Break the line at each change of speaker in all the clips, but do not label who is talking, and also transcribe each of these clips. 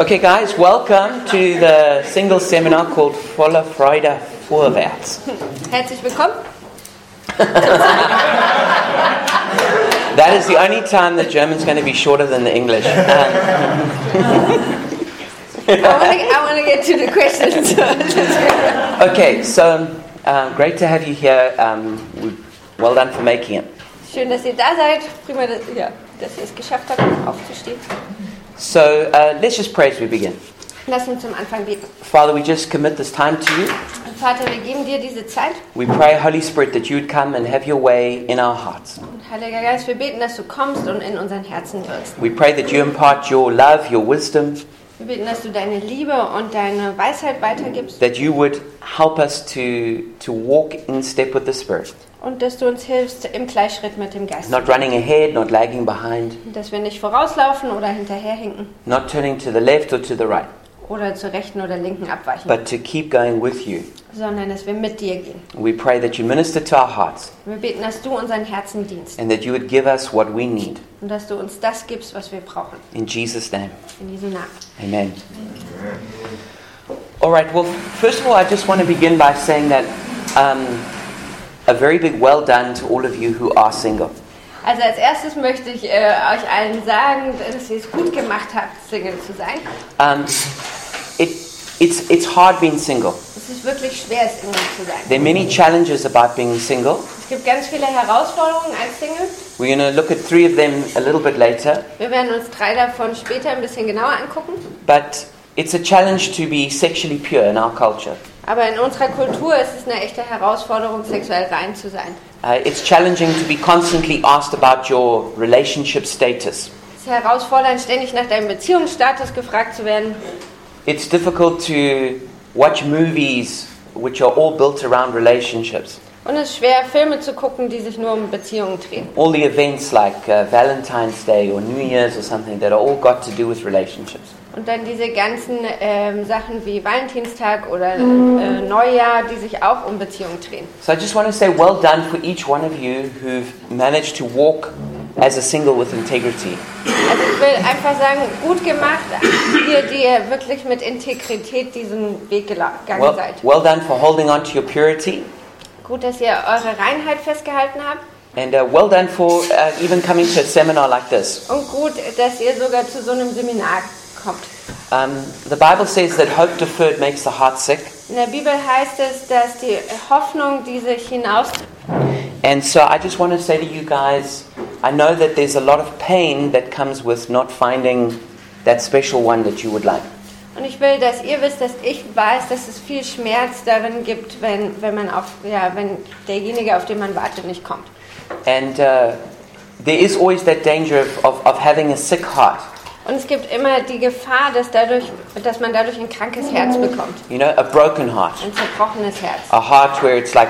Okay, guys, welcome to the single seminar called Voller Freude Vorwärts.
Herzlich willkommen.
That is the only time the German's going to be shorter than the English. Um,
I wanna- I want to get to the questions.
okay, so um, great to have you here. Um, we- well done for making it.
Schön, dass ihr da seid. Prima, dass, ja, dass ihr es geschafft habt, aufzustehen.
So uh, let's just pray as we begin.
Lass uns zum Anfang beten.
Father, we just commit this time to you.
Vater, wir geben dir diese Zeit.
We pray, Holy Spirit, that you would come and have your way in our hearts.
Und Heiliger Geist, wir beten, dass du kommst und in unseren Herzen wirkst.
We pray that you impart your love, your wisdom,
Wir beten, dass du deine Liebe und deine Weisheit weitergibst
that you would help us to, to walk in step with the Spirit.
und dass du uns hilfst im Gleichschritt mit dem Geist.
Not running ahead, not lagging behind,
Dass wir nicht vorauslaufen oder hinterherhinken
not turning to the left or to the right,
oder zur rechten oder linken abweichen,
but to keep going with you.
sondern dass wir mit dir gehen.
We pray that you minister to our hearts
Wir beten, dass du unseren Herzen dienst.
and that you would give us what we need.
und dass du uns das gibst, was wir brauchen.
In Jesus' name,
In Jesu Namen.
amen. All right, well, first of all, I just want to begin by saying that um, a very big well done to all of you who are single.
Also als erstes möchte ich äh, euch allen sagen, dass ihr es gut gemacht habt, Single zu sein.
Um, it, it's, it's hard being single.
Es ist wirklich schwer, Single zu sein.
There are many challenges about being single.
Es gibt ganz viele Herausforderungen als Single.
We're going to look at three of them a little bit later.
Wir werden uns drei davon später ein bisschen genauer angucken.
But it's a challenge to be sexually pure in our culture.
Aber in unserer Kultur ist es eine echte Herausforderung, sexuell rein zu sein.
Uh, it's challenging to be constantly asked about your relationship status.
Es ist herausfordernd, ständig nach deinem Beziehungsstatus gefragt zu werden.
It's difficult to watch movies which are all built around relationships.
Und es ist schwer, Filme zu gucken, die sich nur um Beziehungen drehen.
All the events like uh, Valentine's Day or New Year's or something that are all got to do with relationships.
Und dann diese ganzen ähm, Sachen wie Valentinstag oder äh, Neujahr, die sich auch um Beziehungen drehen.
So I just want to say well done for each one of you who've managed to walk as a single with integrity.
Also ich will einfach sagen, gut gemacht, ihr, die ihr wirklich mit Integrität diesen Weg gela- gegangen
Well,
seid.
well done for holding on to your purity.
Gut, dass ihr eure Reinheit festgehalten habt
And uh, well done for uh, even coming to a seminar like this.
und gut, dass ihr sogar zu so einem Seminar kommt.
Um, the Bible says that hope deferred makes the heart sick.
In der Bibel heißt es, dass die Hoffnung, die sich hinaus
And so I just want to say to you guys I know that there's a lot of pain that comes with not finding that special one that you would like.
Und ich will, dass ihr wisst, dass ich weiß, dass es viel Schmerz darin gibt, wenn, wenn, man auf, ja, wenn derjenige, auf den man wartet, nicht kommt.
And uh, there is always that danger of, of, of having a sick heart.
Und es gibt immer die Gefahr, dass, dadurch, dass man dadurch ein krankes Herz bekommt,
You know, a broken heart.
ein zerbrochenes Herz.
A heart where it's like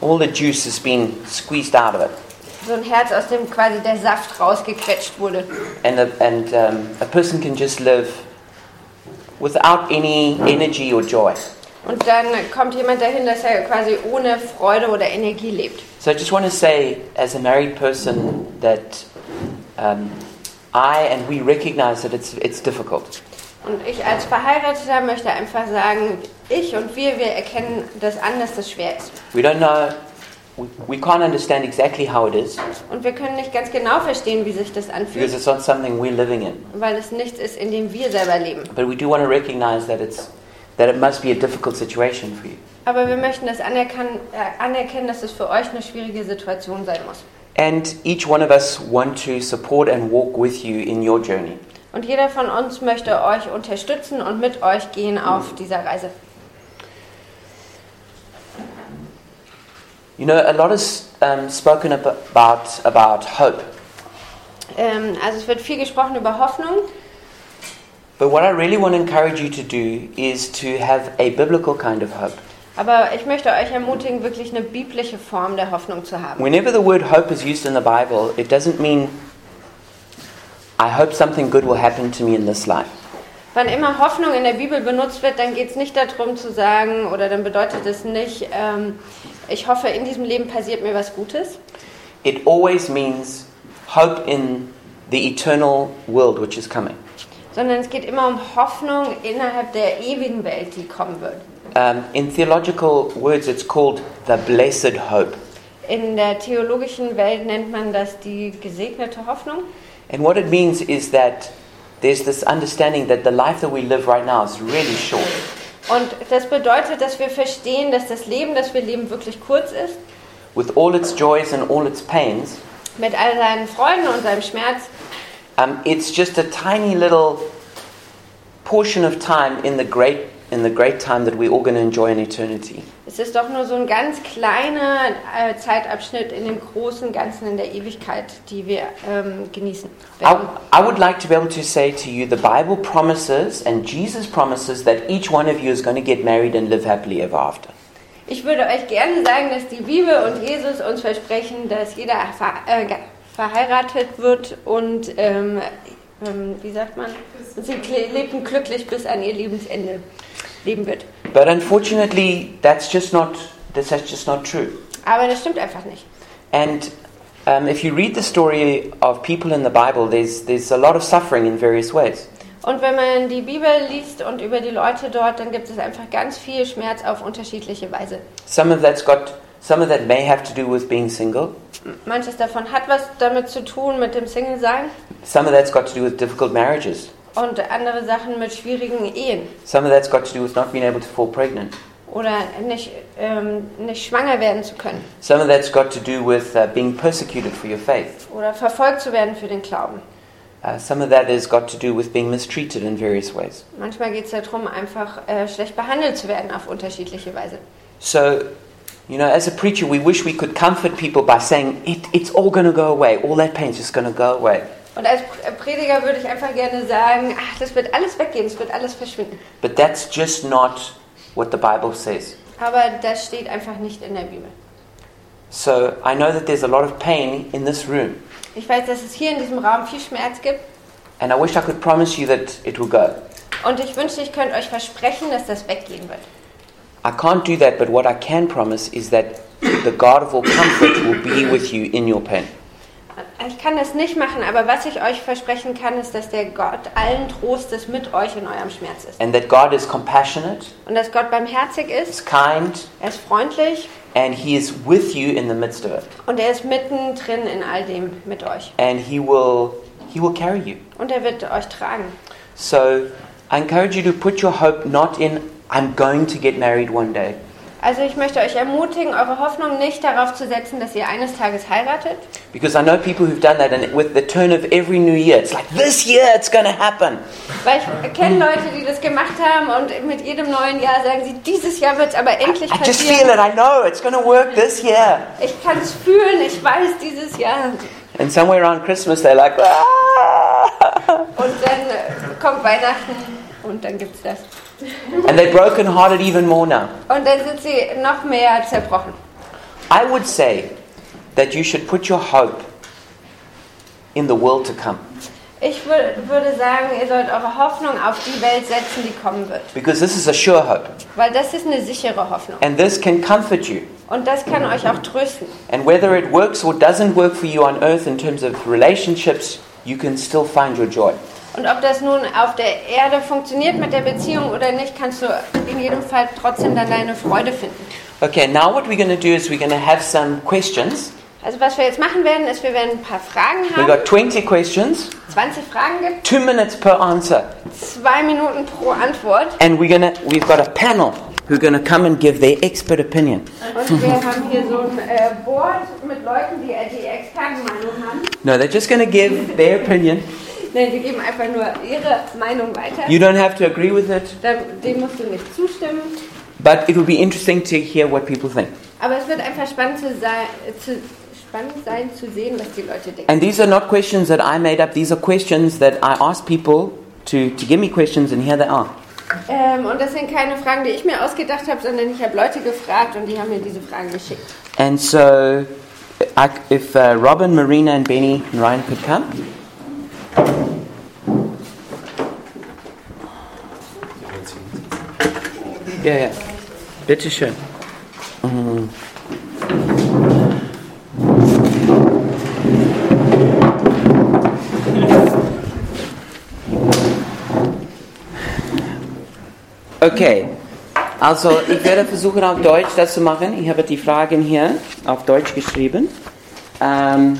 all the juice has been squeezed out of it.
So ein Herz, aus dem quasi der Saft rausgequetscht wurde.
And, a, and um, a person can just live without any energy or joy.
Und dann kommt jemand dahin, dass er quasi ohne Freude oder Energie lebt.
So I just want to say, as a married person, that um, I and we recognize that it's, it's difficult.
Und ich als Verheirateter möchte einfach sagen, ich und wir, wir erkennen das an, dass das schwer ist.
We don't know, we, we can't understand exactly how it is
Und wir können nicht ganz genau verstehen, wie sich das anfühlt.
because it's not something we're living in.
weil es nichts ist, in dem wir selber leben.
But we do want to recognize that, it's, that it must be a difficult situation for you.
Aber wir möchten das anerkan- äh, anerkennen, dass es für euch eine schwierige Situation sein muss.
And each one of us want to support and walk with you in your journey.
Und jeder von uns möchte euch unterstützen und mit euch gehen auf dieser Reise.
You know, a lot is um, spoken ab- about, about hope.
Ähm, also es wird viel gesprochen über Hoffnung,
But what I really want to encourage you to do is to have a biblical kind of hope.
aber ich möchte euch ermutigen, wirklich eine biblische Form der Hoffnung zu haben.
Whenever the word hope is used in the Bible, it doesn't mean I hope something good will happen to me in this life.
Wann immer Hoffnung in der Bibel benutzt wird, dann geht es nicht darum zu sagen, oder dann bedeutet es nicht, ähm, ich hoffe, in diesem Leben passiert mir was Gutes,
It always means hope in the eternal world which is coming.
sondern es geht immer um Hoffnung innerhalb der ewigen Welt, die kommen wird.
Um, in theological words, it's called the blessed hope.
In der theologischen Welt nennt man das die gesegnete Hoffnung.
And what it means is that there's this understanding that the life that we live right now is really short.
Und das bedeutet, dass wir verstehen, dass das Leben, das wir leben, wirklich kurz ist,
With all its joys and all its pains,
mit all seinen Freuden und seinem Schmerz.
um, it's just a tiny little portion of time in the great in the great time that we're all going to enjoy in eternity.
Es ist doch nur so ein ganz kleiner äh, Zeitabschnitt in dem großen Ganzen in der Ewigkeit, die wir ähm, genießen werden.
I, I would like to be able to say to you the Bible promises and Jesus promises that each one of you is going to get married and live happily ever after.
Ich würde euch gerne sagen, dass die Bibel und Jesus uns versprechen, dass jeder ver äh, ge- verheiratet wird und, ähm, ähm, wie sagt man, sie kle- leben glücklich bis an ihr Lebensende leben wird.
But unfortunately, that's just not that's just not true.
Aber das stimmt einfach nicht.
And um, if you read the story of people in the Bible, there's there's a lot of suffering in various ways.
Und wenn man die Bibel liest und über die Leute dort, dann gibt es einfach ganz viel Schmerz auf unterschiedliche Weise.
Some of that's got some of that may have to do with being single.
Manches davon hat was damit zu tun mit dem Single-Sein
Some of that's got to do with difficult marriages.
und andere Sachen mit schwierigen Ehen
Some of that's got to do with not being able to fall pregnant.
oder nicht, ähm, nicht schwanger werden zu können
Some of that's got to do with uh, being persecuted for your faith.
oder verfolgt zu werden für den Glauben.
Uh, some of that has got to do with being mistreated in various ways.
Manchmal geht es darum, einfach äh, schlecht behandelt zu werden auf unterschiedliche Weise.
So, you know, as a preacher, we wish we could comfort people by saying, it, it's all going to go away. All that pain's just going to go away.
Und als Pr- äh, Prediger würde ich einfach gerne sagen, ach, das wird alles weggehen, es wird alles verschwinden.
But that's just not what the Bible says.
Aber das steht einfach nicht in der Bibel.
So I know that there's a lot of pain in this room,
Ich weiß, dass es hier in diesem Raum viel Schmerz gibt
and I wish I could promise you that it will go.
und ich wünschte, ich könnte euch versprechen, dass das weggehen wird.
I can't do that, but what I can promise is that the God of all comfort will be with you in your pain.
Ich kann das nicht machen, aber was ich euch versprechen kann, ist, dass der Gott allen Trostes mit euch in eurem Schmerz ist.
And that God is compassionate,
Und dass Gott barmherzig
is
ist,
kind,
er ist freundlich
and He is with you in the midst of it.
und er ist mittendrin in all dem mit euch.
And He will He will carry you.
Und er wird euch tragen.
So I encourage you to put your hope not in I'm going to get married one day,
Also ich möchte euch ermutigen, eure Hoffnung nicht darauf zu setzen, dass ihr eines Tages heiratet.
Because I know people who've done that, and with the turn of every new year, it's like, this year it's going to happen.
Weil ich kenne Leute, die das gemacht haben und mit jedem neuen Jahr sagen sie, dieses Jahr wird es aber endlich
I just feel
passieren.
it, I know it's going to work this year.
Ich kann es fühlen, ich weiß dieses Jahr.
And somewhere around Christmas, they're like, ah!
Und dann äh, kommt Weihnachten und dann gibt's das.
And they're brokenhearted even more now.
Und dann sind sie noch mehr zerbrochen.
I would say that you should put your hope in the world to come.
Ich wür würde sagen, ihr sollt eure Hoffnung auf die Welt setzen, die kommen wird.
Because this is a sure hope.
Weil das ist eine sichere Hoffnung.
And this can comfort you.
Und das kann euch auch trösten.
And whether it works or doesn't work for you on earth in terms of relationships, you can still find your joy.
Und ob das nun auf der Erde funktioniert mit der Beziehung oder nicht, kannst du in jedem Fall trotzdem dann deine Freude finden.
Okay, now what we're going to do is we're going to have some questions.
Also was wir jetzt machen werden, ist, wir werden ein paar Fragen
We
haben.
got 20 questions,
20 Fragen gibt,
two minutes per answer,
zwei Minuten pro Antwort.
and we're gonna we've got a panel who are gonna come and give their expert opinion.
Und wir haben hier so ein äh, Board mit Leuten, die äh, die Expertenmeinung haben.
No, they're just gonna give their opinion.
Nein, die geben einfach nur ihre Meinung weiter.
You don't have to agree with it,
Dem dem musst du nicht zustimmen.
but it will be interesting to hear what people think.
Aber es wird einfach spannend, zu sein, zu, spannend sein zu sehen, was die Leute denken.
And these are not questions that I made up. These are questions that I asked people to to give me questions, and here they are.
Ähm, und das sind keine Fragen, die ich mir ausgedacht habe, sondern ich habe Leute gefragt und die haben mir diese Fragen geschickt.
And so, I, if uh, Robin, Marina, and Benny and Ryan could come, yeah, yeah, Mm-hmm. bitte schön. Okay, also ich werde versuchen auf Deutsch das zu machen. Ich habe die Fragen hier auf Deutsch geschrieben. Ähm,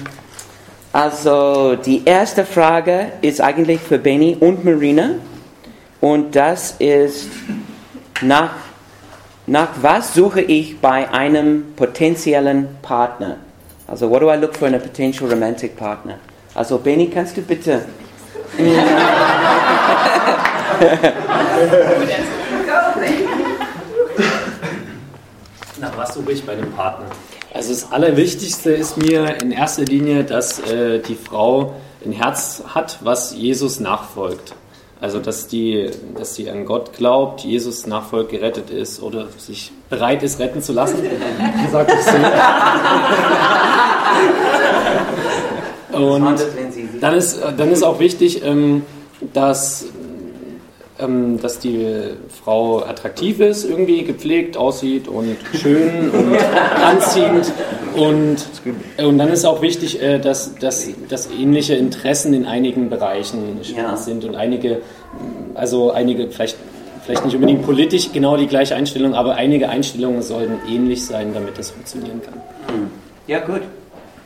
also die erste Frage ist eigentlich für Benny und Marina und das ist nach, nach was suche ich bei einem potenziellen Partner? Also what do I look for in a potential romantic partner? Also Benny, kannst du bitte
Nach was suche ich bei einem Partner? Also das Allerwichtigste ist mir in erster Linie, dass äh, die Frau ein Herz hat, was Jesus nachfolgt. Also dass die, dass sie an Gott glaubt, Jesus nachfolgt, gerettet ist oder sich bereit ist, retten zu lassen. Sagt es so. Und dann ist, dann ist auch wichtig, ähm, dass, ähm, dass die Frau attraktiv ist, irgendwie gepflegt aussieht und schön und anziehend. Und, und dann ist auch wichtig, äh, dass, dass, dass ähnliche Interessen in einigen Bereichen
Ja.
sind und einige, also einige vielleicht. Vielleicht nicht unbedingt politisch genau die gleiche Einstellung, aber einige Einstellungen sollten ähnlich sein, damit das funktionieren kann.
Ja, gut.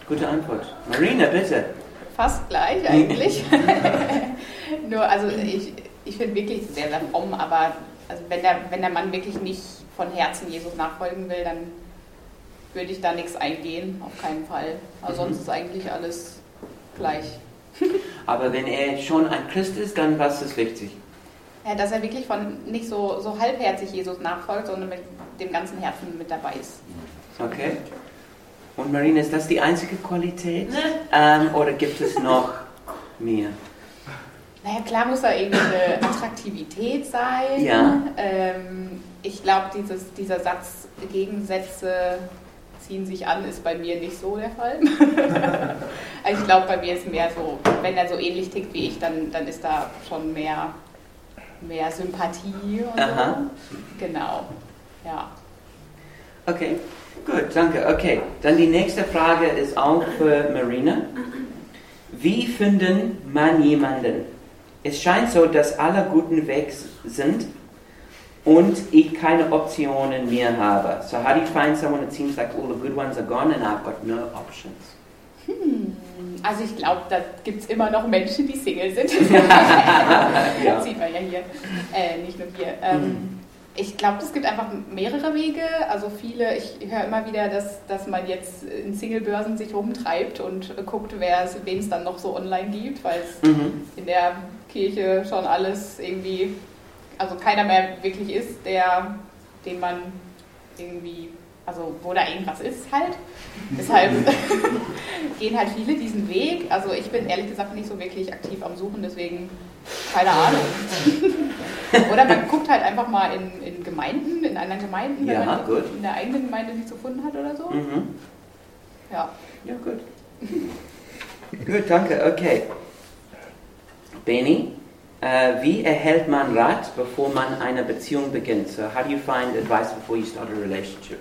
Gute Antwort. Marina, bitte.
Fast gleich eigentlich. Nur, also ich, ich finde wirklich sehr, sehr fromm, aber also wenn, der, wenn der Mann wirklich nicht von Herzen Jesus nachfolgen will, dann würde ich da nichts eingehen, auf keinen Fall. Aber sonst ist eigentlich alles gleich.
Aber wenn er schon ein Christ ist, dann was ist wichtig?
Ja, dass er wirklich von nicht so, so halbherzig Jesus nachfolgt, sondern mit dem ganzen Herzen mit dabei ist.
Okay. Und Marina, ist das die einzige Qualität?
Ne.
Ähm, oder gibt es noch mehr?
Naja, klar muss da irgendeine Attraktivität sein.
Ja.
Ähm, ich glaube, dieser Satz, Gegensätze ziehen sich an, ist bei mir nicht so der Fall. also ich glaube, bei mir ist mehr so, wenn er so ähnlich tickt wie ich, dann, dann ist da schon mehr, mehr Sympathie und
Aha.
so. Genau. Ja.
Okay, gut, danke. Okay, dann die nächste Frage ist auch für Marina. Wie finden man jemanden? Es scheint so, dass alle guten weg sind und ich keine Optionen mehr habe. So how do you find someone it seems like all the good ones are gone and I've got no options?
Also ich glaube, da gibt es immer noch Menschen, die Single sind.
Ja. Mhm.
Sieht man ja hier. Äh, nicht nur wir. Ähm, ich glaube, es gibt einfach mehrere Wege. Also viele, ich höre immer wieder, dass, dass man jetzt in Singlebörsen sich rumtreibt und guckt, wer es- wen es dann noch so online gibt, weil es
Mhm.
in der Kirche schon alles irgendwie, also keiner mehr wirklich ist, der, den man irgendwie, also wo da irgendwas ist halt. Deshalb gehen halt viele diesen Weg. Also ich bin ehrlich gesagt nicht so wirklich aktiv am Suchen, deswegen keine Ahnung. Oder man guckt halt einfach mal in, in Gemeinden, in anderen Gemeinden, wenn
Ja,
man
gut.
in der eigenen Gemeinde nichts gefunden hat oder so.
Mhm.
Ja.
Ja, gut. gut, danke. Okay. Benny, äh, wie erhält man Rat, bevor man eine Beziehung beginnt? So how do you find advice before you start a relationship?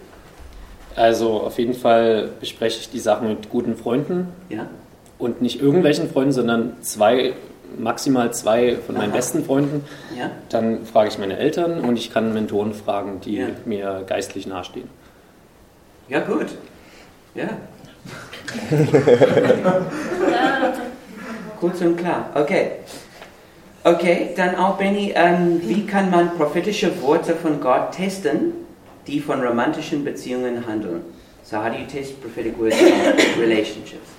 Also auf jeden Fall bespreche ich die Sachen mit guten Freunden,
Ja?
und nicht irgendwelchen Freunden, sondern zwei, maximal zwei von meinen
Aha.
besten Freunden.
Ja?
Dann frage ich meine Eltern und ich kann Mentoren fragen, die
Ja.
mir geistlich nahestehen.
Ja, gut. Ja. Kurz und klar. Okay. Okay, dann auch Benny, ähm, wie kann man prophetische Worte von Gott testen, die von romantischen Beziehungen handeln? So how do you test prophetic words in relationships?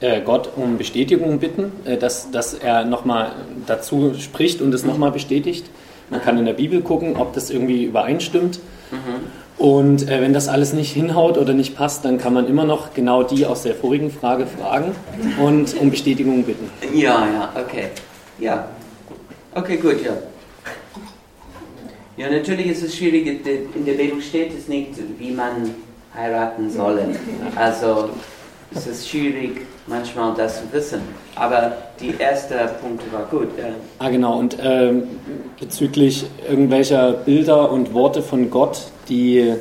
Äh, Gott um Bestätigung bitten, äh, dass, dass er nochmal dazu spricht und es nochmal bestätigt. Man kann in der Bibel gucken, ob das irgendwie übereinstimmt.
Mhm.
Und äh, wenn das alles nicht hinhaut oder nicht passt, dann kann man immer noch genau die aus der vorigen Frage fragen und um Bestätigung bitten.
Ja, ja, okay. Ja. Okay, gut, ja. Ja, natürlich ist es schwierig, de- in der Bibel steht es nicht, wie man heiraten soll. Also es ist schwierig, manchmal das zu wissen. Aber die erste Punkte war gut. Ja.
Ah, genau. Und ähm, bezüglich irgendwelcher Bilder und Worte von Gott, die,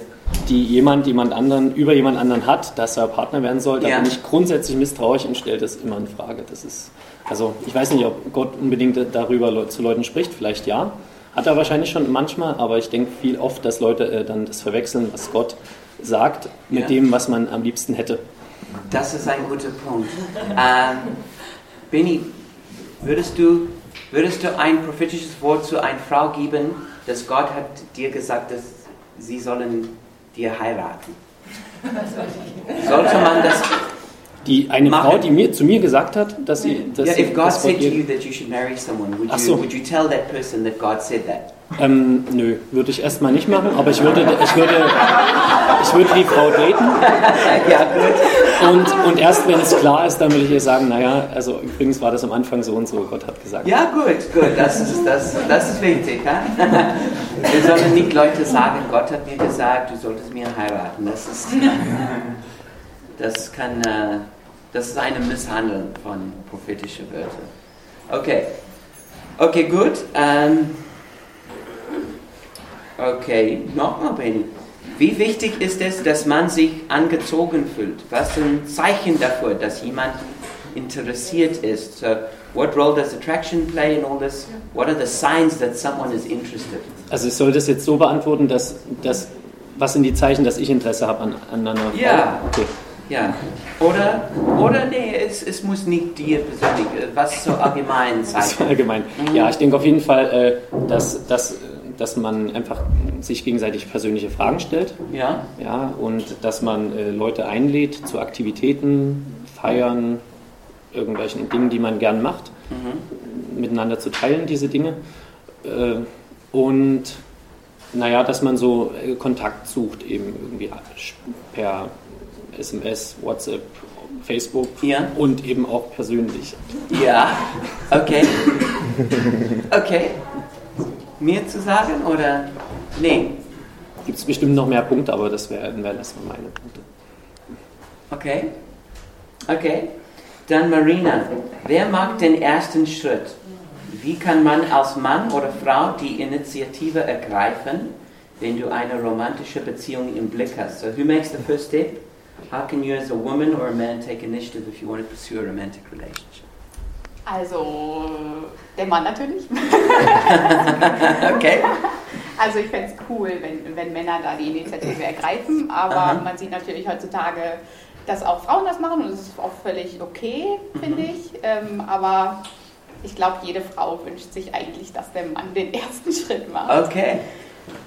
die jemand, jemand anderen, über jemand anderen hat, dass er Partner werden soll, da
Ja.
bin ich grundsätzlich misstrauisch und stelle das immer in Frage. Das ist, also ich weiß nicht, ob Gott unbedingt darüber leu- zu Leuten spricht, vielleicht ja. Hat er wahrscheinlich schon manchmal, aber ich denke viel oft, dass Leute äh, dann das verwechseln, was Gott sagt, mit
Ja.
dem, was man am liebsten hätte.
Das ist ein guter Punkt. Ähm, Benny, würdest du, würdest du ein prophetisches Wort zu einer Frau geben, dass Gott hat dir gesagt, dass sie sollen dir heiraten? Sollte man das?
Die eine
Machen.
Frau, die mir zu mir gesagt hat, dass sie, dass
yeah,
sie
if God
das
said
Wort
to
ihr,
you that you should marry someone, would
Ach
you
so.
would you tell that person that God said that?
ähm, nö, würde ich erstmal nicht machen, aber ich würde, ich würde, ich würde die Frau daten
ja gut.
und, und erst wenn es klar ist, dann würde ich ihr sagen, naja, also übrigens war das am Anfang so und so, Gott hat gesagt.
Ja gut, gut. Das ist das das ist wichtig, ja? Wir sollen nicht Leute sagen, Gott hat mir gesagt, du solltest mir heiraten. Das ist das kann äh, das ist eine Misshandlung von prophetischen Wörtern. Okay, okay gut. Ähm, okay, nochmal Benny. Wie wichtig ist es, dass man sich angezogen fühlt? Was sind Zeichen dafür, dass jemand interessiert ist? So, what role does attraction play in all this? What are the signs that someone is interested?
Also ich soll das jetzt so beantworten, dass, dass was sind die Zeichen, dass ich Interesse habe an, an einer Frau?
Ja.
Okay.
Ja, oder, oder nee, es, es muss nicht dir persönlich, äh, was so allgemein
Das war
sein.
allgemein. Ja, ich denke auf jeden Fall, äh, dass, dass, äh, dass man einfach sich gegenseitig persönliche Fragen stellt.
Ja,
Ja, und dass man äh, Leute einlädt zu Aktivitäten, Feiern, irgendwelchen Dingen, die man gern macht,
Mhm.
miteinander zu teilen, diese Dinge. Äh, und naja, dass man so äh, Kontakt sucht, eben irgendwie per SMS, WhatsApp, Facebook
Ja.
und eben auch persönlich.
ja, okay. Okay. Mir zu sagen oder? Nee,
Gibt es bestimmt noch mehr Punkte, aber das wären wären erstmal meine Punkte.
okay. Okay. Dann Marina, wer macht den ersten Schritt? Wie kann man als Mann oder Frau die Initiative ergreifen, wenn du eine romantische Beziehung im Blick hast? So, who makes the first step? How can you as a woman or a man take initiative if you want to pursue a romantic relationship?
Also, der Mann natürlich.
Okay.
Also ich fände es cool, wenn, wenn Männer da die Initiative ergreifen, aber
Aha.
man sieht natürlich heutzutage, dass auch Frauen das machen und es ist auch völlig okay,
Mhm.
finde ich. Ähm, aber ich glaube, jede Frau wünscht sich eigentlich, dass der Mann den ersten Schritt macht.
Okay.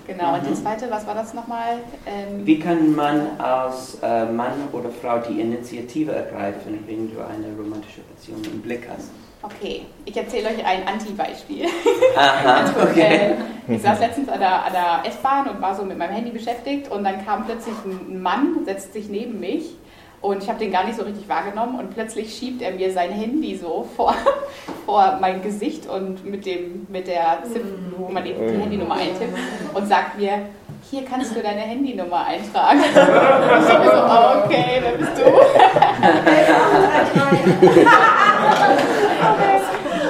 Genau, und
Mhm.
die zweite, was war das nochmal? Ähm,
Wie kann man als äh, Mann oder Frau die Initiative ergreifen, wenn du eine romantische Beziehung im Blick hast?
Okay, ich erzähle euch ein Anti-Beispiel.
Aha,
Äh,
okay.
Ich saß letztens an der, an der S-Bahn und war so mit meinem Handy beschäftigt und dann kam plötzlich ein Mann, setzt sich neben mich und ich habe den gar nicht so richtig wahrgenommen und plötzlich schiebt er mir sein Handy so vor, vor mein Gesicht und mit, dem, mit der ZIP, wo man die,
Oh.
die Handynummer eintippt und sagt mir, hier kannst du deine Handynummer eintragen. Und ich hab mir so, oh, okay, wer bist du?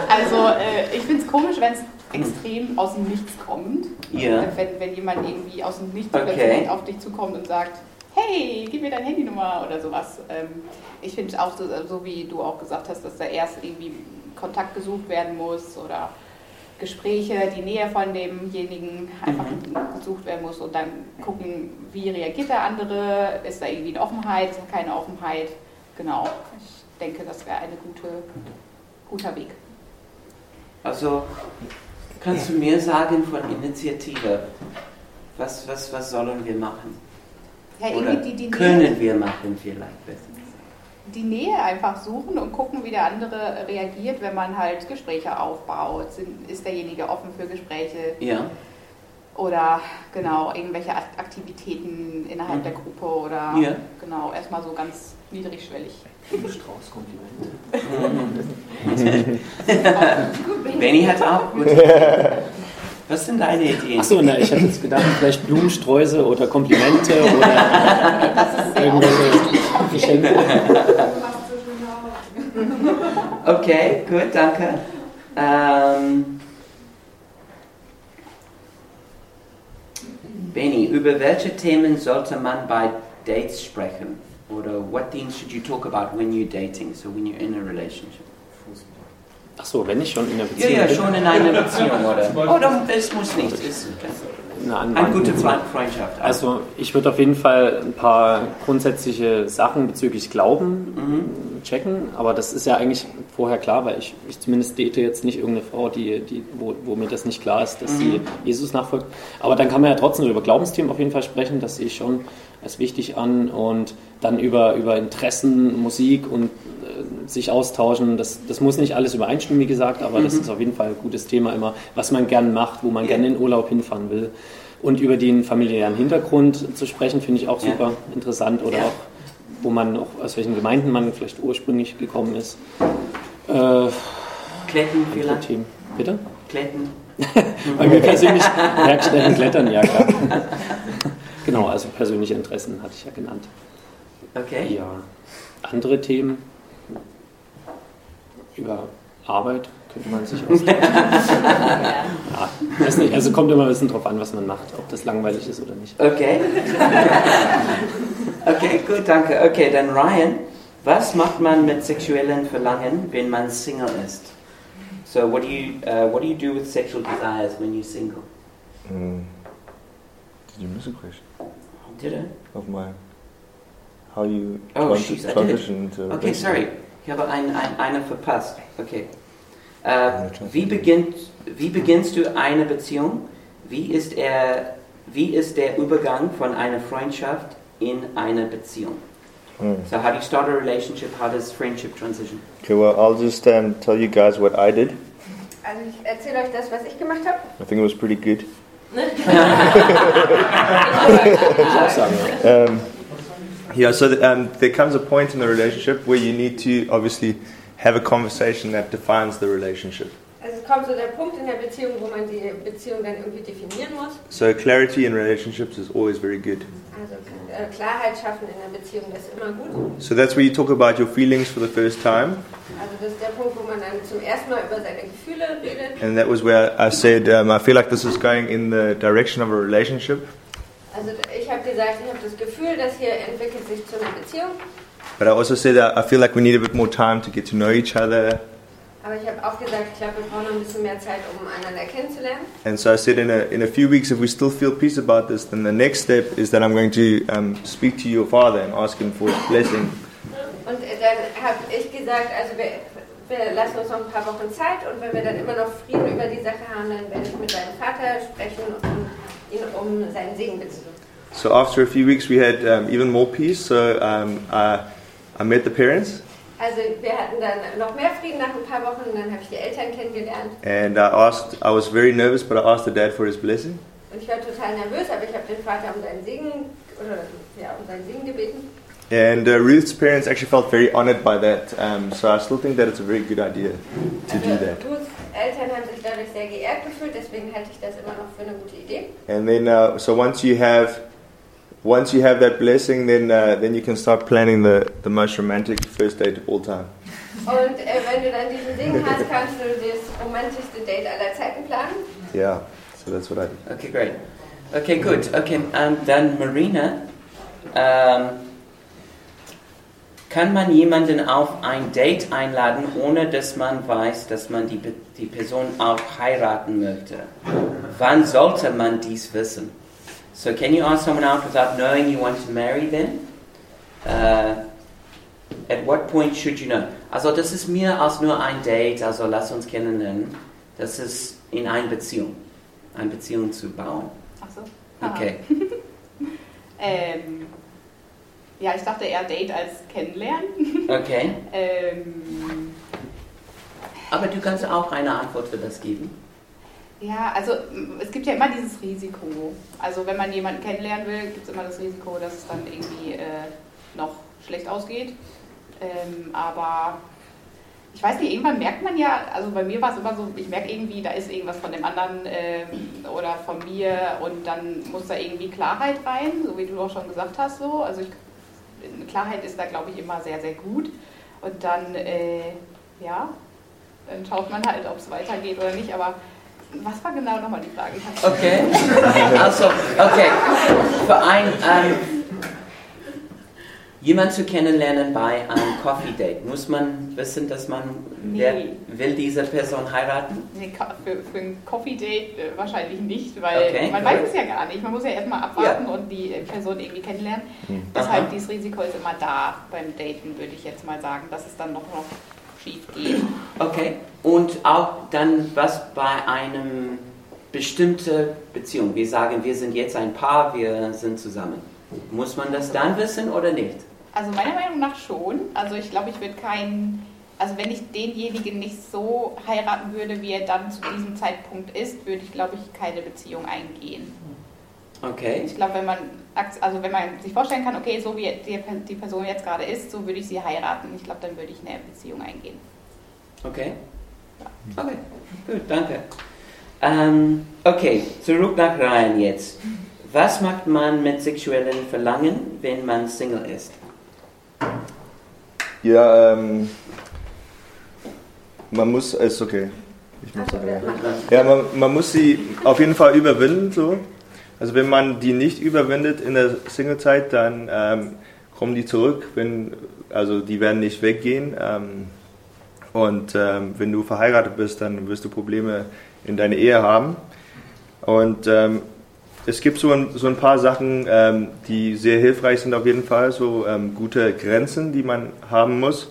Also äh, ich finde es komisch, wenn es extrem aus dem Nichts kommt.
Ja.
Wenn, wenn jemand irgendwie aus dem Nichts
Okay.
plötzlich auf dich zukommt und sagt, hey, gib mir deine Handynummer oder sowas. Ähm, ich finde es auch so, so, wie du auch gesagt hast, dass da erst irgendwie Kontakt gesucht werden muss oder Gespräche, die Nähe von demjenigen einfach
Mhm.
gesucht werden muss und dann gucken, wie reagiert der andere, ist da irgendwie eine Offenheit, ist da keine Offenheit. Genau, ich denke, das wäre ein gute, guter Weg.
Also, kannst du mir sagen von Initiative, was, was, was sollen wir machen?
Ja,
Oder
irgendwie die, die, Nähe,
können wir machen vielleicht besser?
die Nähe einfach suchen und gucken, wie der andere reagiert, wenn man halt Gespräche aufbaut. Sind, ist derjenige offen für Gespräche
Ja,
oder genau irgendwelche Ak- Aktivitäten innerhalb
Mhm.
der Gruppe oder
Ja.
genau erstmal so ganz niedrigschwellig.
Benny hat auch gut. Was sind deine Ideen?
Achso, na, ich hätte jetzt gedacht, vielleicht Blumensträuße oder Komplimente oder irgendwelche Geschenke.
Okay, gut, danke. Ähm, Benny, über welche Themen sollte man bei Dates sprechen? Oder what things should you talk about when you're dating, so when you're in a relationship?
Ach so, wenn ich schon in einer
Ja,
Beziehung
ja,
bin.
schon in einer Beziehung, oder? Oh, dann, das muss nicht. Das ist
Eine
eine
Anwandlung.
gute Fre- Freundschaft.
Also ich würde auf jeden Fall ein paar grundsätzliche Sachen bezüglich
Mhm.
Glauben checken, aber das ist ja eigentlich vorher klar, weil ich, ich zumindest date jetzt nicht irgendeine Frau, die, die, wo, wo mir das nicht klar ist, dass sie
Mhm.
Jesus nachfolgt. Aber dann kann man ja trotzdem über Glaubensthemen auf jeden Fall sprechen, das sehe ich schon als wichtig an und dann über, über Interessen, Musik und äh, sich austauschen. Das, das muss nicht alles übereinstimmen, wie gesagt, aber das ist auf jeden Fall ein gutes Thema immer, was man gern macht, wo man
Mhm. Ja.
gerne in Urlaub hinfahren will. Und über den familiären Hintergrund zu sprechen, finde ich auch
Ja.
super interessant. Oder
Ja.
auch, wo man auch, aus welchen Gemeinden man vielleicht ursprünglich gekommen ist. Äh, andere
Kletten vielleicht.
Themen. Bitte?
Kletten.
Bei mir persönlich Werkstätten klettern, ja klar. genau, also persönliche Interessen hatte ich ja genannt.
Okay.
Ja. Andere Themen über Arbeit könnte man sich ausdenken. ja, weiß nicht, also kommt immer ein bisschen drauf an, was man macht, ob das langweilig ist oder nicht.
Okay. okay, gut, danke. Okay, dann Ryan, was macht man mit sexuellen Verlangen, wenn man Single ist? So, what do you uh, what do you do with sexual desires when you're single?
Mm. Did you miss a question
Did I?
of mine? How you
Oh,
tran-
she's- I did.
transition to
Okay, sorry, ich habe ein, ein, eine verpasst. Okay. Äh, wie, beginnt, wie beginnst du eine Beziehung? Wie ist, er, wie ist der Übergang von einer Freundschaft in eine Beziehung?
Mm.
So, how do you start a relationship? How does friendship transition?
Okay, well, I'll just um, tell you guys what I did.
Also ich erzähle euch das, was ich gemacht habe.
I think it was pretty good.
Aussagen.
Um, yeah, so th um, there comes a point in the relationship where you need to obviously have a conversation that defines the relationship.
Also es kommt so der Punkt in der Beziehung, wo man die Beziehung dann irgendwie definieren muss.
So clarity in relationships is always very good.
Also äh, Klarheit schaffen in der Beziehung, das ist immer gut.
So that's where you talk about your feelings for the first time,
Also das ist der Punkt, wo man dann zum ersten Mal über seine Gefühle redet.
and that was where I said um, I feel like this is going in the direction of a relationship,
Also ich habe gesagt, ich habe das Gefühl, dass hier entwickelt sich zu einer Beziehung.
but I also said that I feel like we need a bit more time to get to know each other.
Aber ich habe auch gesagt, ich glaube, wir brauchen noch ein bisschen mehr Zeit, um einander kennenzulernen.
And so I said, in a, in a few weeks, if we still feel peace about this, then the next step is that I'm going to um, speak to your father and ask him for his blessing.
Und äh, dann habe ich gesagt, also wir, wir lassen uns noch ein paar Wochen Zeit und wenn wir dann immer noch Frieden über die Sache haben, dann werde ich mit seinem Vater sprechen und ihn um seinen Segen bitten.
So after a few weeks, we had um, even more peace. So um, I, I met the parents
Also wir hatten dann noch mehr Frieden nach ein paar Wochen und dann habe ich die Eltern kennengelernt.
and I asked, I was very nervous, but I asked the dad for his blessing.
Und ich war total nervös, aber ich habe den Vater um seinen Segen, oder, ja, um seinen Segen gebeten.
And uh, Ruth's parents actually felt very honored by that. Um, so I still think that it's a very good idea to do that.
Ruths Eltern haben sich dadurch sehr geehrt gefühlt, deswegen halte ich das immer noch für eine gute Idee.
And then, uh, so once you have, once you have that blessing, then uh, then you can start planning the, the most romantic first date of all time.
Und äh, wenn du dann diesen Segen hast, kannst du das romantischste Date aller Zeiten planen.
Yeah. So that's what I did.
Okay, great. Okay, good. Okay, um, dann Marina. Ähm, kann man jemanden auf ein Date einladen, ohne dass man weiß, dass man die, Be- die Person auch heiraten möchte? Wann sollte man dies wissen? So, can you ask someone out without knowing you want to marry them? Äh, at what point should you know? Also, das ist mehr als nur ein Date, also lass uns kennenlernen. Das ist in einer Beziehung eine Beziehung zu bauen.
Achso.
Okay.
Ähm, ja, ich dachte eher Date als kennenlernen.
Okay.
Ähm,
Aber du kannst auch eine Antwort für das geben.
ja, also m, es gibt ja immer dieses Risiko. Also wenn man jemanden kennenlernen will, gibt es immer das Risiko, dass es dann irgendwie äh, noch schlecht ausgeht. Ähm, aber ich weiß nicht, irgendwann merkt man ja, also bei mir war es immer so, ich merke irgendwie, da ist irgendwas von dem anderen ähm, oder von mir und dann muss da irgendwie Klarheit rein, so wie du auch schon gesagt hast. So. Also ich, Klarheit ist da, glaube ich, immer sehr, sehr gut. Und dann, äh, ja, dann schaut man halt, ob es weitergeht oder nicht. Aber was war genau nochmal die Frage? Ich hab's-
Okay. Also, okay. Für ein, ähm, Jemand zu kennenlernen bei einem Coffee Date, muss man wissen, dass man wer,
Nee.
will diese Person heiraten?
Nee, Ka- für, für ein Coffee-Date äh, wahrscheinlich nicht, weil
Okay,
man
cool.
weiß es ja gar nicht. Man muss ja erstmal abwarten und die äh, Person irgendwie kennenlernen. Deshalb
Hm. Aha.
dieses Risiko ist immer da beim Daten, würde ich jetzt mal sagen, dass es dann noch, noch schief geht.
Okay. Und auch dann was bei einem bestimmten Beziehung. Wir sagen, wir sind jetzt ein Paar, wir sind zusammen. Muss man das dann wissen oder nicht?
Also meiner Meinung nach schon. Also ich glaube, ich würde keinen, also wenn ich denjenigen nicht so heiraten würde, wie er dann zu diesem Zeitpunkt ist, würde ich, glaube ich, keine Beziehung eingehen.
Okay.
Ich glaube, wenn man, ak- also wenn man sich vorstellen kann, okay, so wie die, die Person jetzt gerade ist, so würde ich sie heiraten. Ich glaube, dann würde ich eine Beziehung eingehen.
Okay. Okay, gut, danke. Ähm, okay, zurück nach Ryan jetzt. Was macht man mit sexuellen Verlangen, wenn man Single ist?
Ja, ähm, man muss, ist okay. Ich muss
Also,
sagen, ja. Ja, man, man muss sie auf jeden Fall überwinden. So. Also wenn man die nicht überwindet in der Singlezeit, dann ähm, kommen die zurück. Wenn, also die werden nicht weggehen. Ähm, und ähm, wenn du verheiratet bist, dann wirst du Probleme in deiner Ehe haben. Und ähm, es gibt so ein, so ein paar Sachen, ähm, die sehr hilfreich sind auf jeden Fall. So ähm, gute Grenzen, die man haben muss.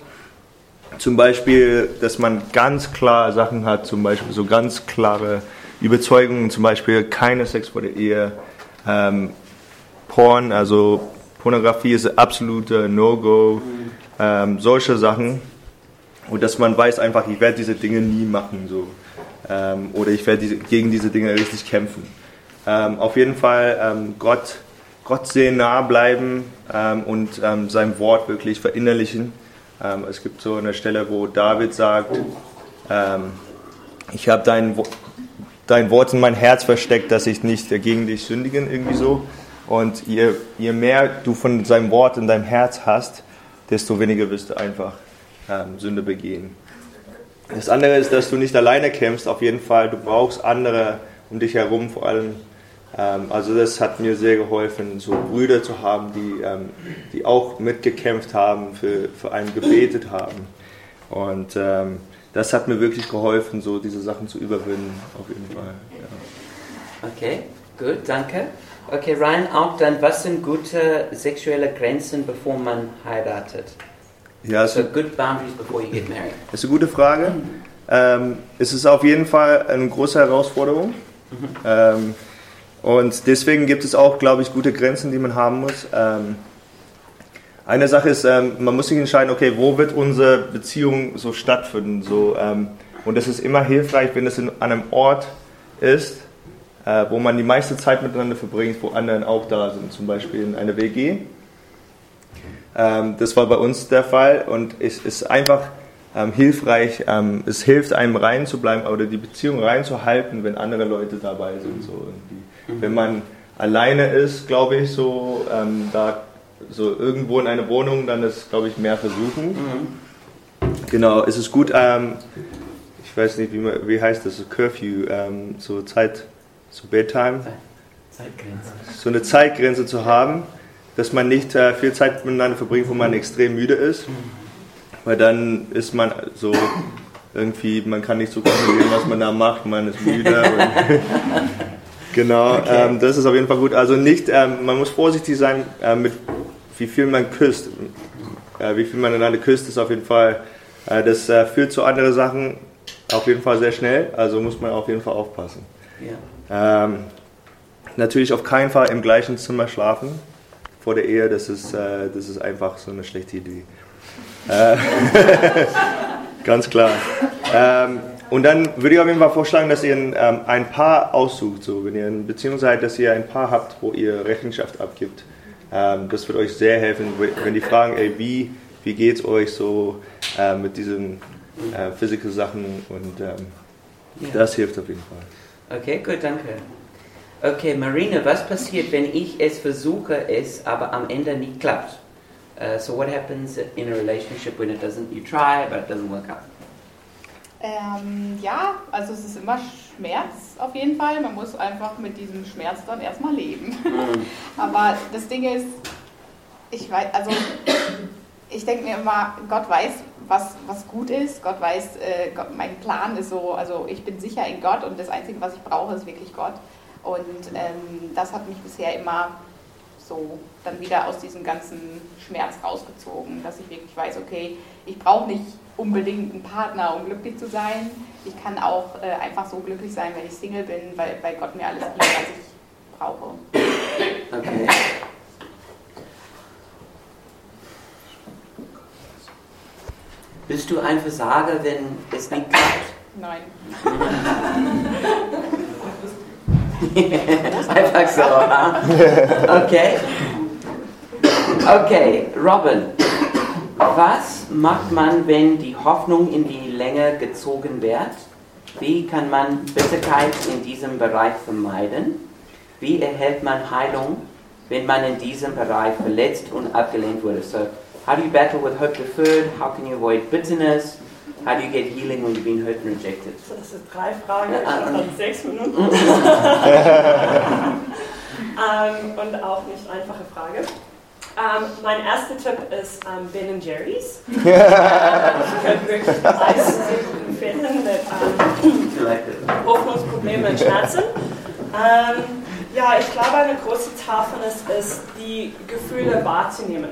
Zum Beispiel, dass man ganz klar Sachen hat, zum Beispiel so ganz klare Überzeugungen, zum Beispiel keine Sex vor der Ehe, ähm, Porn, also Pornografie ist absolute No-Go, ähm, solche Sachen. Und dass man weiß einfach, ich werde diese Dinge nie machen, so. Ähm, oder ich werde diese, gegen diese Dinge richtig kämpfen. Ähm, auf jeden Fall ähm, Gott, Gott sehr nah bleiben ähm, und ähm, sein Wort wirklich verinnerlichen. Ähm, es gibt so eine Stelle, wo David sagt, ähm, ich habe dein, Wo- dein Wort in mein Herz versteckt, dass ich nicht gegen dich sündigen, irgendwie so. Und je, je mehr du von seinem Wort in deinem Herz hast, desto weniger wirst du einfach ähm, Sünde begehen. Das andere ist, dass du nicht alleine kämpfst, auf jeden Fall. Du brauchst andere um dich herum, vor allem. Ähm, also, das hat mir sehr geholfen, so Brüder zu haben, die, ähm, die auch mitgekämpft haben, für, für einen gebetet haben. Und ähm, das hat mir wirklich geholfen, so diese Sachen zu überwinden, auf jeden Fall. Ja.
Okay, gut, danke. Okay, Ryan, auch dann, was sind gute sexuelle Grenzen, bevor man heiratet?
Ja, es
Also good boundaries before you get married.
Das ist eine gute Frage. Ähm, es ist auf jeden Fall eine große Herausforderung. Ähm, und deswegen gibt es auch, glaube ich, gute Grenzen, die man haben muss. Ähm, eine Sache ist, ähm, man muss sich entscheiden, okay, wo wird unsere Beziehung so stattfinden? So, ähm, und es ist immer hilfreich, wenn es in, an einem Ort ist, äh, wo man die meiste Zeit miteinander verbringt, wo anderen auch da sind, zum Beispiel in einer WG. Ähm, das war bei uns der Fall und es ist einfach ähm, hilfreich, ähm, es hilft einem reinzubleiben oder die Beziehung reinzuhalten, wenn andere Leute dabei sind. So irgendwie. Wenn man alleine ist, glaube ich, so, ähm, da, so irgendwo in einer Wohnung, dann ist, glaube ich, mehr versuchen. Genau, es ist gut, ähm, ich weiß nicht, wie, man, wie heißt das, so Curfew, ähm, so Zeit, so Bedtime
Zeitgrenzen.
so eine Zeitgrenze zu haben, dass man nicht äh, viel Zeit miteinander verbringt, wo man extrem müde ist, weil dann ist man so irgendwie, man kann nicht so kontrollieren, was man da macht, man ist müde. Und genau, ähm, das ist auf jeden Fall gut. Also nicht, ähm, man muss vorsichtig sein äh, mit wie viel man küsst, äh, wie viel man einander küsst, ist auf jeden Fall, äh, das äh, führt zu anderen Sachen auf jeden Fall sehr schnell, also muss man auf jeden Fall aufpassen.
Ja.
Ähm, natürlich auf keinen Fall im gleichen Zimmer schlafen vor der Ehe, das ist, äh, das ist einfach so eine schlechte Idee. Äh, ganz klar. Ähm, und dann würde ich auf jeden Fall vorschlagen, dass ihr ein, ähm, ein Paar aussucht, so wenn ihr in Beziehung seid, dass ihr ein Paar habt, wo ihr Rechenschaft abgibt. Ähm, das wird euch sehr helfen, wenn die fragen, ey, wie, wie geht's euch so äh, mit diesen äh, physischen Sachen und ähm,
Ja.
das hilft auf jeden Fall.
Okay, gut, danke. Okay, Marina, was passiert, wenn ich es versuche, es aber am Ende nicht klappt? Uh, so what happens in a relationship when it doesn't, you try, but it doesn't work out?
Ähm, ja, also es ist immer Schmerz auf jeden Fall. Man muss einfach mit diesem Schmerz dann erstmal leben. Aber das Ding ist, ich weiß, also ich denke mir immer, Gott weiß, was, was gut ist. Gott weiß, äh, Gott, mein Plan ist so, also ich bin sicher in Gott und das Einzige, was ich brauche, ist wirklich Gott. Und ähm, das hat mich bisher immer so dann wieder aus diesem ganzen Schmerz rausgezogen, dass ich wirklich weiß, okay, ich brauche nicht unbedingt einen Partner, um glücklich zu sein. Ich kann auch äh, einfach so glücklich sein, wenn ich Single bin, weil, weil Gott mir alles gibt, was ich brauche.
Okay. Bist du ein Versager, wenn es nicht klappt?
Nein.
Einfach so. ha? Okay. Okay, Robin. Was macht man, wenn die Hoffnung in die Länge gezogen wird? Wie kann man Bitterkeit in diesem Bereich vermeiden? Wie erhält man Heilung, wenn man in diesem Bereich verletzt und abgelehnt wurde? So, how do you battle with hurt deferred? How can you avoid bitterness? How do you get healing when you've been hurt and rejected?
Das sind drei Fragen, ich
Ja,
habe
ähm.
dann sechs Minuten. ähm, und auch nicht einfache Frage. Ähm, mein erster Tipp ist ähm, Ben Jerry's. ähm, ich könnte wirklich Eiskuchen empfehlen mit ähm, Hoffnungsprobleme und Schmerzen. Ähm, ja, ich glaube, eine große Tat von es ist, die Gefühle wahrzunehmen.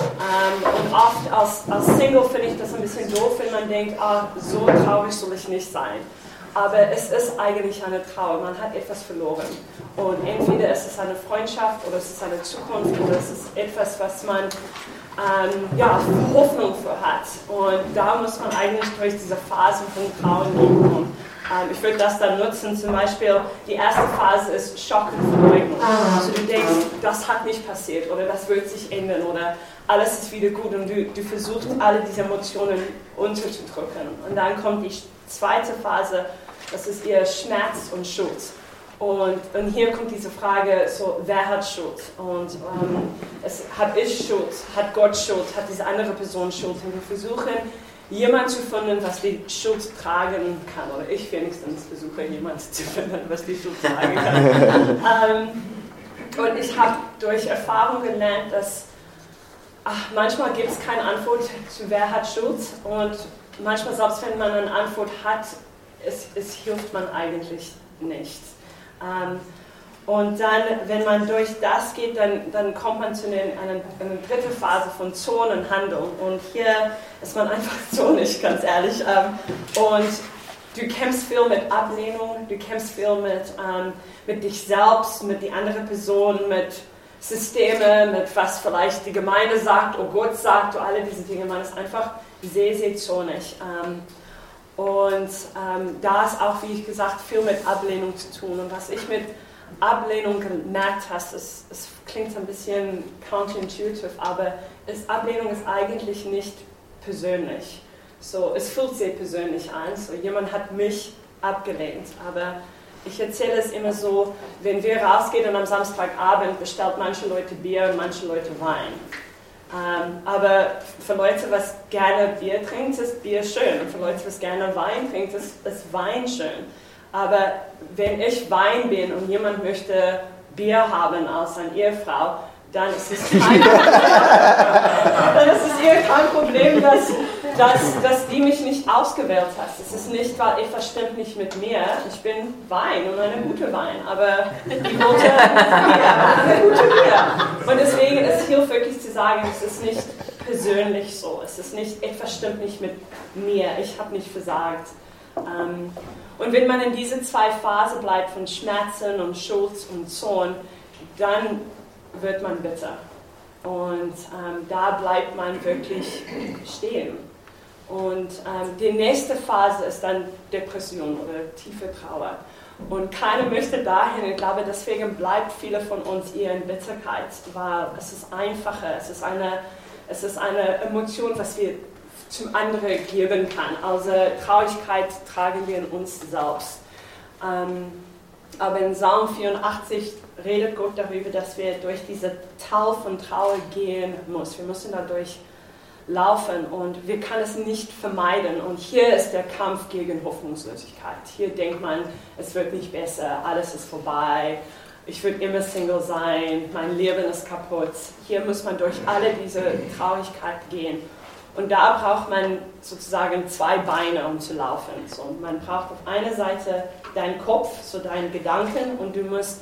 Ähm, und oft als, als Single finde ich das ein bisschen doof, wenn man denkt, ah, so traurig soll ich nicht sein. Aber es ist eigentlich eine Trauer, man hat etwas verloren. Und entweder ist es eine Freundschaft oder es ist eine Zukunft oder es ist etwas, was man ähm, ja, Hoffnung für hat. Und da muss man eigentlich durch diese Phasen von Trauen gehen. Ähm, ich würde das dann nutzen, zum Beispiel, die erste Phase ist Schock und Verleugnung. Also du denkst, das hat nicht passiert oder das wird sich ändern oder alles ist wieder gut und du, du versuchst, alle diese Emotionen unterzudrücken. Und dann kommt die zweite Phase, das ist ihr Schmerz und Schuld. Und, und hier kommt diese Frage, so, wer hat Schuld? Und ähm, es, habe ich Schuld? Hat Gott Schuld? Hat diese andere Person Schuld? Und wir versuchen, jemand zu finden, was die Schuld tragen kann. Oder ich wenigstens versuche, jemand zu finden, was die Schuld tragen kann. ähm, und ich habe durch Erfahrung gelernt, dass ach, manchmal gibt es keine Antwort zu wer hat Schuld. Und manchmal, selbst wenn man eine Antwort hat, es, es hilft man eigentlich nicht. Ähm, und dann, wenn man durch das geht, dann, dann kommt man zu den, einer, einer dritten Phase von Zonenhandlung. Und hier ist man einfach zonig, ganz ehrlich. Ähm, und du kämpfst viel mit Ablehnung, du kämpfst viel mit, ähm, mit dich selbst, mit die andere Person, mit Systeme, mit was vielleicht die Gemeinde sagt, oh Gott sagt, oder alle diese Dinge. Man ist einfach sehr, sehr zonig. Ähm, und ähm, da ist auch, wie ich gesagt, viel mit Ablehnung zu tun. Und was ich mit Ablehnung gemerkt hast, es, es klingt ein bisschen counterintuitive, aber es, Ablehnung ist eigentlich nicht persönlich. So, es fühlt sich persönlich an. So, jemand hat mich abgelehnt, aber ich erzähle es immer so, wenn wir rausgehen und am Samstagabend bestellt manche Leute Bier und manche Leute Wein. Ähm, aber für Leute, was gerne Bier trinkt, ist Bier schön. Und für Leute, was gerne Wein trinkt, ist, ist Wein schön. Aber wenn ich Wein bin und jemand möchte Bier haben als seine Ehefrau, dann ist es kein dann ist es ihr kein Problem, dass, dass, dass die mich nicht ausgewählt hat. Es ist nicht, weil etwas stimmt nicht mit mir. Ich bin Wein und eine gute Wein, aber die gute Bier, aber eine gute Bier. Und deswegen es hilft wirklich zu sagen, es ist nicht persönlich so. Es ist nicht, etwas stimmt nicht mit mir. Ich habe nicht versagt. Ähm, und wenn man in diese zwei Phasen bleibt von Schmerzen und Schuld und Zorn, dann wird man bitter. Und ähm, da bleibt man wirklich stehen. Und ähm, die nächste Phase ist dann Depression oder tiefe Trauer. Und keiner möchte dahin. Ich glaube, deswegen bleibt viele von uns eher in Bitterkeit, weil es ist einfacher, es ist eine, es ist eine Emotion, was wir zum anderen geben kann. Also Traurigkeit tragen wir in uns selbst. Ähm, aber in Psalm 84 redet Gott darüber, dass wir durch diese Tal von Trauer gehen müssen. Wir müssen dadurch laufen und wir können es nicht vermeiden. Und hier ist der Kampf gegen Hoffnungslosigkeit. Hier denkt man, es wird nicht besser, alles ist vorbei, ich würde immer Single sein, mein Leben ist kaputt. Hier muss man durch alle diese Traurigkeit gehen. Und da braucht man sozusagen zwei Beine, um zu laufen. So, man braucht auf einer Seite deinen Kopf, so deinen Gedanken, und du musst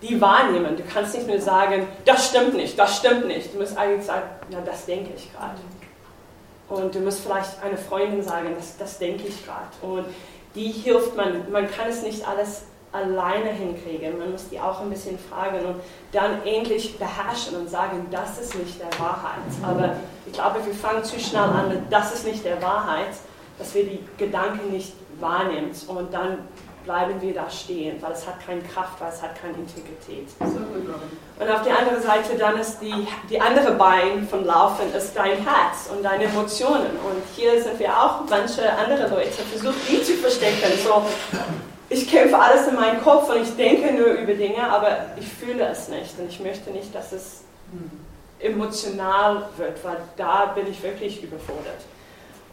die wahrnehmen. Du kannst nicht nur sagen, das stimmt nicht, das stimmt nicht. Du musst eigentlich sagen, na, das denke ich gerade. Und du musst vielleicht einer Freundin sagen, das, das denke ich gerade. Und die hilft man. Man kann es nicht alles alleine hinkriegen. Man muss die auch ein bisschen fragen und dann endlich beherrschen und sagen, das ist nicht der Wahrheit. Aber ich glaube, wir fangen zu schnell an mit, das ist nicht der Wahrheit, dass wir die Gedanken nicht wahrnehmen und dann bleiben wir da stehen, weil es hat keine Kraft, weil es hat keine Integrität. Und auf der anderen Seite dann ist die, die andere Bein vom Laufen ist dein Herz und deine Emotionen. Und hier sind wir auch manche andere Leute, versucht die zu verstecken. So, ich kämpfe alles in meinem Kopf und ich denke nur über Dinge, aber ich fühle es nicht und ich möchte nicht, dass es emotional wird, weil da bin ich wirklich überfordert.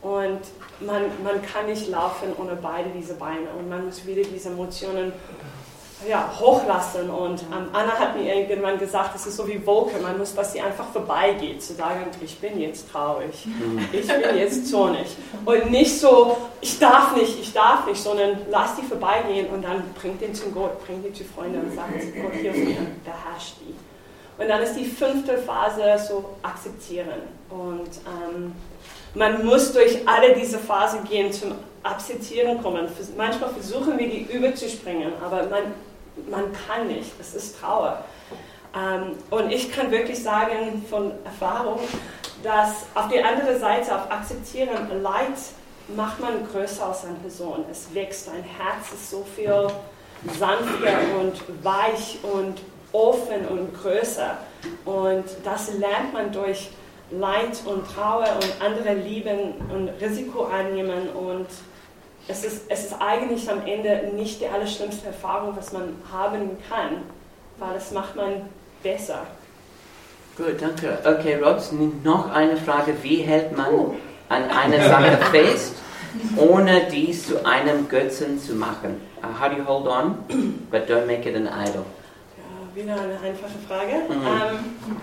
Und man, man kann nicht laufen ohne beide diese Beine und man muss wieder diese Emotionen ja, hochlassen. Und ähm, Anna hat mir irgendwann gesagt, es ist so wie Wolke, man muss, dass sie einfach vorbeigeht, zu sagen, ich bin jetzt traurig, ich bin jetzt zornig. Und nicht so, ich darf nicht, ich darf nicht, sondern lass die vorbeigehen und dann bringt den zum Gott, bringt die zu Freunden und sagt, Gott hilf mir, beherrscht die. Und dann ist die fünfte Phase so akzeptieren. Und ähm, man muss durch alle diese Phasen gehen, zum Akzeptieren kommen. Manchmal versuchen wir, die überzuspringen, aber man man kann nicht, es ist Trauer. Ähm, und ich kann wirklich sagen von Erfahrung, dass auf die andere Seite, auf Akzeptieren, Leid macht man größer aus einer Person. Es wächst, ein Herz ist so viel sanfter und weich und offen und größer. Und das lernt man durch Leid und Trauer und andere lieben und Risiko annehmen und es ist, es ist eigentlich am Ende nicht die allerschlimmste Erfahrung, was man haben kann, weil das macht man besser.
Gut, danke. Okay, Robs, noch eine Frage. Wie hält man oh. an einer Sache fest, ohne dies zu einem Götzen zu machen? Uh, How do you hold on, but don't make it an idol?
Ja, wieder eine einfache Frage. Mhm.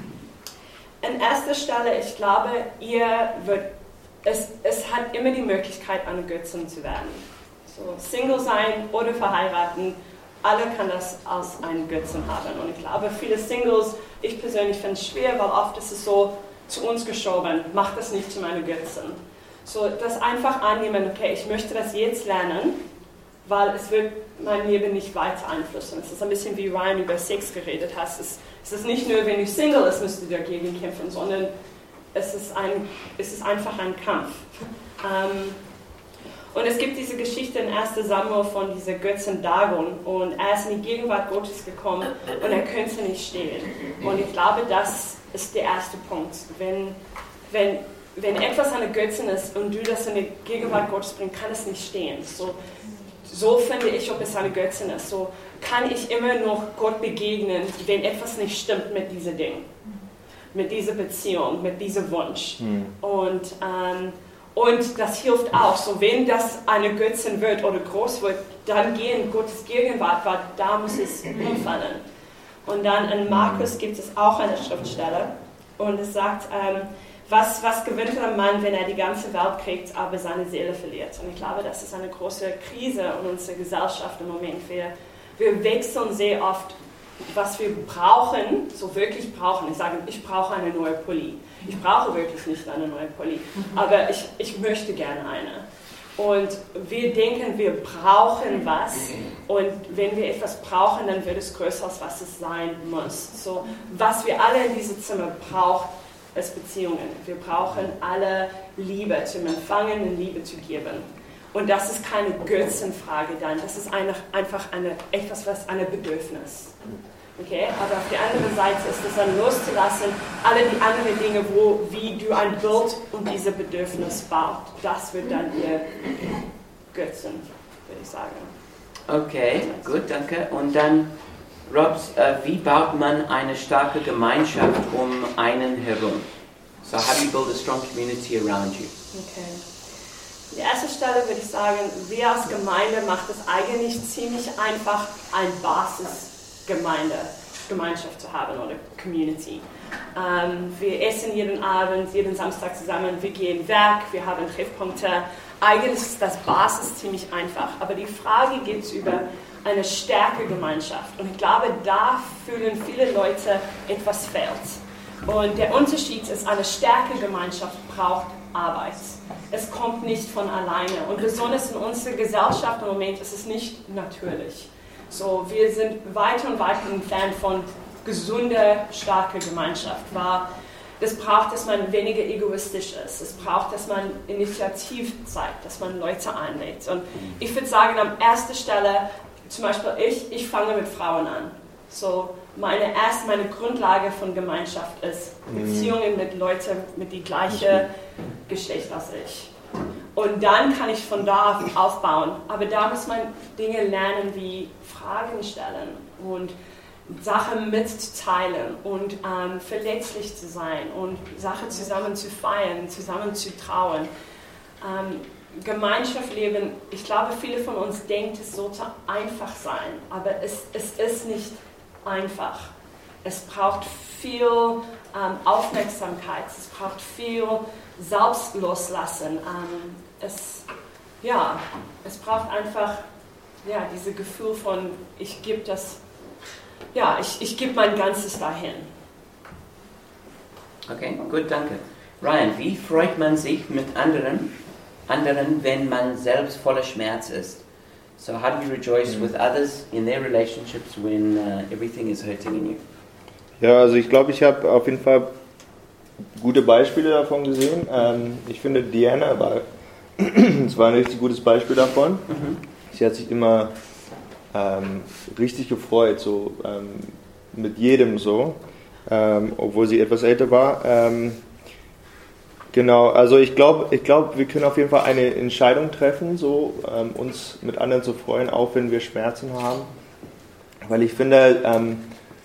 Ähm, an erster Stelle, ich glaube, ihr wird es, es, hat immer die Möglichkeit, an Götzen zu werden. So, Single sein oder verheiraten, alle kann das als einen Götzen haben. Und ich glaube, viele Singles, ich persönlich finde es schwer, weil oft ist es so zu uns geschoben, mach das nicht zu meinem Götzen. So, das einfach annehmen, okay, ich möchte das jetzt lernen, weil es wird mein Leben nicht weiter einflussen. Es ist ein bisschen wie Ryan über Sex geredet hast. Es, es ist nicht nur, wenn du Single bist, musst du dagegen kämpfen, sondern es ist, ein, es ist einfach ein Kampf. Ähm, und es gibt diese Geschichte in 1. Samuel von dieser Götzen Dagon und er ist in die Gegenwart Gottes gekommen und er könnte nicht stehen. Und ich glaube, das ist der erste Punkt. Wenn, wenn, wenn etwas eine Götzen ist und du das in die Gegenwart Gottes bringst, kann es nicht stehen. So, so finde ich, ob es eine Götzen ist. So kann ich immer noch Gott begegnen, wenn etwas nicht stimmt mit diesem Ding mit dieser Beziehung, mit diesem Wunsch. Hm. Und, ähm, und das hilft auch. So, wenn das eine Götzen wird oder groß wird, dann gehen Gottes Gegenwart, weil da muss es umfallen. Und dann in Markus gibt es auch eine Schriftstelle und es sagt, ähm, was, was gewinnt ein Mann, wenn er die ganze Welt kriegt, aber seine Seele verliert? Und ich glaube, das ist eine große Krise in unserer Gesellschaft im Moment. Wir, wir wechseln sehr oft was wir brauchen, so wirklich brauchen. Ich sage, ich brauche eine neue Pulli. Ich brauche wirklich nicht eine neue Pulli, aber ich, ich möchte gerne eine. Und wir denken, wir brauchen was. Und wenn wir etwas brauchen, dann wird es größer, als was es sein muss. So, was wir alle in diesem Zimmer brauchen, ist Beziehungen. Wir brauchen alle Liebe zum Empfangen und Liebe zu geben. Und das ist keine Götzenfrage dann, das ist eine, einfach eine, etwas, was ein Bedürfnis. Okay? Aber auf der anderen Seite ist es dann loszulassen, alle die anderen Dinge, wo, wie du ein Bild und diese Bedürfnis baust, das wird dann ihr Götzen, würde ich sagen.
Okay, gut, danke. Und dann, Robs, äh, wie baut man eine starke Gemeinschaft um einen herum? So, how do you build a strong community around you?
Okay. Die erste Stelle würde ich sagen, wir als Gemeinde macht es eigentlich ziemlich einfach, eine Basis Gemeinde, Gemeinschaft zu haben oder Community. Ähm, wir essen jeden Abend, jeden Samstag zusammen, wir gehen weg, wir haben Treffpunkte. Eigentlich ist das Basis ziemlich einfach, aber die Frage geht über eine stärkere Gemeinschaft. Und ich glaube, da fühlen viele Leute, etwas fehlt. Und der Unterschied ist, eine starke Gemeinschaft braucht Arbeit. Es kommt nicht von alleine. Und besonders in unserer Gesellschaft im Moment ist es nicht natürlich. So, wir sind weit und weit entfernt von gesunder, starker Gemeinschaft. War, das braucht, dass man weniger egoistisch ist. Es braucht, dass man initiativ zeigt, dass man Leute einlädt. Und ich würde sagen, an erster Stelle, zum Beispiel ich, ich fange mit Frauen an. So, meine erste, meine Grundlage von Gemeinschaft ist Beziehungen mit Leuten mit die gleiche Geschlecht als ich. Und dann kann ich von da aufbauen. Aber da muss man Dinge lernen wie Fragen stellen und Sachen mitzuteilen und ähm, verletzlich zu sein und Sachen zusammen zu feiern, zusammen zu trauen. Ähm, Gemeinschaft leben, ich glaube, viele von uns denken, es sollte einfach sein, aber es, es ist nicht einfach. Es braucht viel ähm, Aufmerksamkeit, es braucht viel Selbstloslassen. Ähm, es, ja, es braucht einfach ja, dieses Gefühl von, ich gebe das, ja, ich, ich gebe mein Ganzes dahin.
Okay, gut, danke. Ryan, wie freut man sich mit anderen, anderen wenn man selbst voller Schmerz ist? So, how do you rejoice with others in their relationships when uh, everything is hurting in you?
Ja, also ich glaube, ich habe auf jeden Fall gute Beispiele davon gesehen. Ähm, ich finde, Diana war, es war ein richtig gutes Beispiel davon.
Mhm.
Sie hat sich immer ähm, richtig gefreut, so ähm, mit jedem so, ähm, obwohl sie etwas älter war. Ähm, Genau, also ich glaube, ich glaub, wir können auf jeden Fall eine Entscheidung treffen, so ähm, uns mit anderen zu freuen, auch wenn wir Schmerzen haben. Weil ich finde, ähm,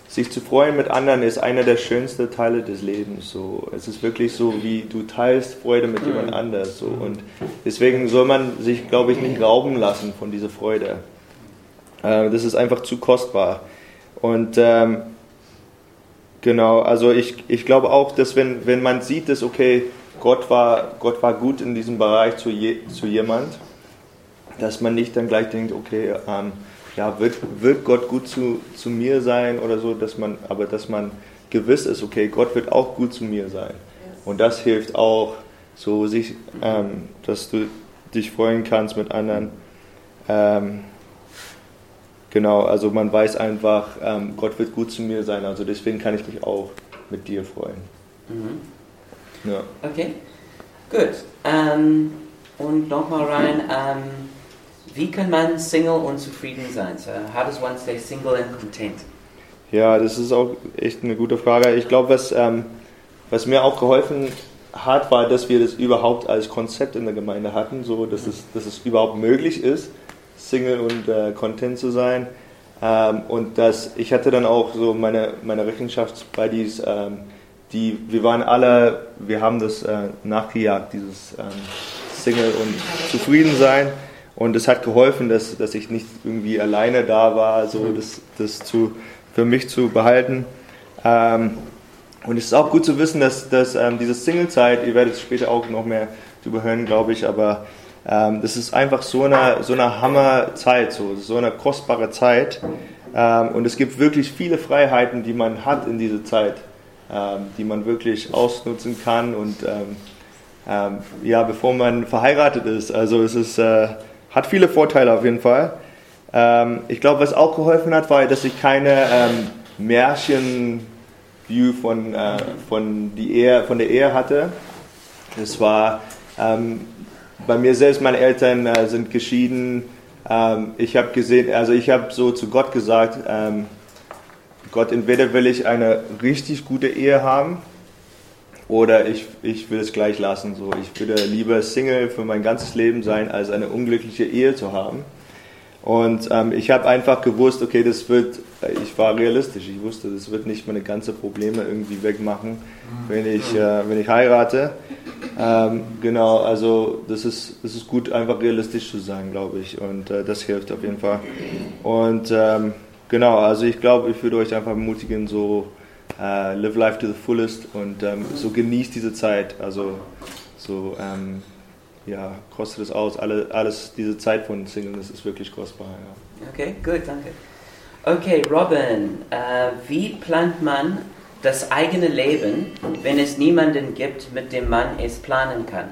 sich zu freuen mit anderen ist einer der schönsten Teile des Lebens. So. Es ist wirklich so, wie du teilst Freude mit jemand anders. So. Und deswegen soll man sich, glaube ich, nicht rauben lassen von dieser Freude. Äh, das ist einfach zu kostbar. Und ähm, genau, also ich, ich glaube auch, dass wenn, wenn man sieht, dass okay, Gott war, Gott war gut in diesem Bereich zu, je, zu jemand, dass man nicht dann gleich denkt, okay, ähm, ja, wird, wird Gott gut zu, zu mir sein oder so, dass man, aber dass man gewiss ist, okay, Gott wird auch gut zu mir sein. Und das hilft auch, so sich, ähm, dass du dich freuen kannst mit anderen. Ähm, genau, also man weiß einfach, ähm, Gott wird gut zu mir sein, also deswegen kann ich mich auch mit dir freuen.
Mhm.
Ja.
Okay, gut. Ähm, und nochmal Ryan, ähm, wie kann man Single und zufrieden sein? So, how does one stay single and content?
Ja, das ist auch echt eine gute Frage. Ich glaube, was, ähm, was mir auch geholfen hat, war, dass wir das überhaupt als Konzept in der Gemeinde hatten, so dass es, dass es überhaupt möglich ist, Single und äh, Content zu sein. Ähm, und dass ich hatte dann auch so meine, meine Rechenschaftsbuddies, ähm, die, wir waren alle, wir haben das äh, nachgejagt, dieses ähm, Single und zufrieden sein. Und es hat geholfen, dass, dass ich nicht irgendwie alleine da war, so das, das zu, für mich zu behalten. Ähm, und es ist auch gut zu wissen, dass, dass ähm, diese Single-Zeit, ihr werdet später auch noch mehr drüber hören, glaube ich, aber ähm, das ist einfach so eine, so eine Hammerzeit, so, so eine kostbare Zeit. Ähm, und es gibt wirklich viele Freiheiten, die man hat in dieser Zeit, ähm, die man wirklich ausnutzen kann. Und ähm, ähm, ja, bevor man verheiratet ist, also es ist, äh, hat viele Vorteile auf jeden Fall. Ähm, ich glaube, was auch geholfen hat, war, dass ich keine ähm, Märchen-View von, äh, von, die Ehe, von der Ehe hatte. Es war ähm, bei mir selbst, meine Eltern äh, sind geschieden. Ähm, ich habe gesehen, also ich habe so zu Gott gesagt, ähm, Gott, entweder will ich eine richtig gute Ehe haben oder ich, ich will es gleich lassen. So. Ich würde lieber Single für mein ganzes Leben sein, als eine unglückliche Ehe zu haben. Und ähm, ich habe einfach gewusst, okay, das wird, äh, ich war realistisch, ich wusste, das wird nicht meine ganzen Probleme irgendwie wegmachen, wenn ich, äh, wenn ich heirate. Ähm, genau, also das ist, das ist gut, einfach realistisch zu sein, glaube ich. Und äh, das hilft auf jeden Fall. Und ähm, Genau, also ich glaube, ich würde euch einfach ermutigen, so äh, live life to the fullest und ähm, so genießt diese Zeit. Also so ähm, ja, kostet es aus. Alle, alles diese Zeit von Singleness ist wirklich kostbar. Ja.
Okay, gut, danke. Okay, Robin, äh, wie plant man das eigene Leben, wenn es niemanden gibt, mit dem man es planen kann?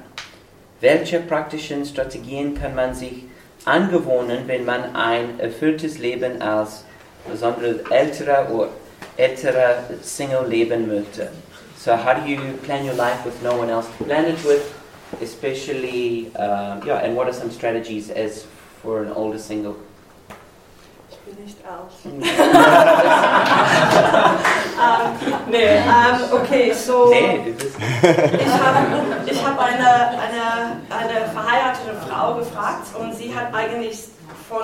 Welche praktischen Strategien kann man sich angewohnen, wenn man ein erfülltes Leben als besonders älterer oder älterer Single leben möchte? So, how do you plan your life with no one else to plan it with? Especially, uh, yeah, and what are some strategies as for an older single?
Ich bin nicht alt. ähm, nee, ähm, okay, so.
Nee, du bist-
Ich habe ich hab eine, eine, eine verheiratete Frau gefragt und sie hat eigentlich von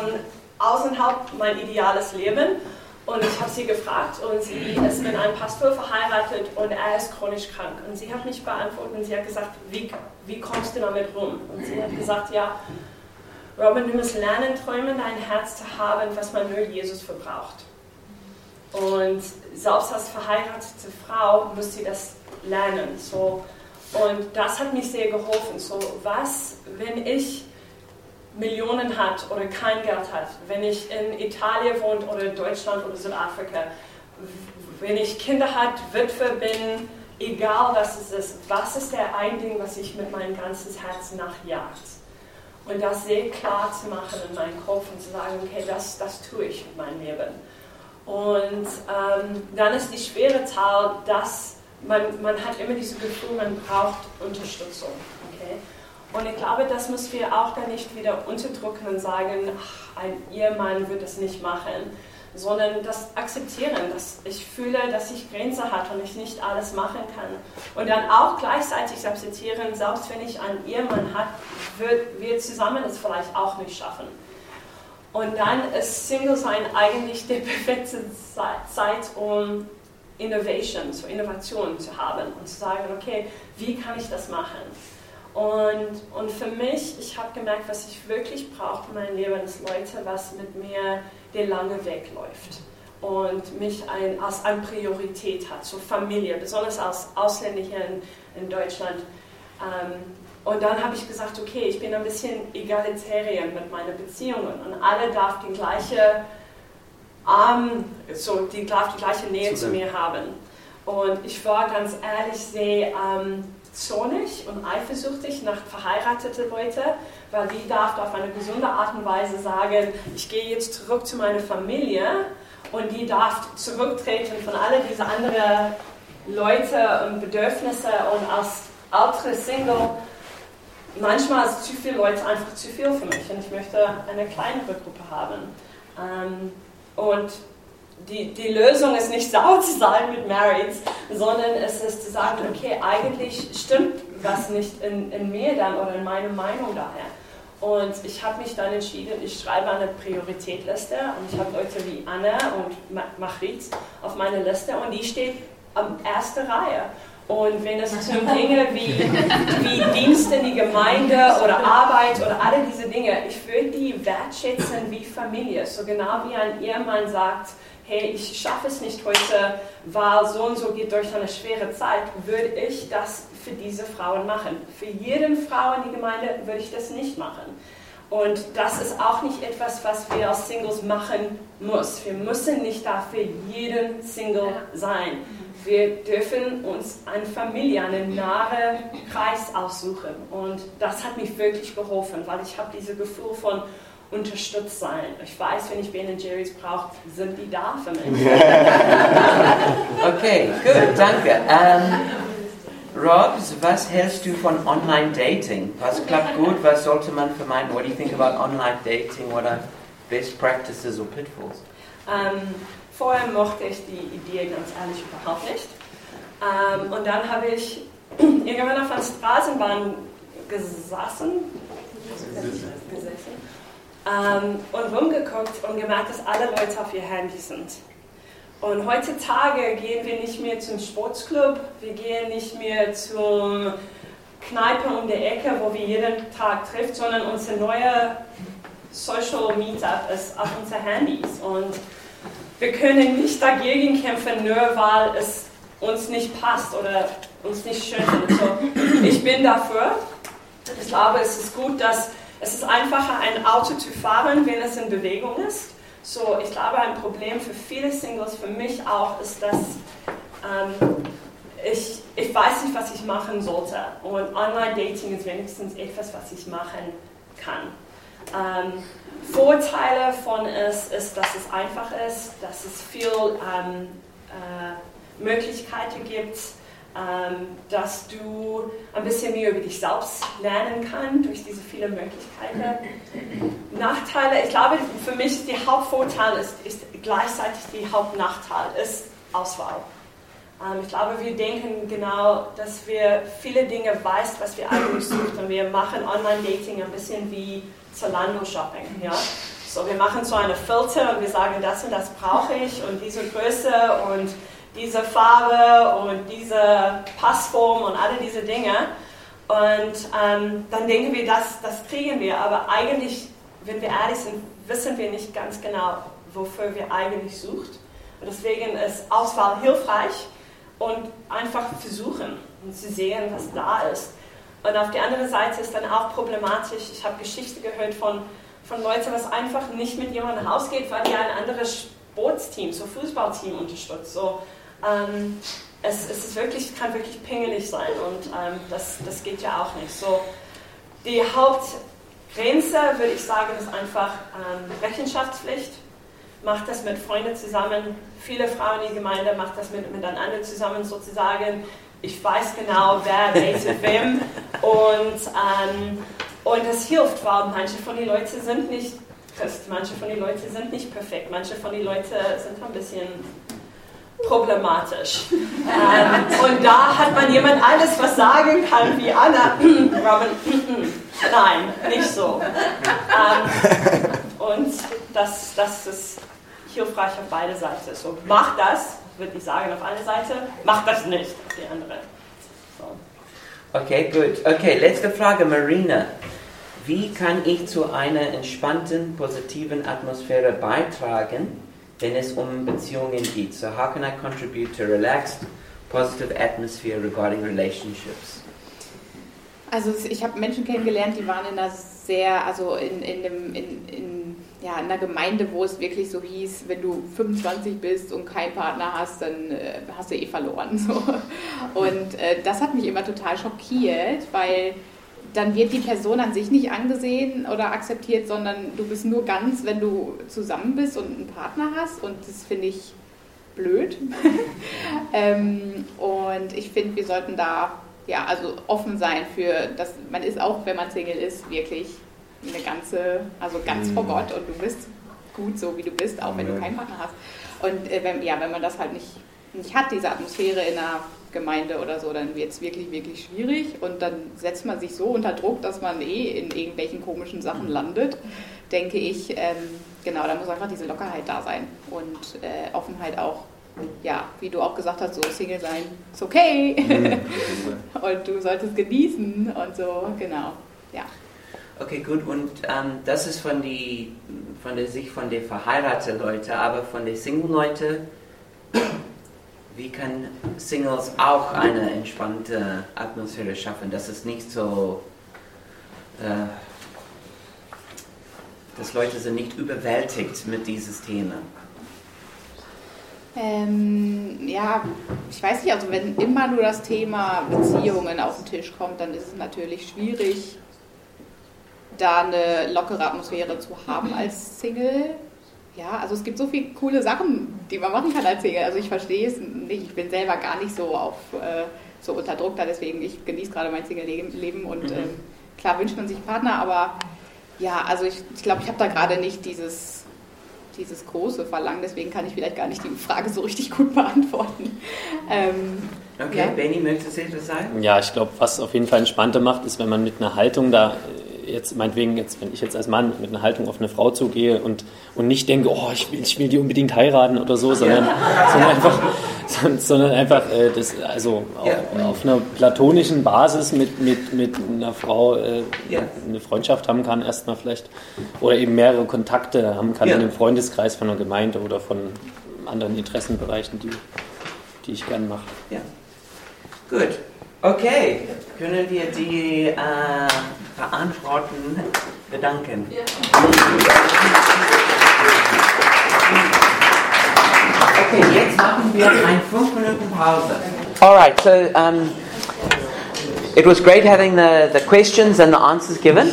außen haupt mein ideales Leben. Und ich habe sie gefragt und sie ist mit einem Pastor verheiratet und er ist chronisch krank. Und sie hat mich beantwortet und sie hat gesagt, wie, wie kommst du damit rum? Und sie hat gesagt, ja, Robin, du musst lernen, Träume in dein Herz zu haben, was man nur Jesus verbraucht. Und selbst als verheiratete Frau muss sie das lernen. So. Und das hat mich sehr geholfen. So, was, wenn ich Millionen hat oder kein Geld hat, wenn ich in Italien wohnt oder in Deutschland oder Südafrika, w- wenn ich Kinder hat, Witwe bin, egal was es ist, was ist der ein Ding, was ich mit meinem ganzen Herz nachjagt? Und das sehr klar zu machen in meinem Kopf und zu sagen, okay, das, das tue ich mit meinem Leben. Und ähm, dann ist die schwere Zahl, dass man, man hat immer dieses Gefühl, man braucht Unterstützung. Okay? Und ich glaube, das müssen wir auch dann nicht wieder unterdrücken und sagen, ach, ein Ehemann wird das nicht machen, sondern das akzeptieren, dass ich fühle, dass ich Grenze hat und ich nicht alles machen kann. Und dann auch gleichzeitig akzeptieren, selbst wenn ich einen Ehemann hat, wird, wir zusammen es vielleicht auch nicht schaffen. Und dann ist Single sein eigentlich die perfekte Ze- Zeit, um Innovation, so Innovation zu haben und zu sagen, okay, wie kann ich das machen? Und, und für mich, ich habe gemerkt, was ich wirklich brauche in meinem Leben, ist Leute, was mit mir der lange Weg läuft und mich ein, als eine Priorität hat, so Familie, besonders als Ausländer hier in, in Deutschland. Ähm, und dann habe ich gesagt, okay, ich bin ein bisschen egalitarian mit meinen Beziehungen und alle darf die gleiche Arm, so die darf die gleiche Nähe zu mir haben. Und ich war ganz ehrlich sehr ähm, zornig und eifersüchtig nach verheirateten Leuten, weil die darf auf eine gesunde Art und Weise sagen, ich gehe jetzt zurück zu meiner Familie und die darf zurücktreten von all diese anderen Leute und Bedürfnisse und als ältere Single manchmal ist zu viele Leute einfach zu viel für mich und ich möchte eine kleinere Gruppe haben. Ähm, und die, die Lösung ist nicht sauer zu sein mit Marrieds, sondern es ist zu sagen, okay, eigentlich stimmt was nicht in, in mir dann oder in meiner Meinung daher. Und ich habe mich dann entschieden, ich schreibe eine Prioritätliste und ich habe Leute wie Anna und Ma- Machrit auf meiner Liste und die steht am ersten Reihe. Und wenn es zu Dinge wie, wie Dienst in die Gemeinde oder Arbeit oder alle diese Dinge, ich würde die wertschätzen wie Familie. So genau wie ein Ehemann sagt, hey, ich schaffe es nicht heute, weil so und so geht durch eine schwere Zeit, würde ich das für diese Frauen machen. Für jede Frau in die Gemeinde würde ich das nicht machen. Und das ist auch nicht etwas, was wir als Singles machen muss. Wir müssen nicht dafür jeden Single sein. Wir dürfen uns eine Familie, einen nahe Kreis aussuchen. Und das hat mich wirklich geholfen, weil ich habe dieses Gefühl von unterstützt sein. Ich weiß, wenn ich Ben Jerry's brauche, sind die da für mich.
Okay, gut, danke. Ähm, Rob, was hältst du von Online-Dating? Was klappt gut, was sollte man vermeiden? What do you think about online-Dating? What are best practices or pitfalls?
Ähm, vorher mochte ich die Idee ganz ehrlich überhaupt nicht. Ähm, und dann habe ich irgendwann auf einer Straßenbahn gesessen, gesessen ähm, und rumgeguckt und gemerkt, dass alle Leute auf ihr Handy sind. Und heutzutage gehen wir nicht mehr zum Sportsclub, wir gehen nicht mehr zum Kneipe um die Ecke, wo wir jeden Tag trifft, sondern unsere neue Social Meetup ist auf unsere Handys. Und wir können nicht dagegen kämpfen, nur weil es uns nicht passt oder uns nicht schön ist. So, ich bin dafür. Ich glaube, es ist gut, dass es ist einfacher, ein Auto zu fahren, wenn es in Bewegung ist. So, ich glaube, ein Problem für viele Singles, für mich auch, ist, dass ähm, ich, ich weiß nicht, was ich machen sollte. Und Online-Dating ist wenigstens etwas, was ich machen kann. Ähm, Vorteile von es ist, dass es einfach ist, dass es viel ähm, äh, Möglichkeiten gibt, ähm, dass du ein bisschen mehr über dich selbst lernen kannst durch diese vielen Möglichkeiten. Nachteile, ich glaube, für mich die Hauptvorteil ist, ist gleichzeitig die Hauptnachteil, ist Auswahl. Ähm, ich glaube, wir denken genau, dass wir viele Dinge weiß, was wir eigentlich suchen. Und wir machen Online-Dating ein bisschen wie Zalando-Shopping. Ja? So, wir machen so eine Filter und wir sagen, das und das brauche ich und diese Größe und diese Farbe und diese Passform und alle diese Dinge. Und ähm, dann denken wir, das, das kriegen wir. Aber eigentlich, wenn wir ehrlich sind, wissen wir nicht ganz genau, wofür wir eigentlich suchen. Und deswegen ist Auswahl hilfreich und einfach versuchen und zu sehen, was da ist. Und auf der anderen Seite ist dann auch problematisch, ich habe Geschichte gehört von, von Leuten, was einfach nicht mit jemandem nach Hause geht, weil die ein anderes Sportsteam, so Fußballteam unterstützt. So, ähm, es, es ist wirklich, kann wirklich pingelig sein und ähm, das, das geht ja auch nicht. So, die Hauptgrenze, würde ich sagen, ist einfach ähm, Rechenschaftspflicht macht das mit Freunden zusammen. Viele Frauen in der Gemeinde machen das mit, miteinander zusammen sozusagen. Ich weiß genau, wer datet wem. Und, ähm, und das hilft, weil manche von den Leuten sind nicht Christ, manche von den Leuten sind nicht perfekt, manche von den Leuten sind ein bisschen problematisch. ähm, und da hat man jemand alles, was sagen kann, wie Anna. Robin, nein, nicht so. Ähm, und das, das ist hilfreich auf beide Seiten. So, mach das, würde ich sagen, auf eine Seite, mach das nicht auf die andere. So.
Okay, gut. Okay, letzte Frage, Marina. Wie kann ich zu einer entspannten, positiven Atmosphäre beitragen, wenn es um Beziehungen geht? So, how can I contribute to relaxed, positive atmosphere regarding relationships?
Also ich habe Menschen kennengelernt, die waren in einer sehr, also in, in, dem, in, in, ja, in einer Gemeinde, wo es wirklich so hieß, wenn du 25 bist und keinen Partner hast, dann äh, hast du eh verloren. So. Und äh, das hat mich immer total schockiert, weil dann wird die Person an sich nicht angesehen oder akzeptiert, sondern du bist nur ganz, wenn du zusammen bist und einen Partner hast. Und das finde ich blöd. ähm, und ich finde, wir sollten da ja, also offen sein für, dass man ist auch, wenn man Single ist, wirklich eine ganze, also ganz vor Gott und du bist gut so, wie du bist, auch wenn du keinen Partner hast. Und äh, wenn, ja, wenn man das halt nicht, nicht hat, diese Atmosphäre in einer Gemeinde oder so, dann wird es wirklich, wirklich schwierig und dann setzt man sich so unter Druck, dass man eh in irgendwelchen komischen Sachen landet, denke ich. Ähm, genau, da muss einfach diese Lockerheit da sein und äh, Offenheit auch ja, wie du auch gesagt hast, so Single sein ist okay. und du solltest genießen und so, genau. Ja.
Okay, gut, und ähm, das ist von, die, von der Sicht von den verheirateten Leuten, aber von den Single-Leuten, wie kann Singles auch eine entspannte Atmosphäre schaffen, dass es nicht so, äh, dass Leute sind nicht überwältigt mit dieses Thema?
Ähm, ja, ich weiß nicht, also wenn immer nur das Thema Beziehungen auf den Tisch kommt, dann ist es natürlich schwierig, da eine lockere Atmosphäre zu haben als Single. Ja, also es gibt so viele coole Sachen, die man machen kann als Single. Also ich verstehe es nicht, ich bin selber gar nicht so auf äh, so unter Druck da, deswegen ich genieße gerade mein Single-Leben und ähm, klar wünscht man sich Partner, aber ja, also ich glaube, ich, glaub, ich habe da gerade nicht dieses dieses große Verlangen, deswegen kann ich vielleicht gar nicht die Frage so richtig gut beantworten. Ähm,
okay, ja. Benny, möchtest du etwas sagen?
Ja, ich glaube, was auf jeden Fall entspannter macht, ist, wenn man mit einer Haltung da äh, jetzt meinetwegen jetzt wenn ich jetzt als Mann mit einer Haltung auf eine Frau zugehe und, und nicht denke oh ich will, ich will die unbedingt heiraten oder so sondern, ja. sondern einfach sondern einfach äh, das also auf, ja. auf, einer platonischen Basis mit, mit, mit einer Frau äh, ja. eine Freundschaft haben kann erstmal vielleicht oder eben mehrere Kontakte haben kann in dem Freundeskreis von einer Gemeinde oder von anderen Interessenbereichen, die, die ich gern mache.
Ja. Gut. Okay. Können wir die äh, Verantwortlichen bedanken? Ja. Okay, jetzt machen wir eine 5 Minuten Pause. Alright, so um, it was great having the, the questions and the answers given.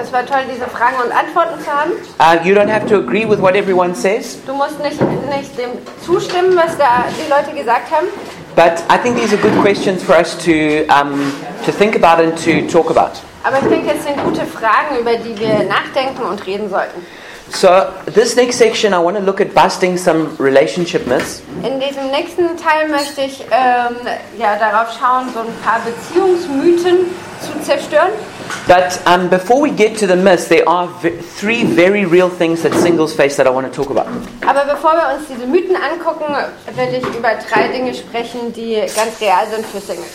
Es war toll, diese Fragen und Antworten zu haben.
Uh, you don't have to agree with what everyone says,
Du musst nicht, nicht dem zustimmen, was da die Leute gesagt haben.
but I think these are good questions for us to, um, to think about and to talk about.
Aber ich denke, es sind gute Fragen, über die wir nachdenken und reden sollten.
So, this next section, I want to look at busting some relationship myths.
In diesem nächsten Teil möchte ich ähm, ja, darauf schauen, so ein paar Beziehungsmythen zu zerstören.
But um, before we get to the myths, there are v- three very real things that singles face that I want to talk about.
Aber bevor wir uns diese Mythen angucken, werde ich über drei Dinge sprechen, die ganz real sind für Singles.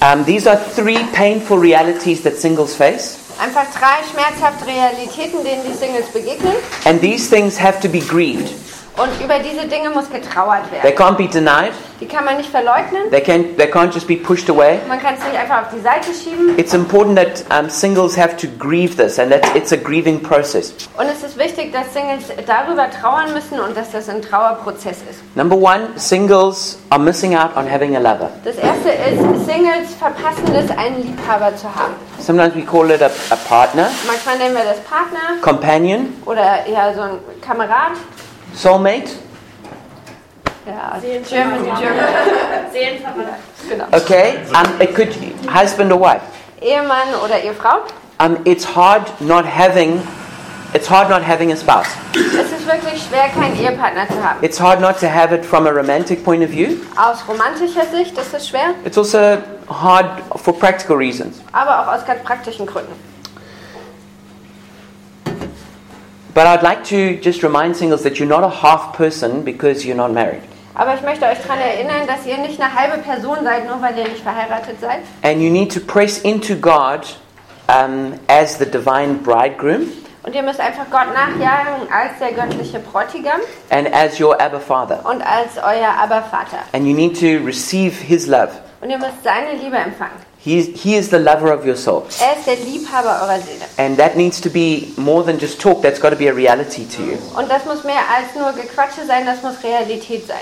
Um, these are three painful realities that singles face,
Einfach drei schmerzhafte Realitäten, denen die Singles begegnen.
and these things have to be grieved.
Und über diese Dinge muss getrauert
They
werden.
can't be denied,
Die kann man nicht verleugnen.
they can't, they can't just be pushed away.
Man kann es nicht einfach auf die Seite schieben.
It's important that um, singles have to grieve this, and that it's a grieving process.
Und es ist wichtig, dass Singles darüber trauern müssen und dass das ein Trauerprozess ist.
Number one, singles are missing out on having a lover.
Das erste ist, Singles verpassen es, einen Liebhaber zu haben.
Sometimes we call it a, a partner,
Manchmal nennen wir das Partner
companion,
oder eher so ein Kamerad.
soulmate.
Ja, German, German,
Seelenverwandt.
genau.
Okay, um, it could husband or wife.
Ehemann oder Ehefrau.
um, it's hard not having it's hard not having a spouse
Es ist wirklich schwer, keinen Ehepartner zu haben.
it's hard not to have it from a romantic point of view
Aus romantischer Sicht ist es schwer,
it's also hard for practical reasons
aber auch aus ganz praktischen Gründen.
but i'd like to just remind singles that you're not a half person because you're not married
Aber ich möchte euch daran erinnern, dass ihr nicht eine halbe Person seid, nur weil ihr nicht verheiratet seid.
and you need to press into god um, as the divine bridegroom
Und ihr müsst einfach Gott nachjagen als der göttliche Bräutigam
and as your abba father
und als euer Abervater.
and you need to receive his love
Und ihr müsst seine Liebe empfangen.
he is, he is the lover of your soul
Er ist der Liebhaber eurer Seele.
and that needs to be more than just talk that's got to be a reality to you
Und das muss mehr als nur Gequatsche sein, das muss Realität sein.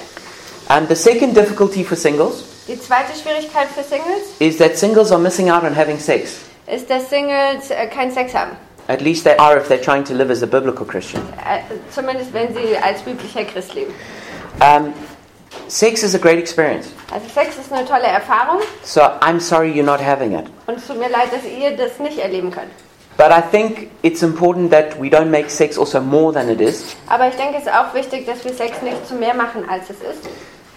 and the second difficulty for singles
Die zweite Schwierigkeit für Singles
is that singles are missing out on having sex.
ist, dass Singles äh, keinen Sex haben.
At least they are if they're trying to live as a biblical Christian.
Äh, zumindest wenn sie als biblischer Christ leben.
Um, sex is a great experience.
Also Sex ist eine tolle Erfahrung
So I'm sorry you're not having it.
und es tut mir leid, dass ihr das nicht erleben könnt.
But I think it's important that we don't make sex also more than it is.
Aber ich denke, es ist auch wichtig, dass wir Sex nicht zu mehr machen, als es ist.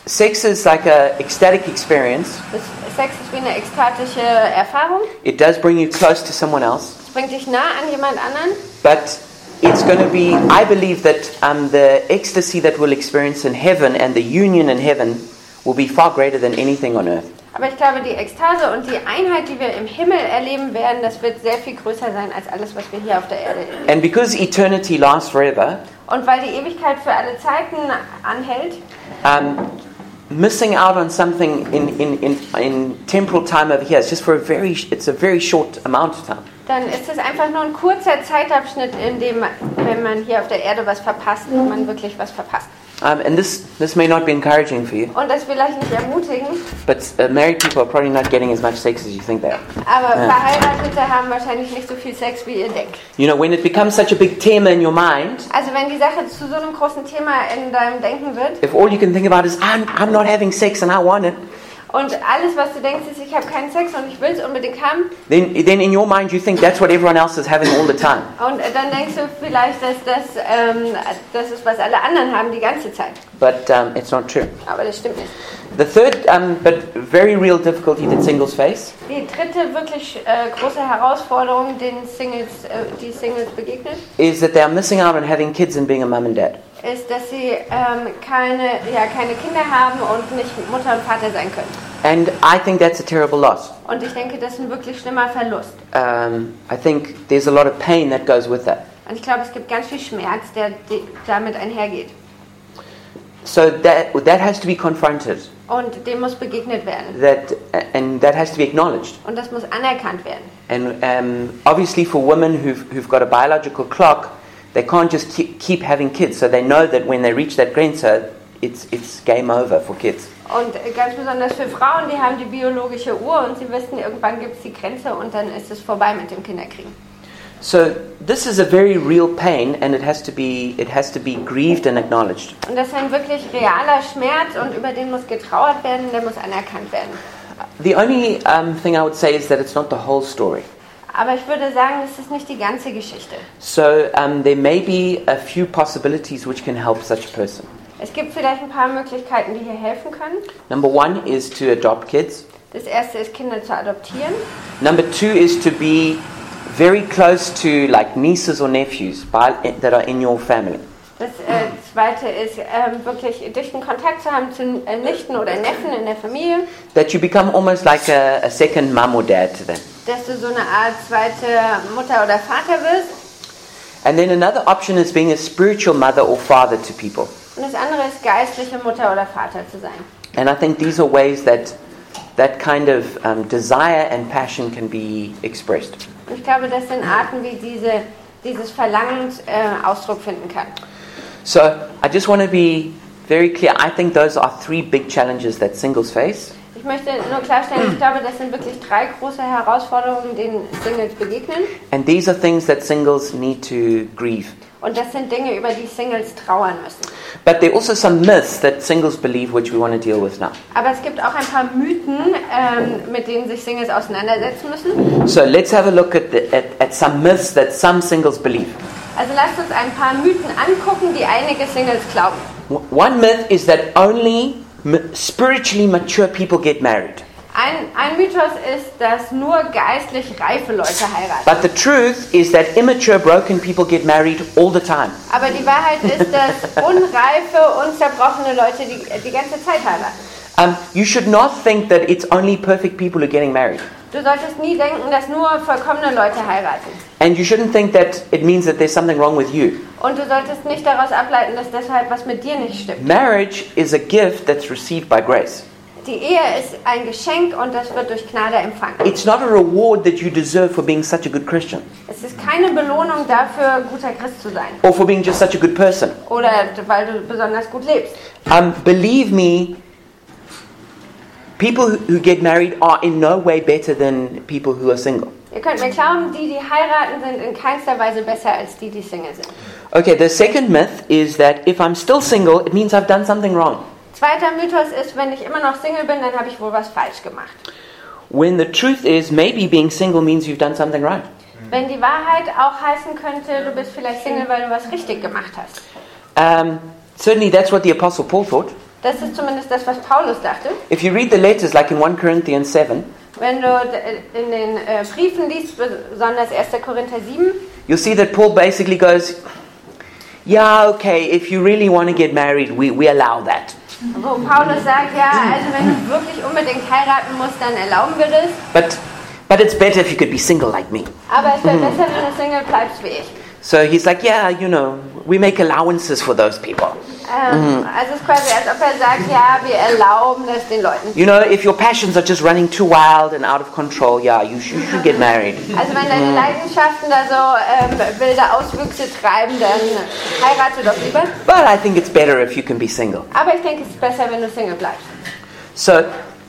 Sex is like a ecstatic experience.
Das Sex ist wie eine ekstatische Erfahrung.
It does bring you close to someone else,
Es bringt dich nah an jemand anderen.
but it's going to be. I believe that um, the ecstasy that we'll experience in heaven and the union in heaven will be far greater than anything on earth.
Aber ich glaube, die Ekstase und die Einheit, die wir im Himmel erleben werden, das wird sehr viel größer sein als alles, was wir hier auf der Erde erleben.
And because eternity lasts forever,
Und weil die Ewigkeit für alle Zeiten anhält,
um, missing out on something in, in, in, in temporal time over here. It's just for a very, it's a very short amount of time.
dann ist es einfach nur ein kurzer Zeitabschnitt, in dem, wenn man hier auf der Erde was verpasst, man wirklich was verpasst.
Um, and this, this may not be encouraging for you,
Und das will ich nicht ermutigen,
but uh, married people are probably not getting as much sex as you think they are.
aber Verheiratete haben wahrscheinlich nicht so viel Sex, wie ihr denkt.
You know, when it becomes such a big tema in your mind,
Also wenn die Sache zu so einem großen Thema in deinem Denken wird
if all you can think about is, I'm, I'm not having sex and I want it,
und alles, was du denkst, ist, ich habe keinen Sex und ich will es unbedingt haben,
then, then in your mind you think that's what everyone else is having all the time.
Und äh, dann denkst du vielleicht, dass das, ähm, das ist, was alle anderen haben die ganze Zeit.
But um, it's not true.
Aber das stimmt nicht.
The third, um, but very real difficulty that singles face
Die dritte wirklich äh, große Herausforderung, den Singles, äh, die Singles begegnet,
is that they are missing out on having kids and being a mum and dad.
ist, dass sie ähm, keine, ja, keine Kinder haben und nicht Mutter und Vater sein können.
And I think that's a terrible loss.
Und ich denke, das ist ein wirklich schlimmer Verlust.
Um, I think there's a lot of pain that goes with that.
Und ich glaube, es gibt ganz viel Schmerz, der die- damit einhergeht.
So that, that has to be confronted,
Und dem muss begegnet werden.
that, and that has to be acknowledged.
Und das muss anerkannt werden.
And um, obviously, for women who've, who've got a biological clock, they can't just keep, keep having kids. So they know that when they reach that Grenze, it's, it's game over for kids.
Und äh, ganz besonders für Frauen, die haben die biologische Uhr und sie wissen, irgendwann gibt es die Grenze und dann ist es vorbei mit dem Kinderkriegen.
So this is a very real pain, and it has to be, it has to be grieved and acknowledged.
Und das ist ein wirklich realer Schmerz und über den muss getrauert werden, der muss anerkannt werden.
The only um, thing I would say is that it's not the whole story.
Aber ich würde sagen, das ist nicht die ganze Geschichte.
So um, there may be a few possibilities which can help such a person.
Es gibt vielleicht ein paar Möglichkeiten, die hier helfen können.
Number one is to adopt kids.
Das erste ist, Kinder zu adoptieren.
Number two is to be very close to like nieces or nephews by, that are in your family.
Das äh, zweite ist, ähm, wirklich dichten Kontakt zu haben zu äh, Nichten oder Neffen in der Familie,
That you become almost like a, a second mum or dad to them.
dass du so eine Art zweite Mutter oder Vater bist.
And then another option is being a spiritual mother or father to people.
Und das andere ist, geistliche Mutter oder Vater zu sein.
And I think these are ways that that kind of um, desire and passion can be expressed.
Und ich glaube, das sind Arten, wie diese, dieses Verlangen äh, Ausdruck finden kann.
So I just want to be very clear. I think those are three big challenges that singles face.
Ich möchte nur klarstellen, ich glaube, das sind wirklich drei große Herausforderungen, denen Singles begegnen.
And these are things that singles need to grieve.
Und das sind Dinge, über die Singles trauern müssen.
But there are also some myths that singles believe which we want to deal with now.
Aber es gibt auch ein paar Mythen, ähm, mit denen sich Singles auseinandersetzen müssen.
So let's have a look at, the, at, at some myths that some singles believe.
Also lasst uns ein paar Mythen angucken, die einige Singles glauben.
W- One myth is that only m- spiritually mature people get married.
Ein, ein Mythos ist, dass nur geistlich reife Leute heiraten.
But the truth is that immature, broken people get married all the time.
Aber die Wahrheit ist, dass unreife und zerbrochene Leute die, die ganze Zeit heiraten.
Um, you should not think that it's only perfect people who are getting married.
Du solltest nie denken, dass nur vollkommene Leute heiraten.
And you shouldn't think that it means that there's something wrong with you.
Und du solltest nicht daraus ableiten, dass deshalb was mit dir nicht stimmt.
Marriage is a gift that's received by grace.
Die Ehe ist ein Geschenk und das wird durch Gnade empfangen.
It's not a reward that you deserve for being such a good Christian
Es ist keine Belohnung dafür, guter Christ zu sein
or for being just such a good person.
oder weil du besonders gut lebst.
Um, believe me, people who- who get married are in no way better than people who are single.
Ihr könnt mir glauben, die, die heiraten, sind in keinster Weise besser als die, die Single sind.
Okay, the second myth is that if I'm still single, it means I've done something wrong.
Zweiter Mythos ist, wenn ich immer noch Single bin, dann habe ich wohl was falsch gemacht.
When the truth is, maybe being single means you've done something right.
Wenn die Wahrheit auch heißen könnte, du bist vielleicht Single, weil du was richtig gemacht hast.
Um, certainly, that's what the Apostle Paul thought.
Das ist zumindest das, was Paulus dachte.
If you read the letters, like in 1 Corinthians 7,
Wenn du d- in den äh, Briefen liest, besonders 1. Korinther 7,
you'll see that Paul basically goes, Yeah, okay, if you really want to get married, we, we allow that.
wo Paulus sagt, ja, also wenn du wirklich unbedingt heiraten musst, dann erlauben wir das.
But, but it's better if you could be single like me.
Aber es wäre besser, wenn du Single bleibst wie ich.
So he's like, yeah, you know, we make allowances for those people.
Ähm,
Mhm.
Also es ist quasi, als ob er sagt, ja, wir erlauben das den Leuten.
You know, if your passions are just running too wild and out of control, yeah, you should, you should get married.
Also wenn
Mhm.
deine Leidenschaften da so ähm, wilde Auswüchse treiben, dann heirate doch lieber.
But I think it's better if you can be single.
Aber ich denke, es ist besser, wenn du Single bleibst.
So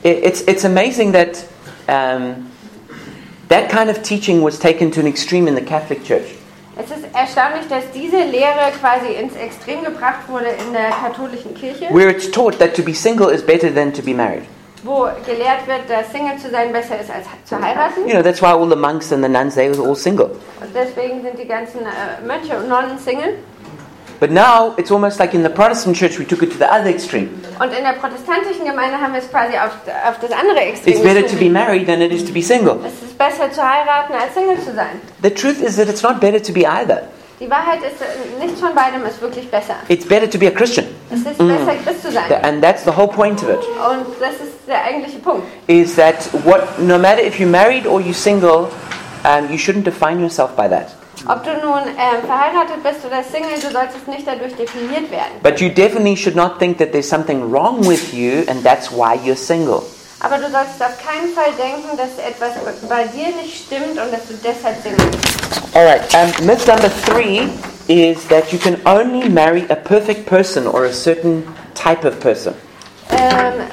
it, it's, it's amazing that um, that kind of teaching was taken to an extreme in the Catholic Church.
Es ist erstaunlich, dass diese Lehre quasi ins Extrem gebracht wurde in der katholischen Kirche,
where it's taught that to be single is better than to be married.
wo gelehrt wird, dass Single zu sein besser ist als zu heiraten.
You know, that's why all the monks and the nuns, they were all single.
Und deswegen sind die ganzen äh, Mönche und Nonnen Single.
But now it's almost like in the Protestant church, we took it to the other extreme.
Und in der protestantischen Gemeinde haben wir es quasi auf, auf das andere Extrem.
It's better to
geschoben.
be married than it is to be single.
Es ist besser zu heiraten als Single zu sein.
The truth is that it's not better to be either.
Die Wahrheit ist, äh, nichts von beidem ist wirklich besser.
It's better to be a Christian.
Es ist
Mm.
besser, Christ zu sein.
Th- And that's the whole point of it.
Und das ist der eigentliche Punkt.
Is that what no matter if you're married or you're single, um, you shouldn't define yourself by that.
Ob du nun ähm, verheiratet bist oder Single, du solltest nicht dadurch definiert werden.
But you definitely should not think that there's something wrong with you and that's why you're single.
Aber du solltest auf keinen Fall denken, dass etwas bei dir nicht stimmt und dass du deshalb Single bist.
All right, um, myth number three is that you can only marry a perfect person or a certain type of person.
Ähm,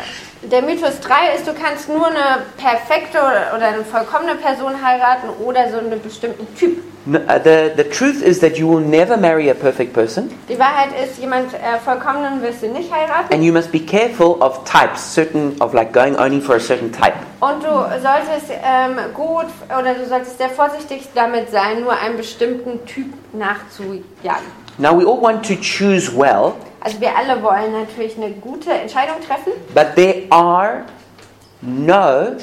der Mythos 3 ist, du kannst nur eine perfekte oder oder eine vollkommene Person heiraten oder so einen bestimmten Typ.
N- uh, the, the truth is that you will never marry a perfect person,
Die Wahrheit ist, jemand äh, vollkommenen wirst du nicht heiraten
and you must be careful of types, certain of like going only for a certain type.
und du solltest ähm, gut oder du solltest sehr vorsichtig damit sein, nur einem bestimmten Typ nachzujagen.
Now, we all want to choose well,
Also wir alle wollen natürlich eine gute Entscheidung treffen,
but there are no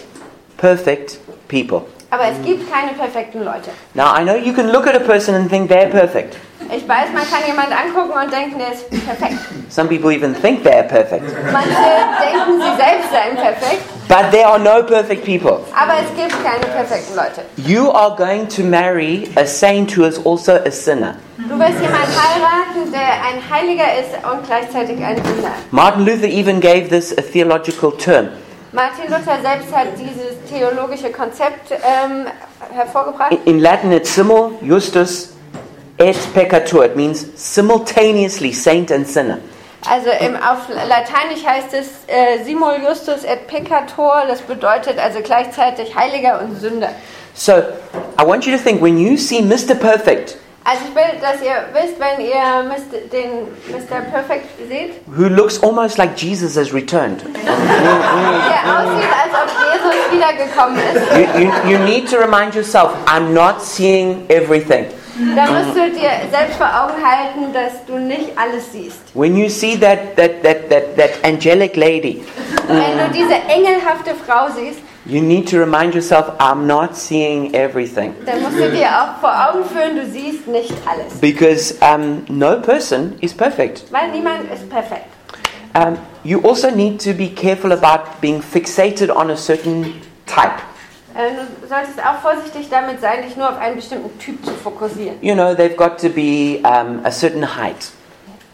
perfect people.
aber es gibt keine perfekten Leute.
Now, I know you can look at a person and think they're perfect.
Ich weiß, man kann jemanden angucken und denken, der ist perfekt.
Some people even think they're perfect.
Manche denken, sie selbst seien perfekt,
But there are no perfect people.
aber es gibt keine perfekten Leute.
You are going to marry a saint who is also a sinner.
Du wirst jemanden heiraten, der ein Heiliger ist und gleichzeitig ein Sünder.
Martin Luther even gave this a theological term.
Martin Luther selbst hat dieses theologische Konzept ähm, hervorgebracht.
In, in Latin, it's simul justus et peccator. It means simultaneously saint and sinner.
Also im, auf Lateinisch heißt es äh, Simul Justus et Peccator, das bedeutet also gleichzeitig Heiliger und Sünder.
So, I want you to think when you see Mr. Perfect,
Also ich will, dass ihr wisst, wenn ihr Mr., den Mr. Perfect seht,
who looks almost like Jesus has returned,
der aussieht, als ob Jesus wiedergekommen ist,
you, you, you need to remind yourself, I'm not seeing everything. Mm.
dann musst du dir selbst vor Augen halten, dass du nicht alles siehst.
When you see that, that, that, that, that angelic lady, mm,
Wenn du diese engelhafte Frau siehst,
you need to remind yourself, I'm not seeing everything.
dann musst du dir auch vor Augen führen, du siehst nicht alles.
Because um, no person is perfect.
Weil niemand ist perfekt.
Um, you also need to be careful about being fixated on a certain type.
Äh, Du solltest auch vorsichtig damit sein, dich nur auf einen bestimmten Typ zu fokussieren.
You know, they've got to be um, a certain height.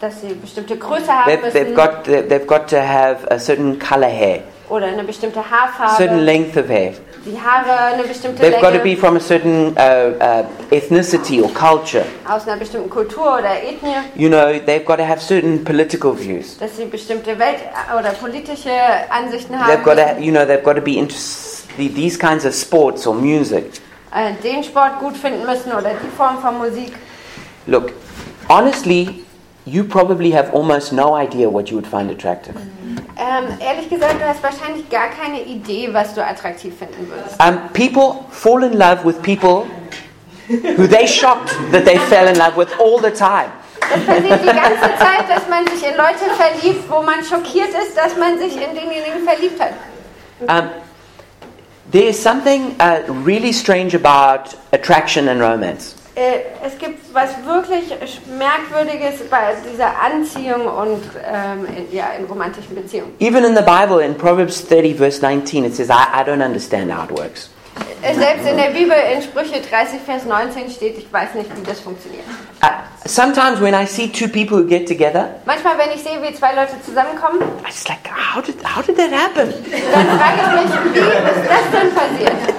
Dass sie bestimmte Größe haben
They've, they've,
müssen
got, they've got to have a certain color hair,
oder eine bestimmte
certain
Haarfarbe,
length of hair.
die Haare eine bestimmte
They've got to be
Länge
from a certain uh, uh, ethnicity or culture.
aus einer bestimmten Kultur oder Ethnie,
You know, they've got to have certain political views.
dass sie bestimmte Welt- oder politische Ansichten haben,
They've got
müssen,
to, you know, they've got to be into s- the- these kinds of sports or music.
äh, den Sport gut finden müssen oder die Form von Musik.
Look, honestly, you probably have almost no idea what you would find attractive.
Ähm, ehrlich gesagt, du hast wahrscheinlich gar keine Idee, was du attraktiv finden würdest.
Um, people fall in love with people who they shocked that they fell in love with all the time.
Das passiert die ganze Zeit, dass man sich in Leute verliebt, wo man schockiert ist, dass man sich in denjenigen verliebt hat.
Um, there is something uh, really strange about attraction and romance.
Äh, es gibt was wirklich Merkwürdiges bei dieser Anziehung und ähm, in, ja, in romantischen Beziehungen.
Even in the Bible, in Proverbs 30, verse 19, it says, I, I don't understand how it works.
Äh, selbst in der Bibel in Sprüche 30, Vers 19 steht, ich weiß nicht, wie das funktioniert.
Uh, sometimes when I see two people who get together,
Manchmal, wenn ich sehe, wie zwei Leute zusammenkommen,
I'm just like, how did, how did that happen?
dann frage ich mich, wie ist das denn passiert?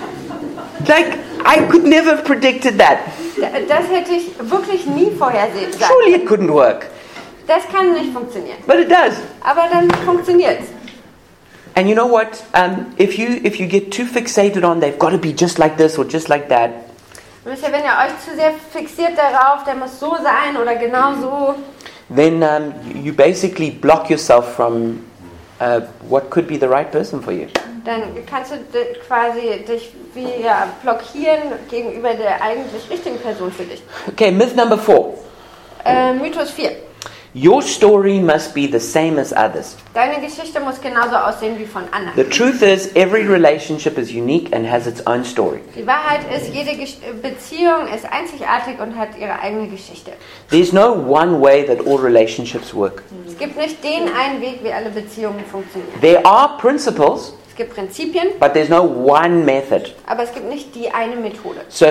Like, I could never have predicted that.
D- Das hätte ich wirklich nie vorhersehen
Surely
können.
it couldn't work.
Das kann nicht funktionieren.
But it does.
Aber dann funktioniert es.
And you know what? Um, if you if you get too fixated on they've got to be just like this or just like that,
Wisst ihr, wenn ihr euch zu sehr fixiert darauf, der muss so sein oder genau so,
then um, you- you basically block yourself from uh, what could be the right person for you.
dann kannst du di- quasi dich wie ja, blockieren gegenüber der eigentlich richtigen Person für dich.
Okay, myth number four:
Äh, Mythos 4.
Your story must be the same as others.
Deine Geschichte muss genauso aussehen wie von anderen.
The truth is, every relationship is unique and has its own story.
Die Wahrheit ist, jede Gesch Beziehung ist einzigartig und hat ihre eigene Geschichte.
There's no one way that all relationships work.
Es gibt nicht den einen Weg, wie alle Beziehungen funktionieren.
There are principles,
Es gibt Prinzipien,
but there's no one method.
aber es gibt nicht die eine Methode.
So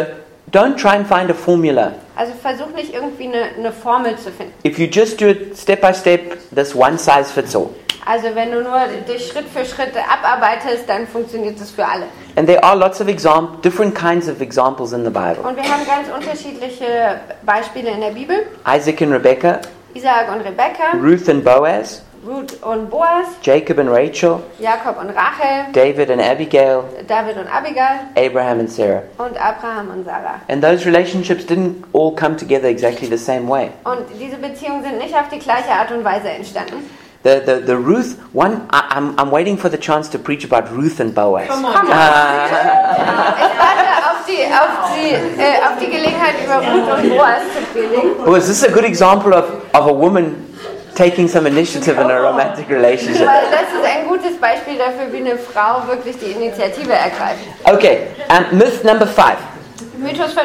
don't try and find a formula.
Also versuch nicht irgendwie eine, eine Formel zu finden.
If you just do it step by step, that's one size fits all.
Also wenn du nur dich Schritt für Schritt abarbeitest, dann funktioniert das für alle.
And there are lots of exam- different kinds of examples in the Bible.
Und wir haben ganz unterschiedliche Beispiele in der Bibel.
Isaac and Rebecca,
Isaac und Rebekka,
Ruth and Boaz,
Ruth und Boas,
Jacob and Rachel,
Jakob und Rachel,
David and Abigail,
David und Abigail
Abraham and Sarah.
und Abraham und Sarah.
And those relationships didn't all come together exactly the same way.
Und diese Beziehungen sind nicht auf die gleiche Art und Weise entstanden.
The, the, the Ruth, one, I, I'm, I'm waiting for the chance to preach about Ruth and Boaz. Uh,
Ich warte auf die, auf die, äh, auf die Gelegenheit, über Ruth und Boas zu predigen.
Was this is a good example of, of a woman taking some initiative in a romantic relationship?
Weil das ist ein gutes Beispiel dafür, wie eine Frau wirklich die Initiative ergreift.
Okay, um, myth number five.
Mythos 5.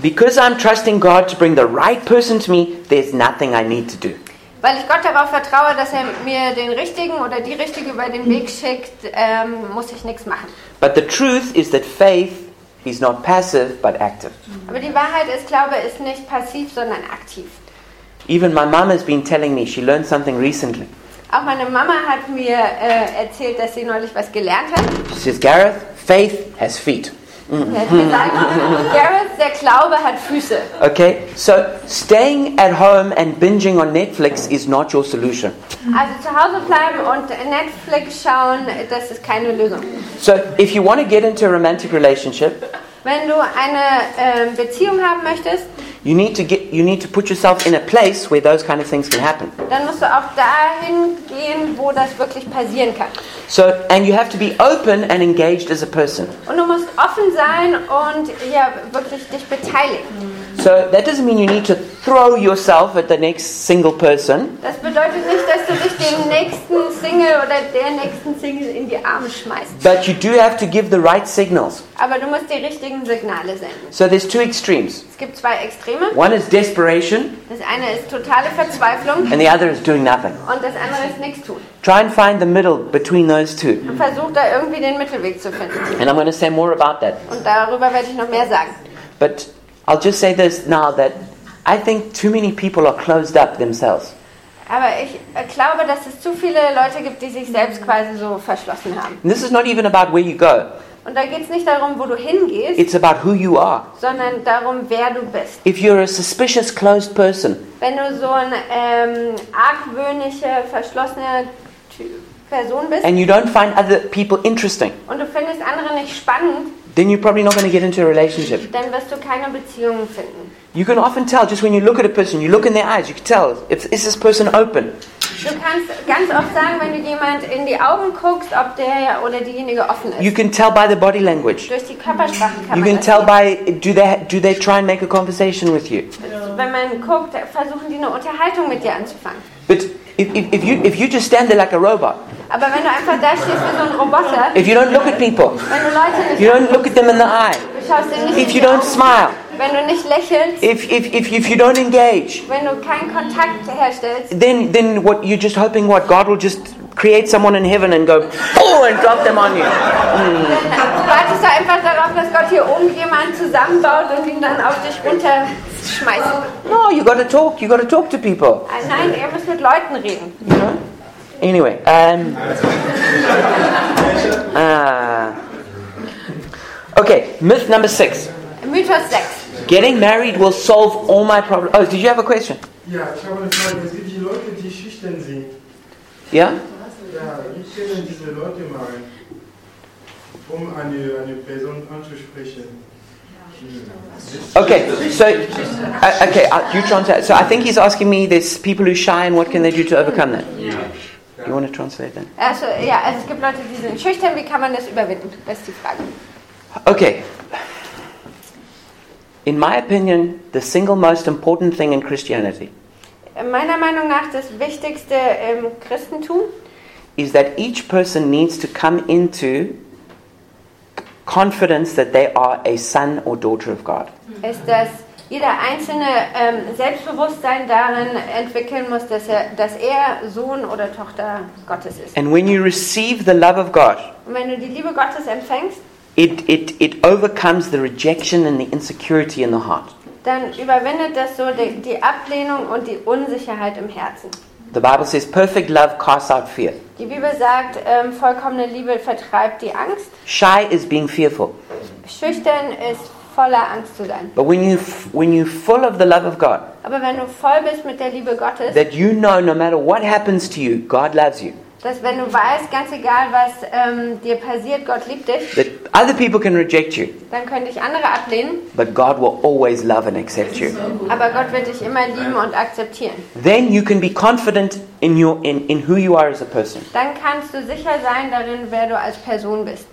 Because I'm trusting God to bring the right person to me, there's nothing I need to do.
Weil ich Gott darauf vertraue, dass er mir den richtigen oder die richtige über den Weg schickt, ähm, muss ich nichts machen.
But the truth is that faith is not passive but active.
Aber die Wahrheit ist, Glaube ist nicht passiv, sondern aktiv.
Even my mum has been telling me she learned something recently.
Auch meine Mama hat mir äh, erzählt, dass sie neulich was gelernt hat.
She says, Gareth, faith has feet.
Sie hat gesagt, Gareth, der Glaube hat Füße.
Okay, so staying at home and binging on Netflix is not your solution.
Also zu Hause bleiben und Netflix schauen, das ist keine Lösung.
So if you want to get into a romantic relationship,
Wenn du eine ähm, Beziehung haben möchtest,
you need to get you need to put yourself in a place where those kind of things can happen.
dann musst du auch dahin gehen, wo das wirklich passieren kann.
So and you have to be open and engaged as a person.
Und du musst offen sein und ja, wirklich dich beteiligen.
So that doesn't mean you need to throw yourself at the next single person,
Das bedeutet nicht, dass du dich dem nächsten Single oder der nächsten Single in die Arme schmeißt.
but you do have to give the right signals.
Aber du musst die richtigen Signale senden.
So there's two extremes.
Es gibt zwei Extreme.
One is desperation
Das eine ist totale Verzweiflung
and the other is doing nothing.
und das andere ist nichts tun.
Try and find the middle between those two.
Und versuch da irgendwie den Mittelweg zu finden.
And I'm going to say more about that.
Und darüber werde ich noch mehr sagen.
But I'll just say this now that I think too many people are closed up themselves.
Aber ich äh, glaube, dass es zu viele Leute gibt, die sich selbst quasi so verschlossen haben.
And this is not even about where you go,
Und da geht es nicht darum, wo du hingehst,
it's about who you are.
sondern darum, wer du bist.
If you're a suspicious, closed person,
Wenn du so ein ähm, argwöhnische, verschlossene Ty- Person bist
and you don't find other people interesting,
und du findest andere nicht spannend,
then you're probably not going to get into a relationship.
dann wirst du keine Beziehungen finden.
You can often tell just when you look at a person, you look in their eyes, you can tell if is this person open.
Du kannst ganz oft sagen, wenn du jemand in die Augen guckst, ob der oder diejenige offen
You
ist.
can tell by their body language.
Durch die Körpersprache kann
You
man
can
das
tell by do they do they try and make a conversation with you.
sehen. Wenn man guckt, versuchen die eine Unterhaltung mit dir anzufangen.
But if, if, if you if you just stand there like a robot,
Aber wenn du einfach da stehst wie so ein Roboter,
if you don't look at people,
wenn du Leute nicht
you don't look at them in the eye,
du schaust dir nicht in
if you
die
don't
Augen,
smile,
wenn du nicht lächelst,
if if if, if you don't engage,
wenn du keinen Kontakt herstellst,
then then what you're just hoping what God will just create someone in heaven and go pull and drop them on you. Hmm.
dann wartest du einfach darauf, dass Gott hier oben jemanden zusammenbaut und ihn dann auf dich runterschmeißt.
No, Oh, you got to talk. You got to talk to people.
Ah, Nein, ihr müsst mit Leuten reden.
Anyway, um, ah. okay, myth number six.
Mythos 6.
Getting married will solve all my problems. Oh, did you have a question?
Ja, ich habe eine Frage. Es gibt die Leute, die schüchtern sind. Ja,
Yeah?
wie können diese Leute machen, um eine, eine Person anzusprechen?
Okay, so, uh, okay, uh, you translate. So I think he's asking me there's people who shy and what can they do to overcome that? You want to translate that?
Also, ja, also es gibt Leute, die sind schüchtern. Wie kann man das überwinden? Das ist die Frage.
Okay. In my opinion, the single most important thing in Christianity
Meiner Meinung nach das Wichtigste im Christentum
is that each person needs to come into confidence that they are a son or daughter of God.
ist, dass jeder Einzelne ähm, Selbstbewusstsein darin entwickeln muss, dass er, dass er Sohn oder Tochter Gottes ist.
And when you receive the love of God,
Und wenn du die Liebe Gottes empfängst,
it, it, it overcomes the rejection and the insecurity in the heart.
dann überwindet das so die, die Ablehnung und die Unsicherheit im Herzen.
The Bible says perfect love casts out fear.
Die Bibel sagt, ähm, vollkommene Liebe vertreibt die Angst.
Shy is being fearful.
Schüchtern ist voller Angst zu sein.
But when you when you're full of the love of God,
Aber wenn du voll bist mit der Liebe Gottes,
that you know no matter what happens to you, God loves you.
dass wenn du weißt, ganz egal was ähm, dir passiert, Gott liebt dich,
That other people can reject you,
dann können dich andere ablehnen,
but God will always love and accept you.
aber Gott wird dich immer lieben und akzeptieren.
Then you can be confident in your in, in who you are as a person.
Dann kannst du sicher sein darin, wer du als Person bist.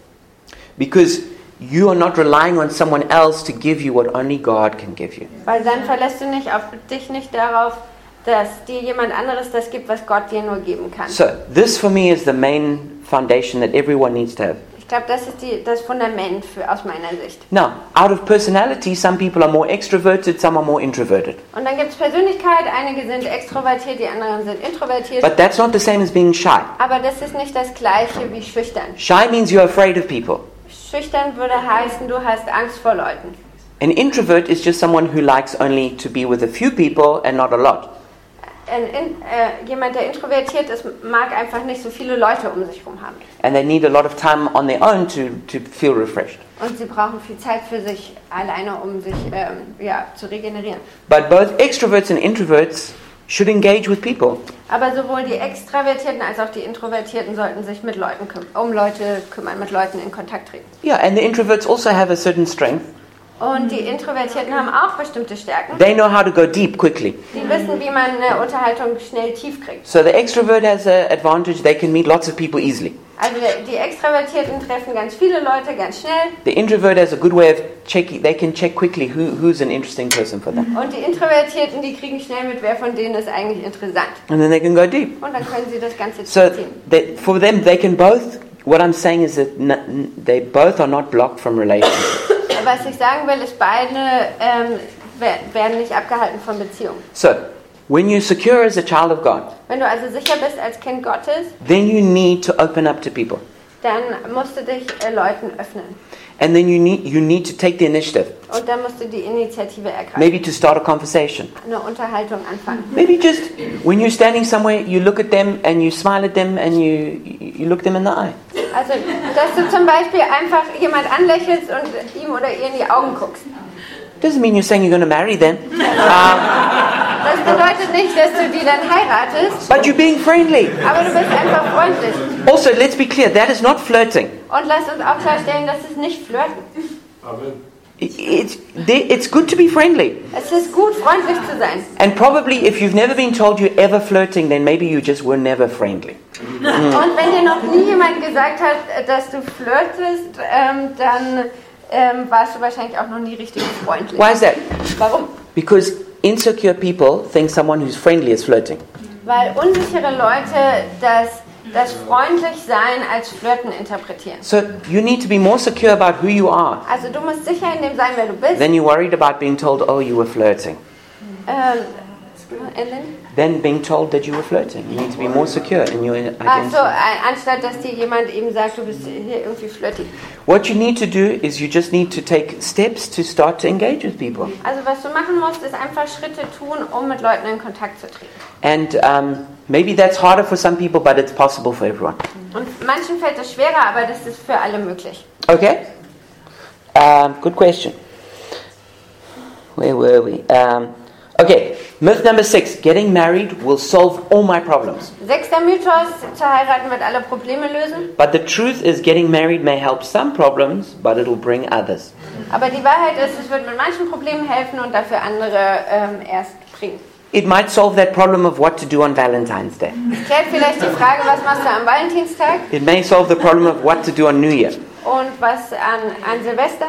Because you are not relying on someone else to give you what only God can give you.
Weil dann verlässt du nicht auf dich nicht darauf, dass dir jemand anderes das gibt, was Gott dir nur geben kann.
So this for me is the main foundation that everyone needs to have.
Ich glaube, das ist die, das Fundament für, aus meiner Sicht.
Now, out of personality, some people are more extroverted, some are more introverted.
Und dann gibt es Persönlichkeit, einige sind extrovertiert, die anderen sind introvertiert.
But that's not the same as being shy.
Aber das ist nicht das gleiche wie schüchtern.
Shy means you're afraid of people.
Schüchtern würde heißen, du hast Angst vor Leuten.
An introvert is just someone who likes only to be with a few people and not a lot.
Ein in, äh, jemand, der introvertiert ist, mag einfach nicht so viele Leute um sich herum haben.
And they need a lot of time on their own to, to feel refreshed.
Und sie brauchen viel Zeit für sich alleine, um sich ähm, ja, zu regenerieren.
But both extroverts and introverts should engage with people.
Aber sowohl die Extravertierten als auch die Introvertierten sollten sich mit Leuten küm um Leute kümmern, mit Leuten in Kontakt treten.
Yeah, and the introverts also have a certain strength.
Und die Introvertierten haben auch bestimmte Stärken.
They know how to go deep quickly.
Die wissen, wie man eine Unterhaltung schnell tief kriegt.
So the extrovert has an advantage, they can meet lots of people easily.
Also die Extravertierten treffen ganz viele Leute ganz schnell
The introvert has a good way of checking, they can check quickly who, who's an interesting person for them.
und die Introvertierten, die kriegen schnell mit, wer von denen ist eigentlich interessant.
And then they can go deep.
Und dann können sie das Ganze
So
ziehen.
that for them, they can both. What I'm saying is that n- n- they both are not blocked from relationships.
Was ich sagen will, ist, beide ähm, wer- werden nicht abgehalten von Beziehungen.
So, when you're secure as a child of God,
Wenn du also sicher bist als Kind Gottes,
then you need to open up to people,
dann musst du dich äh, Leuten öffnen.
and then you need you need to take the initiative,
Und dann musst du die Initiative ergreifen,
maybe to start a conversation,
eine Unterhaltung anfangen.
maybe just when you're standing somewhere, you look at them and you smile at them and you you look them in the eye.
Also, dass du zum Beispiel einfach jemand anlächelst und ihm oder ihr in die Augen guckst.
Doesn't mean you're saying you're going to marry them, Uh,
Das bedeutet nicht, dass du die dann heiratest,
but you're being friendly.
aber du bist einfach freundlich.
Also, let's be clear, that is not flirting.
Und lass uns auch klarstellen, das ist nicht flirten.
I- It's they- it's good to be friendly.
Es ist gut, freundlich zu sein.
And probably if you've never been told you're ever flirting, then maybe you just were never friendly. Mhm.
Und wenn dir noch nie jemand gesagt hat, dass du flirtest, ähm, dann ähm, warst du wahrscheinlich auch noch nie richtig freundlich.
Why is that?
Warum?
Because insecure people think someone who's friendly is flirting.
Weil unsichere Leute das, das Freundlichsein als Flirten interpretieren.
So you need to be more secure about who you are
Also du musst sicher in dem sein, wer du bist.
than you're worried about being told, oh, you were flirting.
Ähm, Ellen?
Than being told that you were flirting. You need to be more secure in your
Ach so,
identity.
a- anstatt dass dir jemand eben sagt, du bist hier irgendwie flirty.
What you need to do is you just need to take steps to start to engage with people.
Also was du machen musst, ist einfach Schritte tun, um mit Leuten in Kontakt zu treten.
And um, maybe that's harder for some people, but it's possible for everyone.
Und manchen fällt das schwerer, aber das ist für alle möglich.
Okay. Um, good question. Where were we? Um, okay. Myth number six: Getting married will solve all my problems.
Sechster Mythos, zu heiraten wird alle Probleme lösen.
But the truth is, getting married may help some problems, but it'll bring others.
Aber die Wahrheit ist, es wird mit manchen Problemen helfen und dafür andere ähm, erst bringen.
It might solve that problem of what to do on Valentine's Day.
Es klärt vielleicht die Frage, was machst du am Valentinstag
It may solve the problem of what to do on New Year.
und was an, an Silvester.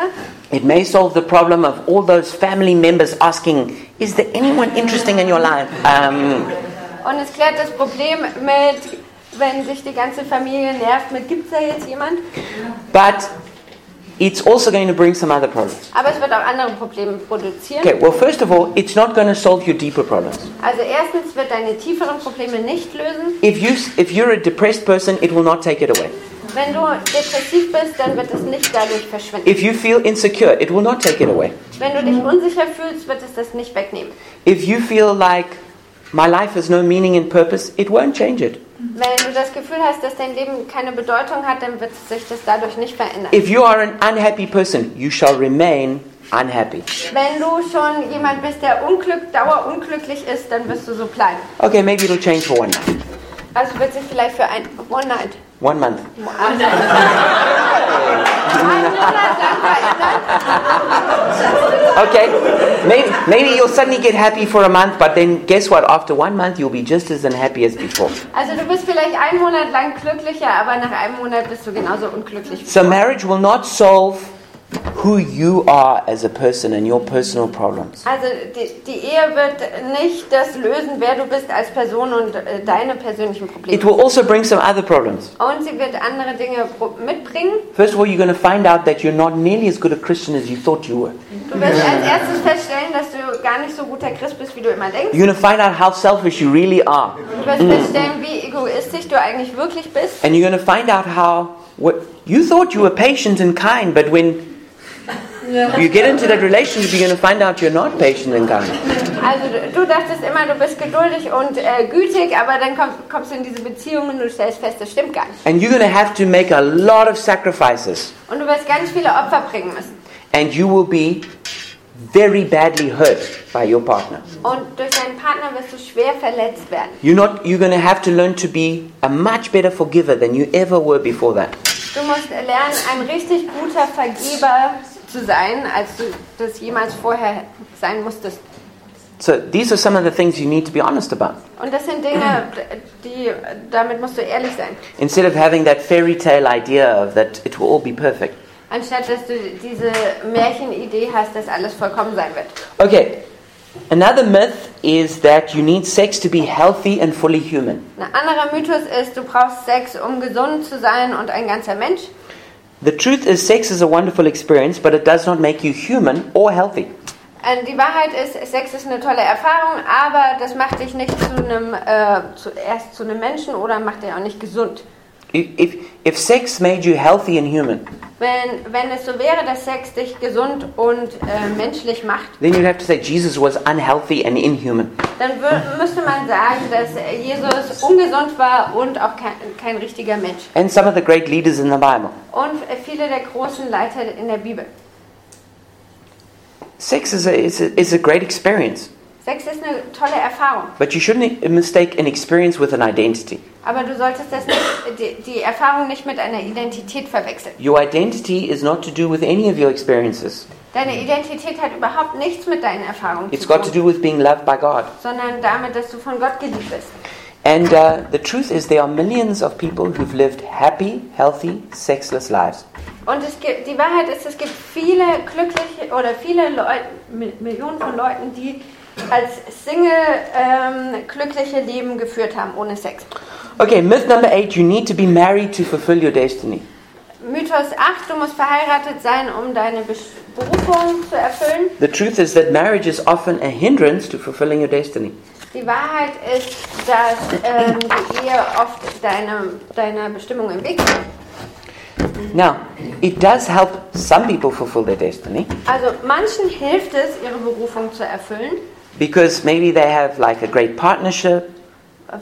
It may solve the problem of all those family members asking, "Is there anyone interesting in your life?" Um,
Und es klärt das Problem mit, wenn sich die ganze Familie nervt mit, gibt es da jetzt jemand?
but it's also going to bring some other problems.
Aber es wird auch andere Probleme produzieren.
Okay, well, first of all, it's not going to solve your deeper problems.
Also erstens wird deine tieferen Probleme nicht lösen.
If, you, if you're a depressed person, it will not take it away.
Wenn du depressiv bist, dann wird es nicht dadurch verschwinden.
If you feel insecure, it will not take it away.
Wenn du dich unsicher fühlst, wird es das nicht wegnehmen.
If you feel like my life has no meaning and purpose, it won't change it.
Wenn du das Gefühl hast, dass dein Leben keine Bedeutung hat, dann wird sich das dadurch nicht verändern.
If you are an unhappy person, you shall remain unhappy.
Wenn du schon jemand bist, der unglück, dauerunglücklich ist, dann wirst du so bleiben.
Okay, maybe it'll change for one night,
Also wird sich vielleicht für ein One Night.
one month.
Ein Monat lang ne? verändern.
Okay, maybe, maybe you'll suddenly get happy for a month, but then guess what? After one month, you'll be just as unhappy as before.
Also du bist vielleicht einen Monat lang glücklicher, aber nach einem Monat bist du genauso unglücklich.
So, marriage will not solve who you are as a person and your personal problems.
Also die, die Ehe wird nicht das lösen, wer du bist als Person und äh, deine persönlichen Probleme.
It will also bring some other problems.
Und sie wird andere Dinge pro- mitbringen.
First of all, you're going to find out that you're not nearly as good a Christian as you thought you were.
Du wirst als erstes feststellen, dass du gar nicht so guter Christ bist, wie du immer denkst.
You're going to find out how selfish you really are.
Du wirst feststellen, wie egoistisch du eigentlich wirklich bist.
And you're going to find out how what you thought you were patient and kind, but when you get into that relationship, you're going to find out you're not patient and kind.
Also du, du dachtest immer, du bist geduldig und äh, gütig, aber dann komm, kommst du in diese Beziehung und du stellst fest, das stimmt gar nicht.
And you're going to have to make a lot of sacrifices.
Und du wirst ganz viele Opfer bringen müssen.
and you will be very badly hurt by your partner.
Und durch deinen Partner wirst du schwer verletzt werden.
You're not you're going to have to learn to be a much better forgiver than you ever were before that.
Du musst lernen, ein richtig guter Vergeber zu sein, als du das jemals vorher sein musstest.
So these are some of the things you need to be honest about.
Und das sind Dinge, die damit musst du ehrlich sein.
Instead of having that fairy tale idea of that it will all be perfect.
Anstatt dass du diese Märchenidee hast, dass alles vollkommen sein wird.
Okay. Another myth is that you need sex to be healthy and fully human.
Ein anderer Mythos ist, du brauchst Sex, um gesund zu sein und ein ganzer Mensch.
The truth is sex is a wonderful experience, but it does not make you human or healthy.
Äh, Die Wahrheit ist, Sex ist eine tolle Erfahrung, aber das macht dich nicht zu einem, äh, zuerst zu einem Menschen oder macht dich auch nicht gesund.
If, if, if sex made you healthy and human,
Wenn, wenn es so wäre, dass Sex dich gesund und äh, menschlich macht,
then you'd have to say Jesus was unhealthy and inhuman.
dann wür- müsste man sagen, dass Jesus ungesund war und auch kein, kein richtiger Mensch.
and some of the great leaders in the Bible.
Und äh, viele der großen Leiter in der Bibel.
Sex is a, is, a, is a great experience,
Sex ist eine tolle Erfahrung,
but you shouldn't mistake an experience with an identity.
aber du solltest das nicht, die, die Erfahrung nicht mit einer Identität verwechseln.
Your identity is not to do with any of your experiences.
Deine Identität hat überhaupt nichts mit deinen Erfahrungen
It's
zu
got to
tun,
do with being loved by God.
sondern damit, dass du von Gott geliebt bist.
And uh, the truth is, there are millions of people who've lived happy, healthy, sexless lives.
Und es gibt, die Wahrheit ist, es gibt viele glückliche oder viele Leute, Millionen von Leuten, die als Single ähm, glückliche Leben geführt haben, ohne Sex.
Okay, myth number eight you need to be married to fulfill your destiny.
Mythos 8, du musst verheiratet sein, um deine Besch- Berufung zu erfüllen.
The truth is that marriage is often a hindrance to fulfilling your destiny.
Die Wahrheit ist, dass ähm, die Ehe oft deine, deiner Bestimmung im Weg steht.
Now, it does help some people fulfill their destiny.
Also manchen hilft es, ihre Berufung zu erfüllen,
because maybe they have like a great partnership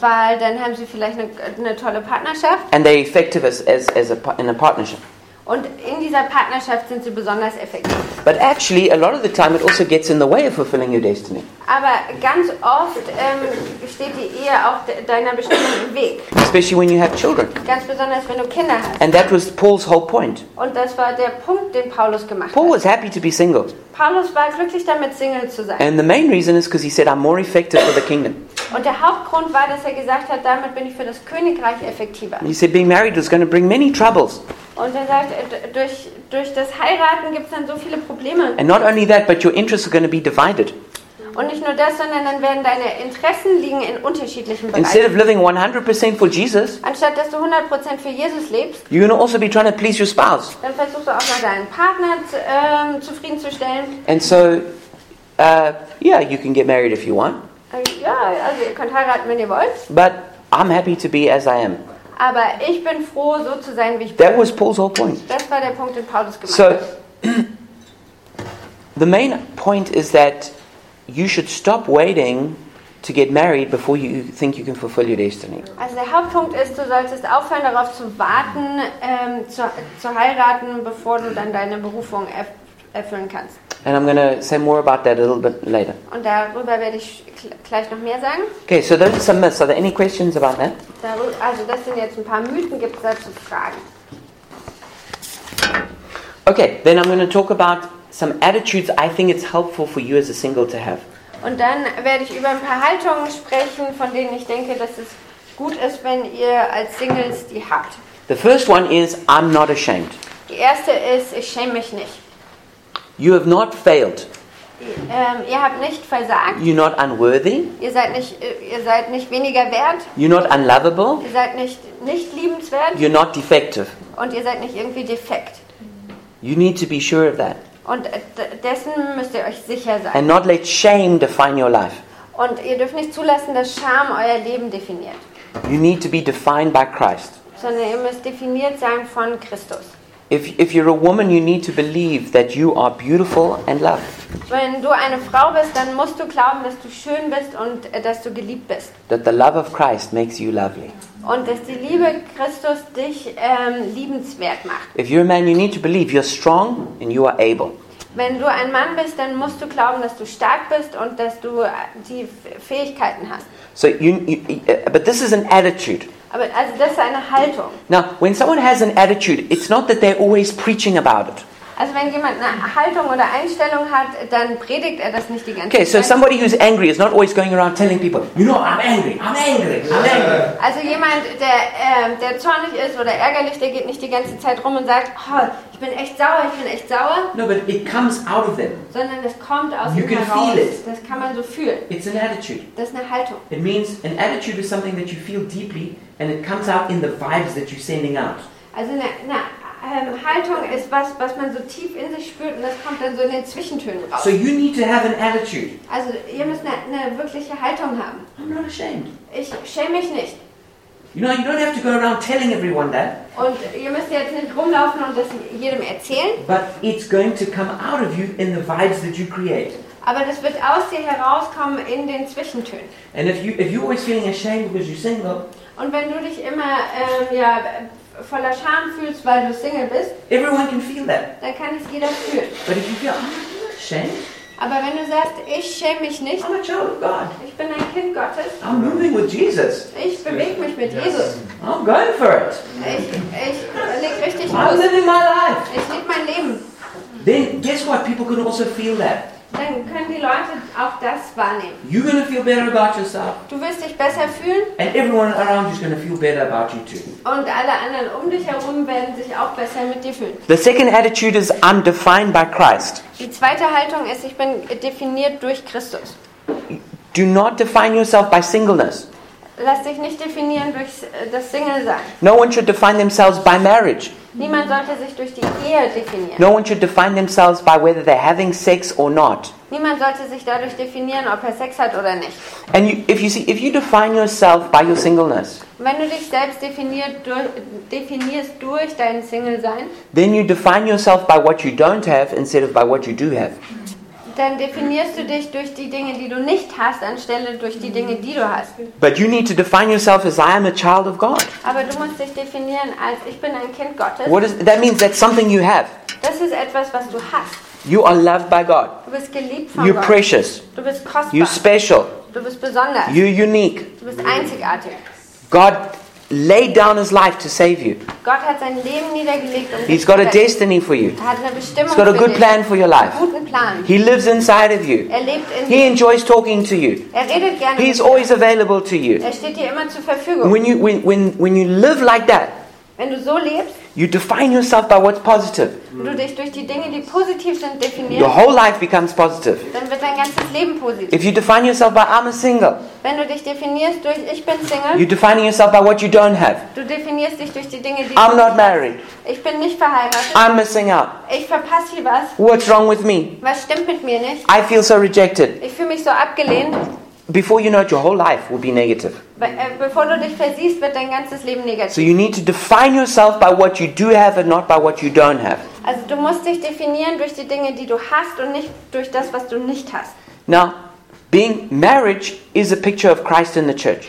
weil dann haben sie vielleicht eine, eine tolle Partnerschaft
and they're effective as, as, as a, par- in a partnership.
und in dieser Partnerschaft sind sie besonders effektiv.
But actually, a lot of the time, it also gets in the way of fulfilling your destiny,
Aber ganz oft ähm, steht die Ehe auch de- deiner Bestimmung im Weg,
especially when you have children.
ganz besonders wenn du Kinder hast.
And that was Paul's whole point.
Und das war der Punkt, den Paulus gemacht
Paul
hat.
was happy to be single.
Paulus war glücklich damit, Single zu sein.
And the main reason is because he said, I'm more effective for the kingdom.
Und der Hauptgrund war, dass er gesagt hat, damit bin ich für das Königreich effektiver.
And he said, being married was going to bring many troubles.
Und er sagt, äh, d- durch, durch das Heiraten gibt es dann so viele Probleme.
And not only that, but your interests are going to be divided.
Und nicht nur das, sondern dann werden deine Interessen liegen in unterschiedlichen
Instead
Bereichen.
of living 100% for Jesus,
Anstatt dass du 100% für Jesus lebst,
you're going to also be trying to please your spouse.
dann versuchst du auch mal deinen Partner zu, ähm, zufriedenzustellen.
And so, uh, yeah, you can get married if you want.
Ähm, Äh, ja, also ihr könnt heiraten, wenn ihr wollt.
But I'm happy to be as I am.
Aber ich bin froh, so zu sein, wie ich bin.
That was Paul's whole point.
Das war der Punkt, den Paulus gemacht hat.
So, the main point is that you should stop waiting to get married before you think you can fulfill your destiny.
Also der Hauptpunkt ist, du solltest aufhören, darauf zu warten, ähm, zu, zu heiraten, bevor du dann deine Berufung erf erfüllen kannst.
And I'm going to say more about that a little bit later.
Und darüber werde ich gl- gleich noch mehr sagen.
Okay, so those are some myths. Are there any questions about that?
Daru- Also das sind jetzt ein paar Mythen, gibt es dazu Fragen.
Okay, then I'm going to talk about some attitudes I think it's helpful for you as a single to have.
Und dann werde ich über ein paar Haltungen sprechen, von denen ich denke, dass es gut ist, wenn ihr als Singles die habt.
The first one is I'm not ashamed.
Die erste ist, ich schäme mich nicht.
You have not failed.
Ähm, ihr habt nicht versagt,
You're not unworthy.
ihr seid nicht, äh, ihr seid nicht weniger wert,
You're not unlovable.
ihr seid nicht, nicht liebenswert
You're not defective.
und ihr seid nicht irgendwie defekt.
You need to be sure of that
Und äh, d- dessen müsst ihr euch sicher sein.
and not let shame define your life.
Und ihr dürft nicht zulassen, dass Scham euer Leben definiert,
You need to be defined by Christ.
sondern ihr müsst definiert sein von Christus.
If, if you're a woman, you need to believe that you are beautiful and loved.
Wenn du eine Frau bist, dann musst du glauben, dass du schön bist und äh, dass du geliebt bist.
That the love of Christ makes you lovely.
Und dass die Liebe Christus dich ähm, liebenswert macht.
If you're a man, you need to believe you're strong and you are able.
Wenn du ein Mann bist, dann musst du glauben, dass du stark bist und dass du äh, die F- Fähigkeiten hast.
So you, you uh, but this is an attitude.
Aber also das ist eine Haltung.
Now, when someone has an attitude, it's not that they're always preaching about it.
Also wenn jemand eine Haltung oder Einstellung hat, dann predigt er das nicht die ganze
Okay, so
Zeit.
somebody who's angry is not always going around telling people, you know, I'm angry, I'm angry, I'm angry.
Also jemand, der, ähm, der zornig ist oder ärgerlich, der geht nicht die ganze Zeit rum und sagt, oh, ich bin echt sauer, ich bin echt sauer,
No, but it comes out of them.
sondern das kommt aus
You
ihm
can
heraus.
feel it.
Das kann man so fühlen.
It's an attitude.
Das ist eine Haltung.
It means an attitude is something that you feel deeply and it comes out in the vibes that you're sending out.
Also eine, eine ähm, Haltung ist was, was man so tief in sich spürt und das kommt dann so in den Zwischentönen raus.
So you need to have an attitude.
Also ihr müsst eine, eine wirkliche Haltung haben.
I'm not ashamed.
Ich schäme mich nicht.
You know, you don't have to go around telling everyone that,
Und ihr müsst jetzt nicht rumlaufen und das jedem erzählen,
but it's going to come out of you in the vibes that you create.
aber das wird aus dir herauskommen in den Zwischentönen.
And if you if you're always feeling ashamed because you're single,
Und wenn du dich immer ähm, ja, voller Scham fühlst, weil du Single bist,
everyone can feel that.
dann kann es jeder fühlen.
But if you feel "Oh, I'm not ashamed,
Aber wenn du sagst, ich schäme mich nicht,
I'm a child of God.
ich bin ein Kind Gottes,
I'm moving with Jesus.
ich bewege mich mit Jesus,
I'm going for it.
ich, ich leg richtig
I'm
los,
living my life.
ich lebe mein Leben,
Then guess what? People can also feel that.
dann können die Leute auch das wahrnehmen.
You're gonna feel better about yourself,
Du wirst dich besser fühlen
and everyone around you's gonna feel better about you too.
Und alle anderen um dich herum werden sich auch besser mit dir fühlen.
The second attitude is I'm defined by Christ.
Die zweite Haltung ist, ich bin definiert durch Christus.
Do not define yourself by singleness.
Lass dich nicht definieren durch äh, das Single-Sein.
No one should define themselves by marriage.
Niemand sollte sich durch die Ehe definieren.
No one should define themselves by whether they're having sex or not.
Niemand sollte sich dadurch definieren, ob er Sex hat oder nicht.
And you, if you see, if you define yourself by your singleness,
Und wenn du dich selbst definiert durch, definierst durch dein Single-Sein,
then you define yourself by what you don't have instead of by what you do have.
dann definierst du dich durch die Dinge, die du nicht hast, anstelle durch die Dinge, die du hast.
But you need to define yourself as I am a child of God.
Aber du musst dich definieren als ich bin ein Kind Gottes.
What is that means that's something you have.
Das ist etwas, was du hast.
You are loved by God.
Du bist geliebt von
You're
Gott.
precious.
Du bist kostbar.
You're special.
du bist besonders.
You're unique.
du bist einzigartig.
God laid down his life to save you.
Gott hat sein Leben niedergelegt um und
He's got a destiny for you.
hat eine Bestimmung
He's got a
für
good
dich.
plan for your
Einen
life.
guten Plan.
He lives inside of you.
Er lebt in
He
dir.
enjoys talking to you.
Er redet gerne.
He's
mit
always available to
dir.
you.
Er steht dir immer zur Verfügung.
When you when, when when you live like that,
Wenn du so lebst
you define yourself by what's positive.
und du dich durch die Dinge, die positiv sind,
Your
definierst,
whole life becomes positive.
dann wird dein ganzes Leben positiv.
If you define yourself by I'm a single,
Wenn du dich definierst durch ich bin Single,
you're defining yourself by what you don't have.
du definierst dich durch die Dinge, die
I'm
du
not married.
Ich bin nicht verheiratet.
I'm missing out.
Ich verpasse hier was.
What's wrong with me?
Was stimmt mit mir nicht?
I feel so rejected.
Ich fühle mich so abgelehnt.
before you know it, your whole life will be negative.
Be äh, bevor du dich versiehst, wird dein ganzes Leben negativ.
So you need to define yourself by what you do have and not by what you don't have.
Also du musst dich definieren durch die Dinge, die du hast und nicht durch das, was du nicht hast.
Now, being marriage is a picture of Christ in the church.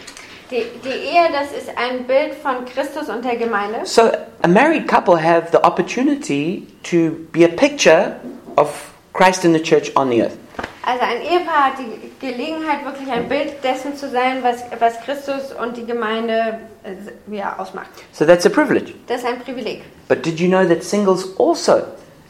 Die, die Ehe, das ist ein Bild von Christus und der Gemeinde.
So a married couple have the opportunity to be a picture of Christ in the church on the earth.
Also ein Ehepaar hat die Gelegenheit, wirklich ein Bild dessen zu sein, was, was Christus und die Gemeinde äh, ja, ausmacht.
So that's a privilege.
Das ist ein Privileg.
But did you know that singles also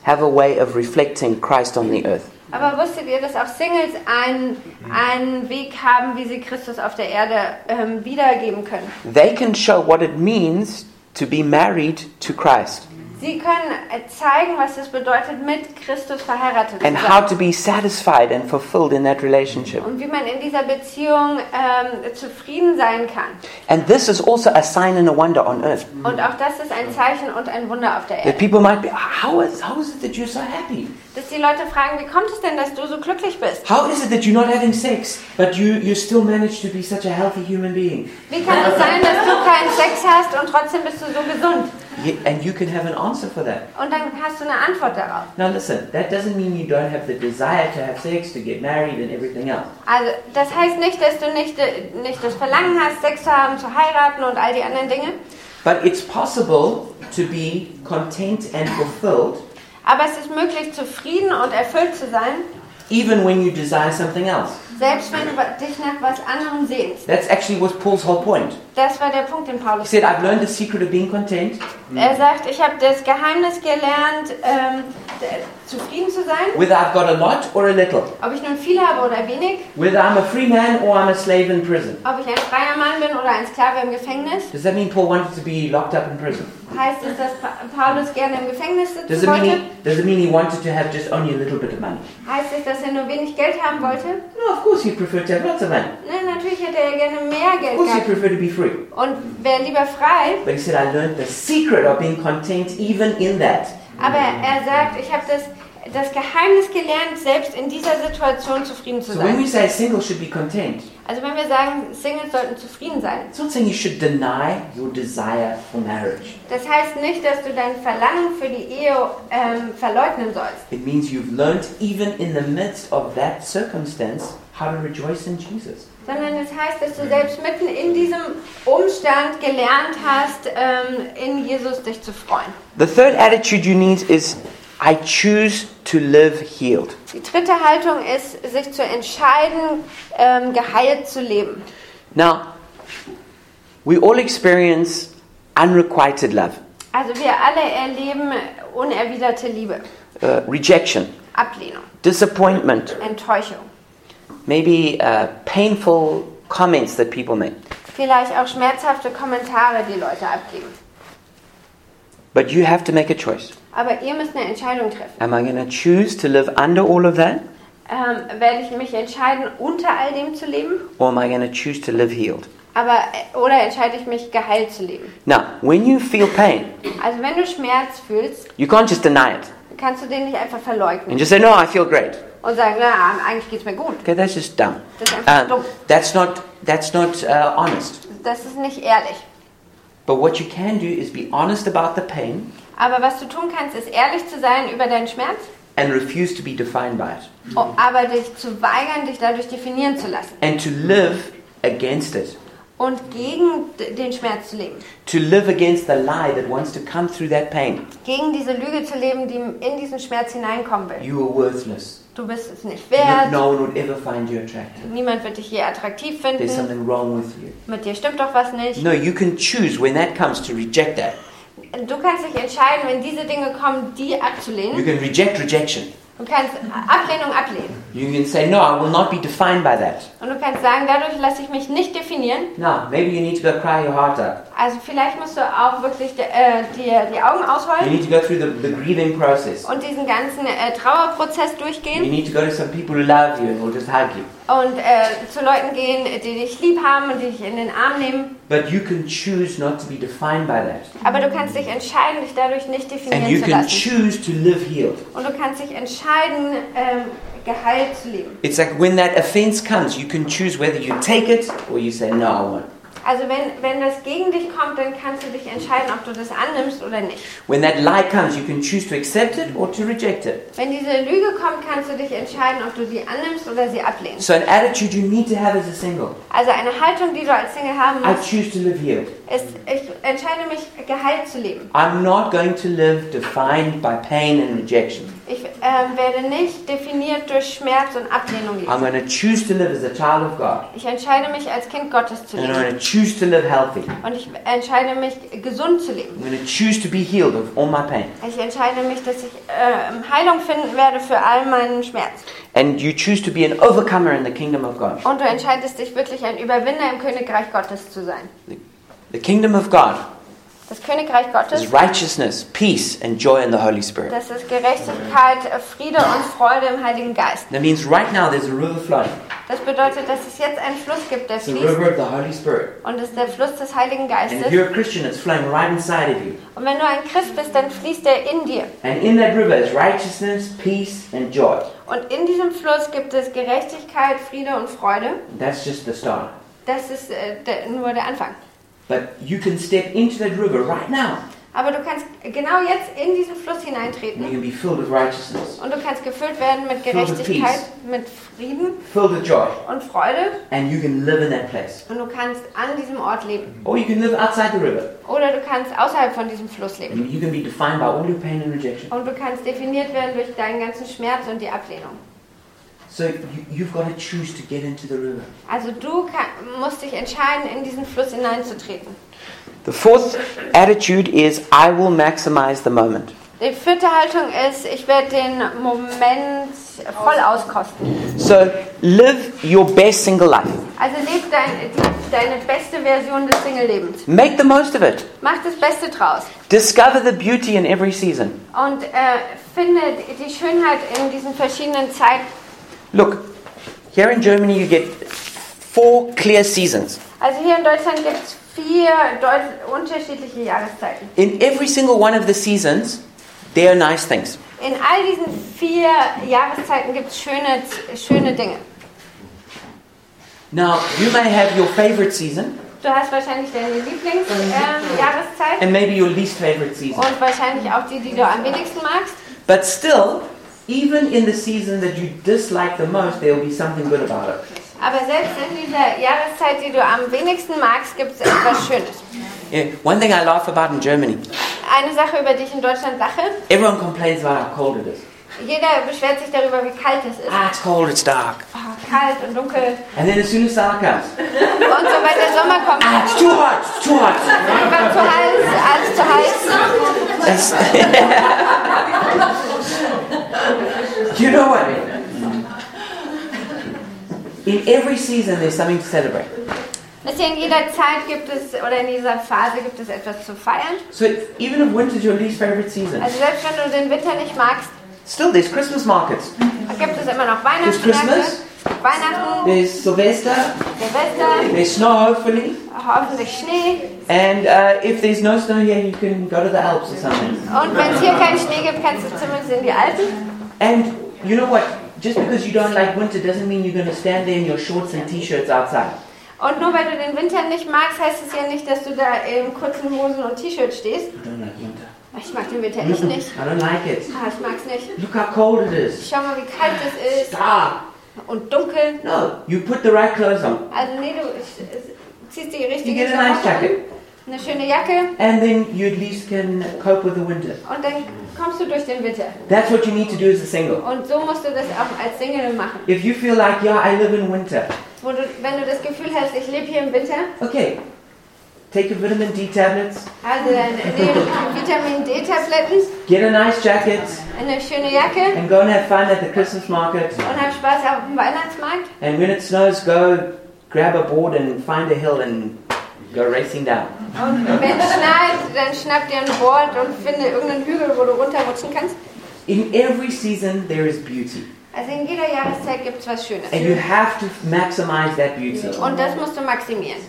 have a way of reflecting Christ on the earth?
Aber wusstet ihr, dass auch Singles einen, einen Weg haben, wie sie Christus auf der Erde ähm, wiedergeben können?
They can show what it means to be married to Christ
Sie können äh, zeigen, was es bedeutet, mit Christus verheiratet zu
and how
sein.
to be satisfied and fulfilled in that relationship.
Und wie man in dieser Beziehung ähm, zufrieden sein kann.
And this is also a sign and a wonder on earth.
Und auch das ist ein Zeichen und ein Wunder auf der
That
Erde.
people might be, how is, how is it that you're so happy?
Dass die Leute fragen, wie kommt es denn, dass du so glücklich bist?
How is it that you're not having sex, but you, you still manage to be such a healthy human being?
Wie kann es sein, dass du keinen Sex hast und trotzdem bist du so gesund?
Ye- And you can have an answer for that.
Und dann hast du eine Antwort darauf.
Now listen, that doesn't mean you don't have the desire to have sex, to get married, and everything else.
Also, das heißt nicht, dass du nicht, äh, nicht das Verlangen hast, Sex zu haben, zu heiraten und all die anderen Dinge.
But it's possible to be content and fulfilled
Aber es ist möglich, zufrieden und erfüllt zu sein,
even when you desire something else.
selbst wenn du dich nach was anderem sehnst.
That's actually was Paul's whole point.
Das war der Punkt, den
He
Paulus
said, I've learned the secret of being content
Er sagt, ich habe das Geheimnis gelernt, ähm, d- zufrieden zu sein,
whether I've got a lot or a little,
ob ich nun viel habe oder wenig,
whether I'm a free man or I'm a slave in prison.
ob ich ein freier Mann bin oder ein Sklave im Gefängnis.
Does that mean Paul wanted to be locked up in prison?
Heißt es, dass Pa- Paulus gerne im Gefängnis
Does
sitzen
it mean
wollte?
he, does it mean he wanted to have just only a little bit of money?
Heißt es, dass er nur wenig Geld haben wollte?
No, of course he preferred to have lots of money.
Nein, natürlich hätte er gerne mehr
Of
Geld
course he
gehabt
preferred to be free.
und wäre lieber frei.
But he said, I learned the secret of being content even in that.
Aber er sagt, ich habe das, das Geheimnis gelernt, selbst in dieser Situation zufrieden zu
So when
sein.
we say singles should be content,
Also wenn wir sagen, Singles sollten zufrieden sein,
it's not saying you should deny your desire for marriage.
Das heißt nicht, dass du dein Verlangen für die Ehe ähm, verleugnen sollst.
It means you've learned, even in the midst of that circumstance, how to rejoice in Jesus.
Sondern es heißt, dass du selbst mitten in diesem Umstand gelernt hast, ähm, in Jesus dich zu freuen.
The third attitude you need is I choose to live healed.
Die dritte Haltung ist, sich zu entscheiden, ähm, geheilt zu leben.
Now, we all experience unrequited love,
Also wir alle erleben unerwiderte Liebe,
uh, rejection,
Ablehnung,
disappointment,
Enttäuschung,
maybe uh, painful comments that people make.
vielleicht auch schmerzhafte Kommentare, die Leute abgeben.
But you have to make a choice.
Aber ihr müsst eine Entscheidung treffen.
Am I going to choose to live under all of that,
Ähm, werde ich mich entscheiden, unter all dem zu leben?
or am I going to choose to live healed?
Aber äh, oder entscheide ich mich geheilt zu leben?
Now, when you feel pain,
Also wenn du Schmerz fühlst,
you can't just deny it
kannst du den nicht einfach
and
verleugnen
just say, No, I feel great.
und sagen, na, eigentlich geht's mir gut.
Okay, that's just dumb.
Das ist einfach
Um,
dumm.
that's not, that's not uh, honest.
Das ist nicht ehrlich.
But what you can do is be honest about the pain
Aber was du tun kannst, ist ehrlich zu sein über deinen Schmerz,
and refuse to be defined by it
o- aber dich zu weigern, dich dadurch definieren zu lassen
and to live against it.
und gegen d- den Schmerz zu leben,
To live against the lie that wants to come through that pain.
gegen diese Lüge zu leben, die in diesen Schmerz hineinkommen will.
You are worthless.
Du bist es nicht
No,
wert.
no one would ever find you attractive.
Niemand wird dich hier attraktiv
There's
finden.
something wrong with you.
Mit dir stimmt doch was nicht.
No, you can choose when that comes to reject that.
Du kannst dich entscheiden, wenn diese Dinge kommen, die abzulehnen.
You can reject rejection.
Du kannst Ablehnung ablehnen.
You can say, No, I will not be defined by that.
Und du kannst sagen, dadurch lasse ich mich nicht definieren.
Now, maybe you need to go cry your heart out.
Also vielleicht musst du auch wirklich äh, dir die Augen
You
ausholen
need to go through the, the grieving process.
und diesen ganzen äh, Trauerprozess
You
durchgehen
need to go to some people who love you and will just hug you.
und äh, zu Leuten gehen, die dich lieb haben und die dich in den Arm nehmen.
But you can choose not to be defined by that.
Aber du kannst dich entscheiden, dich dadurch nicht
And you
definieren zu
can
lassen.
choose to live healed.
Und du kannst dich entscheiden, ähm, Gehalt zu leben.
It's like when that offense comes, you can choose whether you take it or you say, no, I won't.
Also wenn, wenn das gegen dich kommt, dann kannst du dich entscheiden, ob du das annimmst oder nicht.
When that lie comes, you can choose to accept it or to reject it.
Wenn diese Lüge kommt, kannst du dich entscheiden, ob du die annimmst oder sie ablehnst.
So, an attitude you need to have as a single
Also eine Haltung, die du als Single haben
I
musst,
choose to live here.
ist, ich entscheide mich, Gehalt zu leben.
I'm not going to live defined by pain and rejection.
Ich ähm, werde nicht definiert durch Schmerz und Ablehnung
I'm
leben.
going to choose to live as a child of God.
Ich entscheide mich, als Kind Gottes zu
And I'm
leben.
going to choose to live healthy.
Und ich entscheide mich, gesund zu leben.
I'm going to choose to be healed of all my pain.
Ich entscheide mich, dass ich äh, Heilung finden werde für all meinen Schmerz.
And you choose to be an overcomer in the kingdom of God.
Und du entscheidest dich wirklich, ein Überwinder im Königreich Gottes zu sein.
The kingdom of God
Das Königreich
is
Gottes,
righteousness, peace, and joy in the Holy Spirit.
das ist Gerechtigkeit, äh, Friede und Freude im Heiligen Geist.
That means right now there's a river flowing.
Das bedeutet, dass es jetzt einen Fluss gibt, der
It's the
fließt.
river of the Holy Spirit.
Und es ist der Fluss des Heiligen
And if
Geistes.
you're a Christian, it's flowing right inside of you.
Und wenn du ein Christ bist, dann fließt er in dir.
And in that river is righteousness, peace, and joy.
Und in diesem Fluss gibt es Gerechtigkeit, Friede und Freude.
That's just the start.
Das ist äh, der, nur der Anfang.
But you can step into that river right now,
Aber du kannst genau jetzt in diesen Fluss
and
hineintreten.
you can be filled with righteousness,
Und du kannst gefüllt werden mit
Filled with
Gerechtigkeit, mit Frieden
filled with joy,
und Freude.
and you can live in that place.
Und du kannst an diesem Ort leben.
Or you can live outside the river,
Oder du kannst außerhalb von diesem Fluss leben.
and you can be defined by all your pain and rejection.
Und du kannst definiert werden durch deinen ganzen Schmerz und die Ablehnung.
So you, you've got to choose to get into the river.
Also du kann, musst dich entscheiden, in diesen Fluss hineinzutreten.
The fourth attitude is I will maximize the moment.
Die vierte Haltung ist, ich werde den Moment voll auskosten.
So live your best single life.
Also lebe dein, die, deine beste Version des Single-Lebens.
Make the most of it.
Mach das Beste draus.
Discover the beauty in every season.
Und äh, finde die Schönheit in diesen verschiedenen Zeiten.
Look, here in Germany you get four clear seasons.
Also hier in Deutschland gibt es vier deut unterschiedliche Jahreszeiten.
In every single one of the seasons, there are nice things.
In all diesen vier Jahreszeiten gibt es schöne, schöne Dinge.
Now, you may have your favorite season
Du hast wahrscheinlich deine ähm, Lieblingsjahreszeit
and maybe your least favorite season.
und wahrscheinlich auch die, die du am wenigsten magst.
But still, even in the season that you dislike the most, there will be something good about it.
Aber selbst in dieser Jahreszeit, die du am wenigsten magst, gibt es etwas Schönes.
Yeah, one thing I laugh about in Germany
Eine Sache, über die ich in Deutschland lache.
everyone complains about how cold it is.
Jeder beschwert sich darüber, wie kalt es ist.
Ah, it's cold, it's dark.
Oh, kalt und dunkel.
And then as soon as summer comes,
Und sobald der Sommer kommt,
ah, it's too hot, it's too hot.
einfach zu heiß, alles zu heiß.
you know what? In every season, there's something to celebrate.
Wisst ihr, in jeder Zeit gibt es, oder in dieser Phase gibt es etwas zu feiern.
So if, even if winter's your least favorite season,
Also selbst wenn du den Winter nicht magst,
still there's Christmas markets,
gibt es immer noch
there's
Weihnachtsmärkte,
Christmas,
Weihnachten,
there's Sylvester,
Silvester,
there's snow hopefully,
hoffentlich Schnee.
and uh, if there's no snow here, you can go to the Alps or something.
Und wenn es hier keinen Schnee gibt, kannst du zumindest in die Alpen.
And you know what? Just because you don't like winter doesn't mean you're going to stand there in your shorts and t-shirts outside.
Und nur weil du den Winter nicht magst, heißt es ja nicht, dass du da in kurzen Hosen und T-Shirt stehst.
I don't like winter.
Ich mag den Winter echt nicht.
I don't like it.
Ah, ich mag's nicht.
Look how cold it is.
Schau mal, wie kalt es ist
Stop.
und dunkel.
No, you put the right clothes on.
Also nee, du äh, ziehst die
You
richtige
get a nice
Klamotten an.
jacket.
eine schöne Jacke
And then you at least can cope with the winter.
und dann kommst du durch den Winter.
That's what you need to do as a single.
Und so musst du das auch als Single machen.
If you feel like, yeah, I live in winter,
Wo du, wenn du das Gefühl hast, ich lebe hier im Winter,
okay, take your vitamin D tablets,
also dann nimm Vitamin D-Tabletten,
get a nice jacket,
eine schöne Jacke
and go and have fun at the Christmas market.
und hab Spaß auf dem Weihnachtsmarkt.
And when it snows, go grab a board and find a hill and go racing down.
Und wenn es schneit, dann schnapp dir ein Board und finde irgendeinen Hügel, wo du runterrutschen kannst.
In every season, there is beauty.
Also in jeder Jahreszeit gibt es was Schönes.
And you have to maximize that beauty.
Und das musst du maximieren.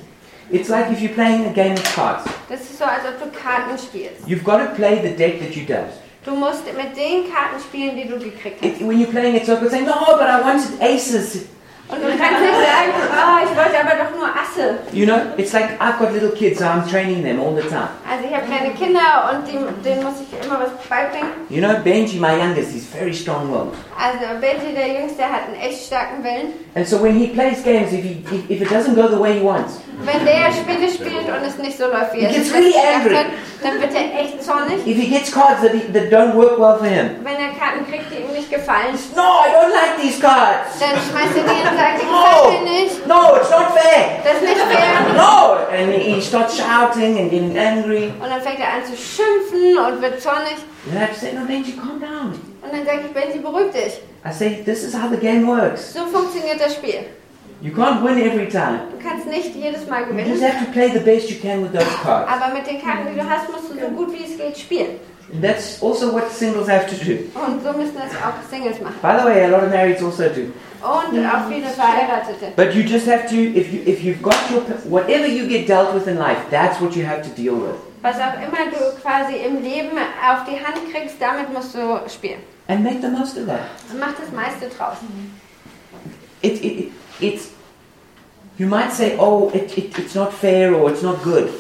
It's like if you're playing a game of cards,
Das ist so, als ob du Karten spielst.
you've got to play the deck that you dealt.
Du musst mit den Karten spielen, die du gekriegt hast.
It- when you're playing it, so people say, "No, "Oh, but I wanted aces."
Und du kannst nicht sagen, oh, ich wollte aber doch nur Asse.
You know, it's like I've got little kids, so I'm training them all the time.
Also ich habe kleine Kinder und dem, denen muss ich immer was beibringen.
You know, Benji, my youngest, he's very strong-willed,
Also Benji, der Jüngste, hat einen echt starken Willen.
and so when he plays games, if he if, if it doesn't go the way he wants,
Wenn der Spiele spielt und es nicht so läuft, wie er
He
es
gets really
gedacht
angry.
hat, dann wird er echt zornig.
if he gets cards that he, that don't work well for him,
Wenn er Karten kriegt, die ihm nicht gefallen,
no, I don't like these cards.
dann schmeißt er die und sagt, die
No,
gefällt mir nicht.
no, it's not fair.
Das ist nicht fair.
No, and he starts shouting and getting angry.
Und dann fängt er an zu schimpfen und wird zornig.
And I say, no, Benji, calm down.
Und dann sage ich, Benji, beruhig dich.
I say, this is how the game works.
So funktioniert das Spiel.
You can't win every time.
Du kannst nicht jedes Mal
You just
gewinnen.
have to play the best you can with those cards.
Aber mit den Karten, die du hast, musst du so gut wie es geht spielen.
And that's also what singles have to do.
Und so müssen das auch Singles machen.
By the way, a lot of marrieds also do.
Und auch viele Verheiratete.
But you just have to, if, you, if you've got your, whatever you get dealt with in life, that's what you have to deal with.
Was auch immer du quasi im Leben auf die Hand kriegst, damit musst du spielen.
And make the most of that.
Und mach das meiste draus.
It, it, it, it's, you might say, oh, it, it, it's not fair or it's not good.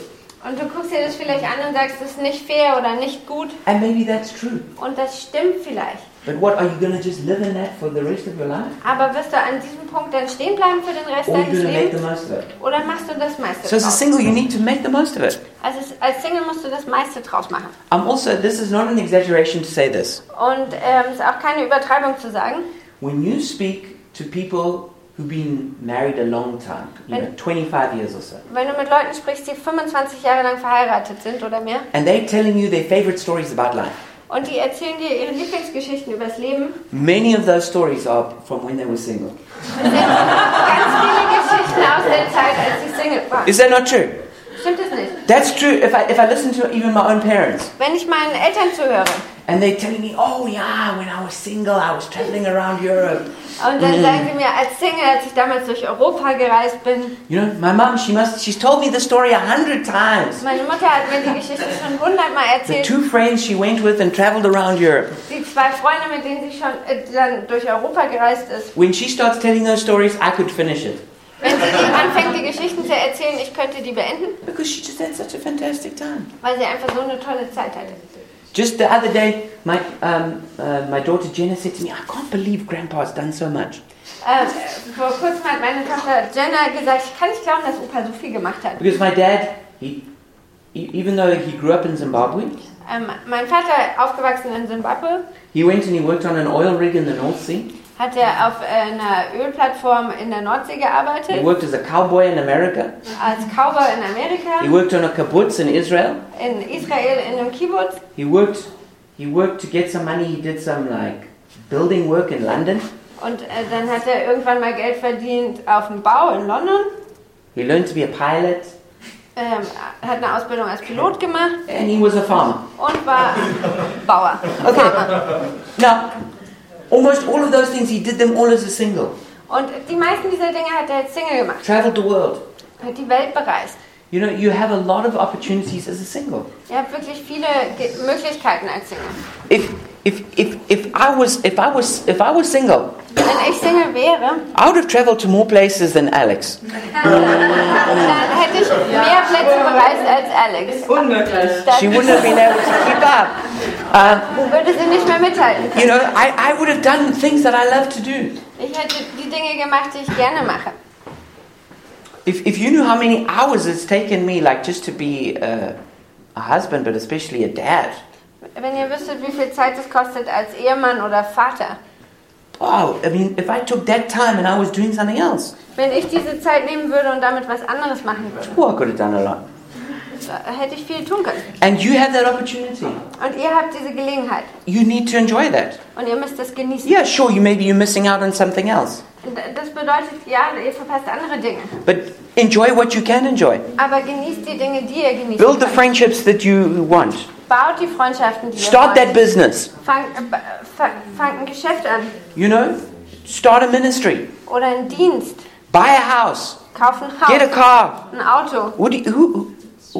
Und du guckst dir das vielleicht an und sagst, das ist nicht fair oder nicht gut.
And maybe that's true.
Und das stimmt vielleicht.
But what, are you going to just live in that for the rest of your life?
Aber wirst du an diesem Punkt dann stehen bleiben für den Rest
Or are you
deines
going to make the
Lebens?
most of it?
Oder machst du das meiste
So as a
draus?
single, you need to make the most of it.
Also es- als Single musst du das meiste draus machen.
I'm also, this is not an exaggeration to say this.
Und ähm, ist auch keine Übertreibung zu sagen.
When you speak to people who've been married a long time, you know, 25 years or so,
Wenn du mit Leuten sprichst, die 25 Jahre lang verheiratet sind oder mehr,
and they're telling you their favorite stories about life,
und die erzählen dir ihre Lieblingsgeschichten übers Leben,
many of those stories are from when they were single.
Ganz viele Geschichten aus der Zeit, als ich Single war.
Is that not true?
Stimmt es nicht?
That's true if I, if I listen to even my own parents.
Wenn ich meinen Eltern zuhöre
And they're telling me, oh yeah, when I was single, I was traveling around Europe. Mm.
und dann sagen sie mir, als Single, als ich damals durch Europa gereist bin,
You know, my mom, she must, she's told me the story a hundred times.
meine Mutter hat mir die Geschichte schon hundertmal
The
erzählt,
two friends she went with and traveled around Europe.
die zwei Freunde, mit denen sie schon äh, dann durch Europa gereist ist.
When she starts telling those stories, I could finish it.
Wenn sie die anfängt, die Geschichten zu erzählen, ich könnte die beenden,
Because she just had such a fantastic time.
weil sie einfach so eine tolle Zeit hatte.
Just the other day, my, um, uh, my daughter Jenna said to me, I can't believe Grandpa's done so much.
Äh, vor kurzem hat meine Tochter Jenna gesagt, ich kann nicht glauben, dass Opa so viel gemacht hat.
Because my dad, he, e- even though he grew up in Zimbabwe,
Ähm, mein Vater, aufgewachsen in Simbabwe,
he went and he worked on an oil rig in the North Sea.
hat er auf äh, einer Ölplattform in der Nordsee
He
gearbeitet,
worked as a cowboy in America.
als Cowboy in
He
Amerika,
worked on a kibbutz in Israel.
in Israel in einem Kibbutz.
He worked, he worked to get some money. He did some like building work in London.
Und äh, dann hat er irgendwann mal Geld verdient auf dem Bau in London,
He learned to be a pilot,
ähm, hat eine Ausbildung als Pilot gemacht
and he was a farmer.
und war Bauer. Farmer.
Now, almost all of those things he did them all as a single.
Und die meisten dieser Dinge hat er als Single gemacht,
Traveled the world.
hat die Welt bereist.
You know, you have a lot of opportunities as a single.
Er hat wirklich viele Ge Möglichkeiten als Single.
If if if if I was if I was if I was single,
Wenn ich Single wäre,
I would have traveled to more places than Alex.
dann hätte ich mehr Plätze bereist als Alex.
Unmöglich.
Dann
She wouldn't have been able to keep up. Uh,
würde sie nicht mehr mithalten.
you know, I, I would have done things that I love to do.
Ich hätte die Dinge gemacht, die ich gerne mache.
If if you knew how many hours it's taken me, like just to be a, a husband, but especially a dad.
Wenn ihr wüsstet, wie viel Zeit es kostet als Ehemann oder Vater.
Wow, I mean, if I took that time and I was doing something else,
Wenn ich diese Zeit nehmen würde und damit was anderes machen würde,
oh, I could have done a lot.
da hätte ich viel tun können.
And you have that opportunity.
Und ihr habt diese Gelegenheit
You need to enjoy that.
und ihr müsst das genießen.
Yeah, sure, you maybe you're missing out on something else,
Und Das bedeutet, ja, ihr verpasst andere Dinge.
but enjoy what you can enjoy.
Aber genießt die Dinge, die ihr genießt.
Build the friendships that you want.
Baut die Freundschaften, die ihr
Start that
wollt.
business.
Fangt äh, ba- fa- fangt ein Geschäft an
You know, start a ministry.
oder einen Dienst.
Buy a house.
Kauft ein
Get a
Haus,
car.
ein Auto.
What do you, who,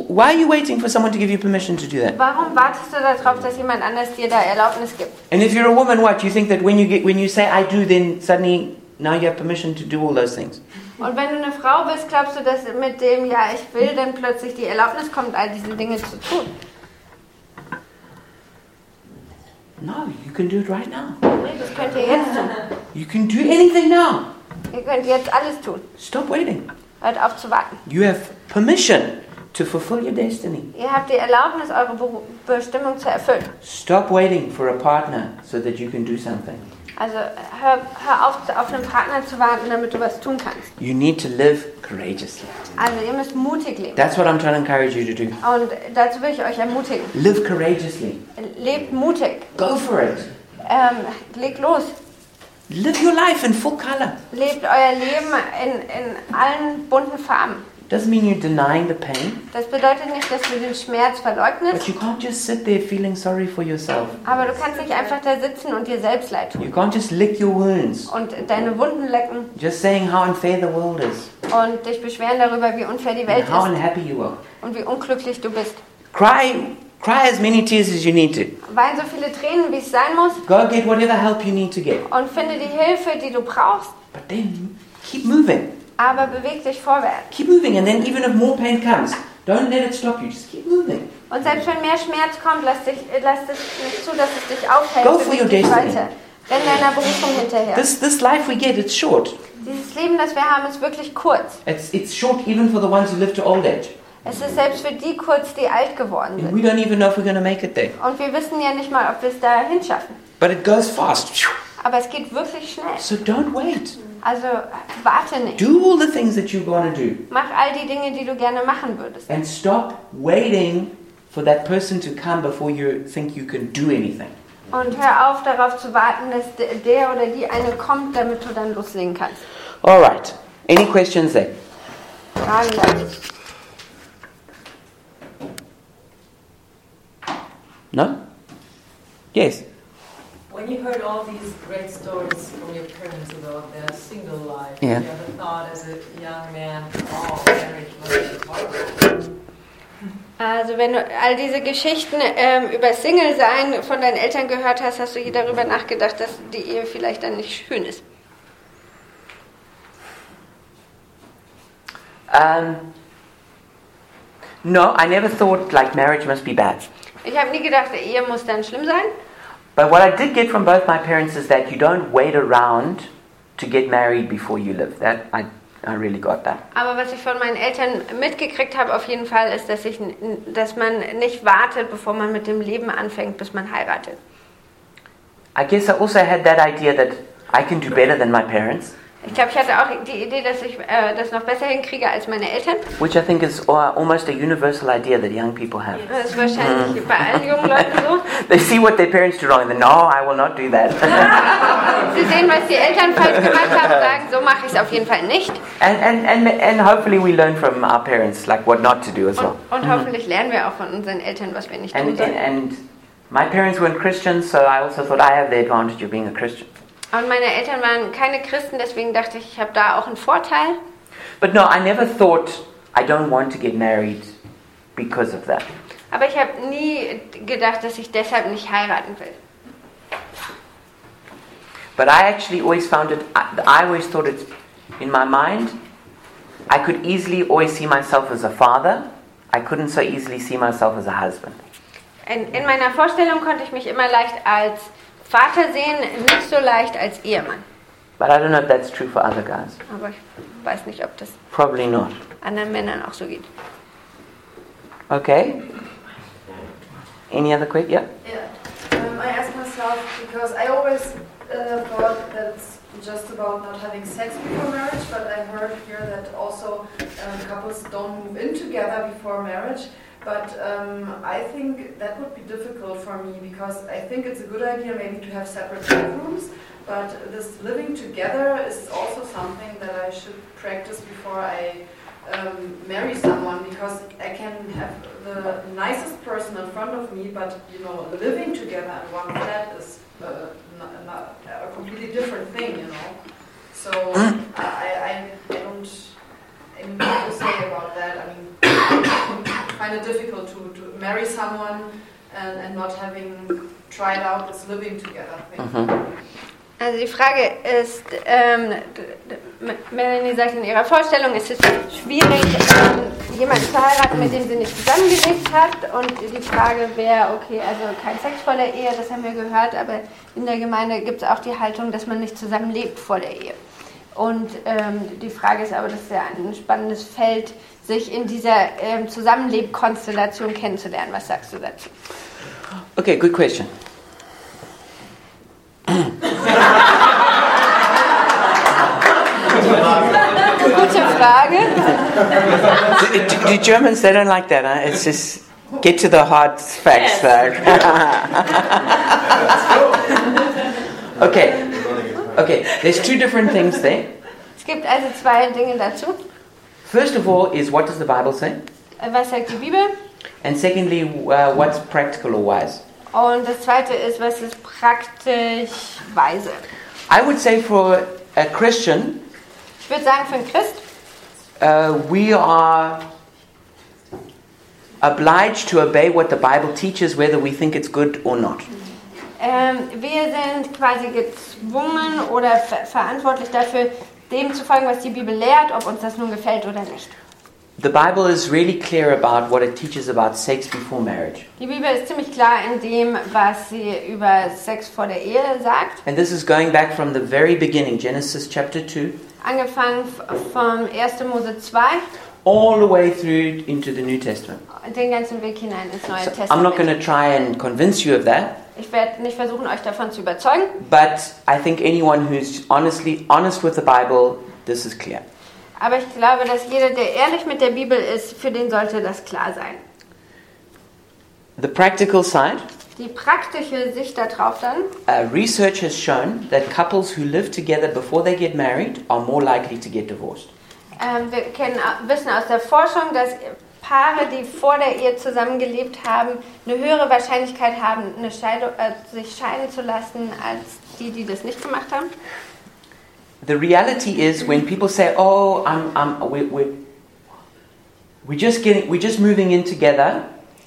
Why are you waiting for someone to give you permission to do that?
Warum wartest du darauf, dass jemand anders dir da Erlaubnis gibt?
And if you're a woman, what you think that when you get when you say I do, then suddenly now you have permission to do all those things?
Und wenn du eine Frau bist, glaubst du, dass mit dem Ja, ich will, dann plötzlich die Erlaubnis kommt, all diese Dinge zu tun?
No, you can do it right now.
Nee, das könnt ihr jetzt tun.
You can do anything now.
Ihr könnt jetzt alles tun.
Stop waiting.
Hört auf zu warten.
You have permission to fulfill your destiny.
Ihr habt die Erlaubnis, eure Beru- Bestimmung zu erfüllen.
Stop waiting for a partner so that you can do something.
Also hör, hör auf, auf einen Partner zu warten, damit du was tun kannst.
You need to live courageously.
Also ihr müsst mutig leben.
That's what I'm trying to encourage you to do.
Und dazu will ich euch ermutigen.
Live courageously.
Lebt mutig.
Go for it.
Ähm, legt los.
Live your life in full color.
Lebt euer Leben in, in allen bunten Farben.
Doesn't mean you're denying the pain,
Das bedeutet nicht, dass du den Schmerz
but
verleugnest,
you can't just sit there feeling sorry for yourself.
aber du kannst nicht einfach da sitzen und dir selbst leid tun
You can't just lick your wounds,
und deine Wunden lecken
just saying how unfair the world is
und dich beschweren darüber, wie unfair die
and
Welt
how
ist
unhappy you are.
und wie unglücklich du bist.
Cry, cry as many tears as you need to.
Wein so viele Tränen, wie es sein muss
Go get whatever help you need to get,
und finde die Hilfe, die du brauchst,
but then keep moving.
aber beweg dich vorwärts.
Keep moving, and then even if more pain comes, don't let it stop you. Just keep moving.
Und selbst wenn mehr Schmerz kommt, lass, dich, äh, lass es nicht zu, dass es dich aufhält.
Go for
Beweg
your
dich
destiny.
weiter. Renn deiner Berufung hinterher.
This this life we get, it's short.
Dieses Leben, das wir haben, ist wirklich kurz.
It's it's short even for the ones who live to old age,
Es ist selbst für die kurz, die alt geworden
and
sind.
we don't even know if we're going to make it there.
Und wir wissen ja nicht mal, ob wir es da hinschaffen.
But it goes fast.
Aber es geht wirklich schnell.
So don't wait.
Also warte nicht.
Do all the things that you want to do
Mach all die Dinge, die du gerne machen würdest.
and stop waiting for that person to come before you think you can do anything.
Und hör auf darauf zu warten, dass de- der oder die eine kommt, damit du dann loslegen kannst.
All right. Any questions there?
Fragen dazu?
No? Yes.
When you heard all these great stories from your parents about their single life,
Yeah.
you ever thought as a young man, oh, marriage must be horrible?
Also wenn du all diese Geschichten ähm, über Single-Sein von deinen Eltern gehört hast, hast du je darüber nachgedacht, dass die Ehe vielleicht dann nicht schön ist.
Um, no, I never thought like marriage must be bad.
Ich habe nie gedacht, die Ehe muss dann schlimm sein.
But what I did get from both my parents is that you don't wait around to get married before you live. That I, I really got that.
Aber was ich von meinen Eltern mitgekriegt habe auf jeden Fall, ist, dass, ich, n- dass man nicht wartet, bevor man mit dem Leben anfängt, bis man heiratet.
I guess I also had that idea that I can do better than my parents,
Ich glaube, ich hatte auch die Idee, dass ich äh, das noch besser hinkriege als meine Eltern.
which I think is uh, almost a universal idea that young people have.
Das ist wahrscheinlich bei allen jungen Leuten so.
They see what their parents do wrong and then, no, I will not do that.
Sie sehen, was die Eltern falsch gemacht haben, sagen, so mache ich es auf jeden Fall nicht.
and, and, and, and hopefully we learn from our parents like what not to do as
Und,
well. Mm-hmm.
und hoffentlich lernen wir auch von unseren Eltern, was wir nicht tun
Mhm. And, and,
sollen.
and my parents weren't Christians, so I also thought I have the advantage of being a Christian.
Und meine Eltern waren keine Christen, deswegen dachte ich, ich habe da auch einen Vorteil.
But no, I never thought I don't want to get married because of that.
Aber ich habe nie gedacht, dass ich deshalb nicht heiraten will.
But I actually always found it, I, I always thought it in my mind, I could easily always see myself as a father. I couldn't so easily see myself as a husband.
In, in meiner Vorstellung konnte ich mich immer leicht als Vater sehen, nicht so leicht als Ehemann.
But I don't know if that's true for other guys.
Aber ich weiß nicht, ob das
Probably not.
anderen Männern auch so geht.
Okay? Any other quick? Yeah?
Yeah. Um, I asked myself because I always uh, thought that's just about not having sex before marriage, but I heard here that also um, couples don't move in together before marriage. But um, I think that would be difficult for me because I think it's a good idea maybe to have separate bedrooms, but this living together is also something that I should practice before I um, marry someone because I can have the nicest person in front of me, but you know, living together in one flat is uh, not, not a completely different thing, you know. So I, I, I don't. I mean, what to say about that? I mean, find marry someone and, and not having tried out this living together thing.
Also die Frage ist, ähm, d- d- Melanie sagt in ihrer Vorstellung, es ist schwierig, ähm, jemanden zu heiraten, mit dem sie nicht zusammengelebt hat. Und die Frage wäre, okay, also kein Sex vor der Ehe, das haben wir gehört, aber in der Gemeinde gibt es auch die Haltung, dass man nicht zusammenlebt vor der Ehe. Und ähm, die Frage ist aber, das ist ja ein spannendes Feld, sich in dieser ähm, Zusammenlebkonstellation kennenzulernen. Was sagst du dazu?
Okay, good question.
Gute Frage.
the, the- the Germans, they don't like that. Huh? It's just get to the hard facts. Like. okay. Okay. There's two different things there.
Es gibt also zwei Dinge dazu.
First of all, is what does the Bible say?
Äh, Was sagt die Bibel?
And secondly, uh, what's practical or wise?
Und das zweite ist, was ist praktisch weise?
I would say for a Christian,
Ich würde sagen, für einen Christ,
uh, we are obliged to obey what the Bible teaches, whether we think it's good or not.
ähm, wir sind quasi gezwungen oder ver verantwortlich dafür, dem zu folgen, was die Bibel lehrt, ob uns das nun gefällt oder nicht.
The Bible is really clear about what it teaches about sex before marriage.
Die Bibel ist ziemlich klar in dem, was sie über Sex vor der Ehe sagt.
And this is going back from the very beginning, Genesis chapter 2,
Angefangen f- vom 1. Mose 2,
all the way through into the New Testament.
den ganzen Weg hinein ins Neue
So
Testament.
I'm not going to try and convince you of that,
ich werde nicht versuchen, euch davon zu überzeugen.
but I think anyone who's honestly honest with the Bible, this is clear.
Aber ich glaube, dass jeder, der ehrlich mit der Bibel ist, für den sollte das klar sein.
The practical side,
Die praktische Sicht darauf dann.
uh, research has shown that couples who live together before they get married are more likely to get divorced.
Ähm, wir kennen, wissen aus der Forschung, dass Paare, die vor der Ehe zusammengelebt haben, eine höhere Wahrscheinlichkeit haben, eine Scheidung, äh, sich scheiden zu lassen, als die, die das nicht gemacht haben.
The reality is when people say, "Oh, I'm, I'm, we, we, we're just getting, we're just moving in together,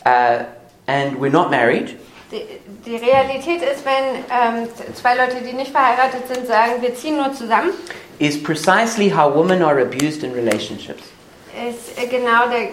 uh, and we're not married,"
Die, die Realität ist, wenn ähm, z- zwei Leute, die nicht verheiratet sind, sagen, wir ziehen nur zusammen,
is precisely how women are abused in relationships.
ist äh, genau der,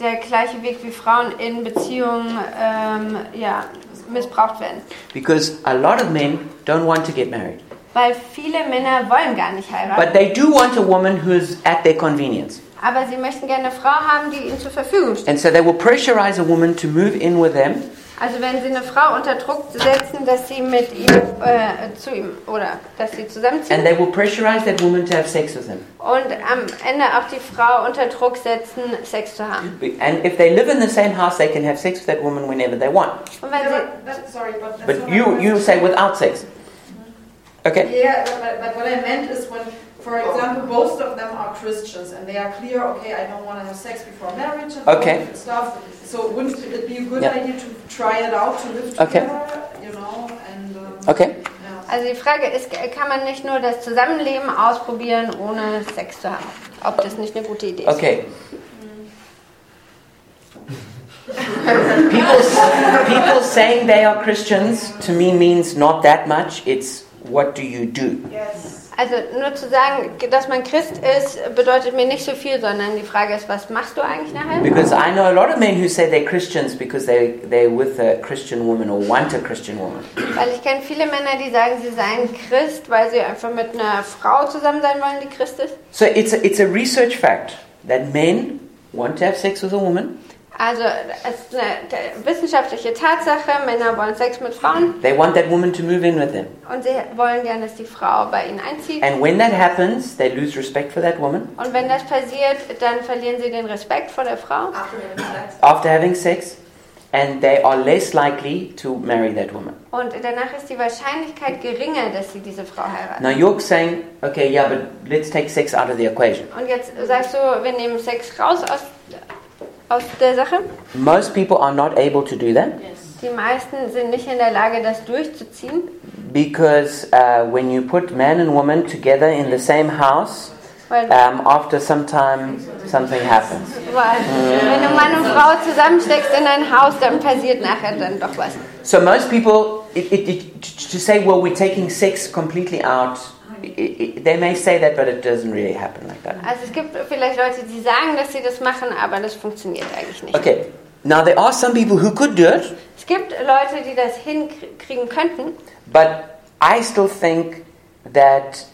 der gleiche Weg, wie Frauen in Beziehungen ähm, ja, missbraucht werden.
Because a lot of men don't want to get married,
Weil viele Männer wollen gar nicht heiraten,
but they do want a woman who is at their convenience,
aber sie möchten gerne eine Frau haben, die ihnen zur Verfügung steht.
and so they will pressurize a woman to move in with them,
Also wenn sie eine Frau unter Druck setzen, dass sie mit ihm äh, zu ihm oder dass sie
and
zusammenziehen
they will pressurize that woman to have sex with him.
und am Ende auch die Frau unter Druck setzen, Sex zu haben.
And if they live in the same house, they can have sex with that woman whenever they want.
Und wenn
Yeah,
sie
but that, sorry, but that's
But
not
you,
my
you
question.
say without sex. Okay.
Yeah, but, but, but what I meant is when, for example, most of them are Christians and they are clear, okay, I don't want to have sex before marriage and all
Okay.
that stuff. So wouldn't it be a good
Yeah.
idea to try it out, to live
Okay.
together, you know, and um,
Okay.
yeah.
also die Frage ist, kann man nicht nur das Zusammenleben ausprobieren, ohne Sex zu haben? Ob das nicht eine gute Idee ist?
Okay. people, people saying they are Christians to me means not that much. It's what do you do?
Yes.
Also nur zu sagen, dass man Christ ist, bedeutet mir nicht so viel, sondern die Frage ist, was machst du eigentlich nachher?
Because I know a lot of men who say they're Christians because they, they're with a Christian woman or want a Christian woman.
Weil ich kenne viele Männer, die sagen, sie seien Christ, weil sie einfach mit einer Frau zusammen sein wollen, die Christ ist.
So it's a, it's a research fact that men want to have sex with a woman,
Also es ist eine wissenschaftliche Tatsache, Männer wollen Sex mit Frauen
they want that woman to move in with them.
und sie wollen gerne, dass die Frau bei ihnen einzieht.
And when that happens, they lose respect for that woman
Und wenn das passiert, dann verlieren sie den Respekt vor der Frau
After having sex.
after having sex, and they are less likely to marry that woman.
und danach ist die Wahrscheinlichkeit geringer, dass sie diese Frau heiraten.
Now York's saying, okay, yeah, but let's take sex out of the equation.
Und jetzt sagst du, wir nehmen Sex raus aus, aus der Sache.
Most people are not able to do that
Die meisten sind nicht in der Lage, das durchzuziehen.
because uh, when you put man and woman together in the same house,
Weil,
um, after some time something happens.
weil wenn du Mann und Frau zusammensteckst in ein Haus, dann passiert nachher dann doch was.
So most people, it, it, it, to say, well, we're taking sex completely out, i i they may say that, but it doesn't really happen like that.
Also es gibt vielleicht Leute, die sagen, dass sie das machen, aber das funktioniert eigentlich nicht.
Okay, now there are some people who could do it,
Es gibt Leute, die das hinkriegen könnten,
but I still think that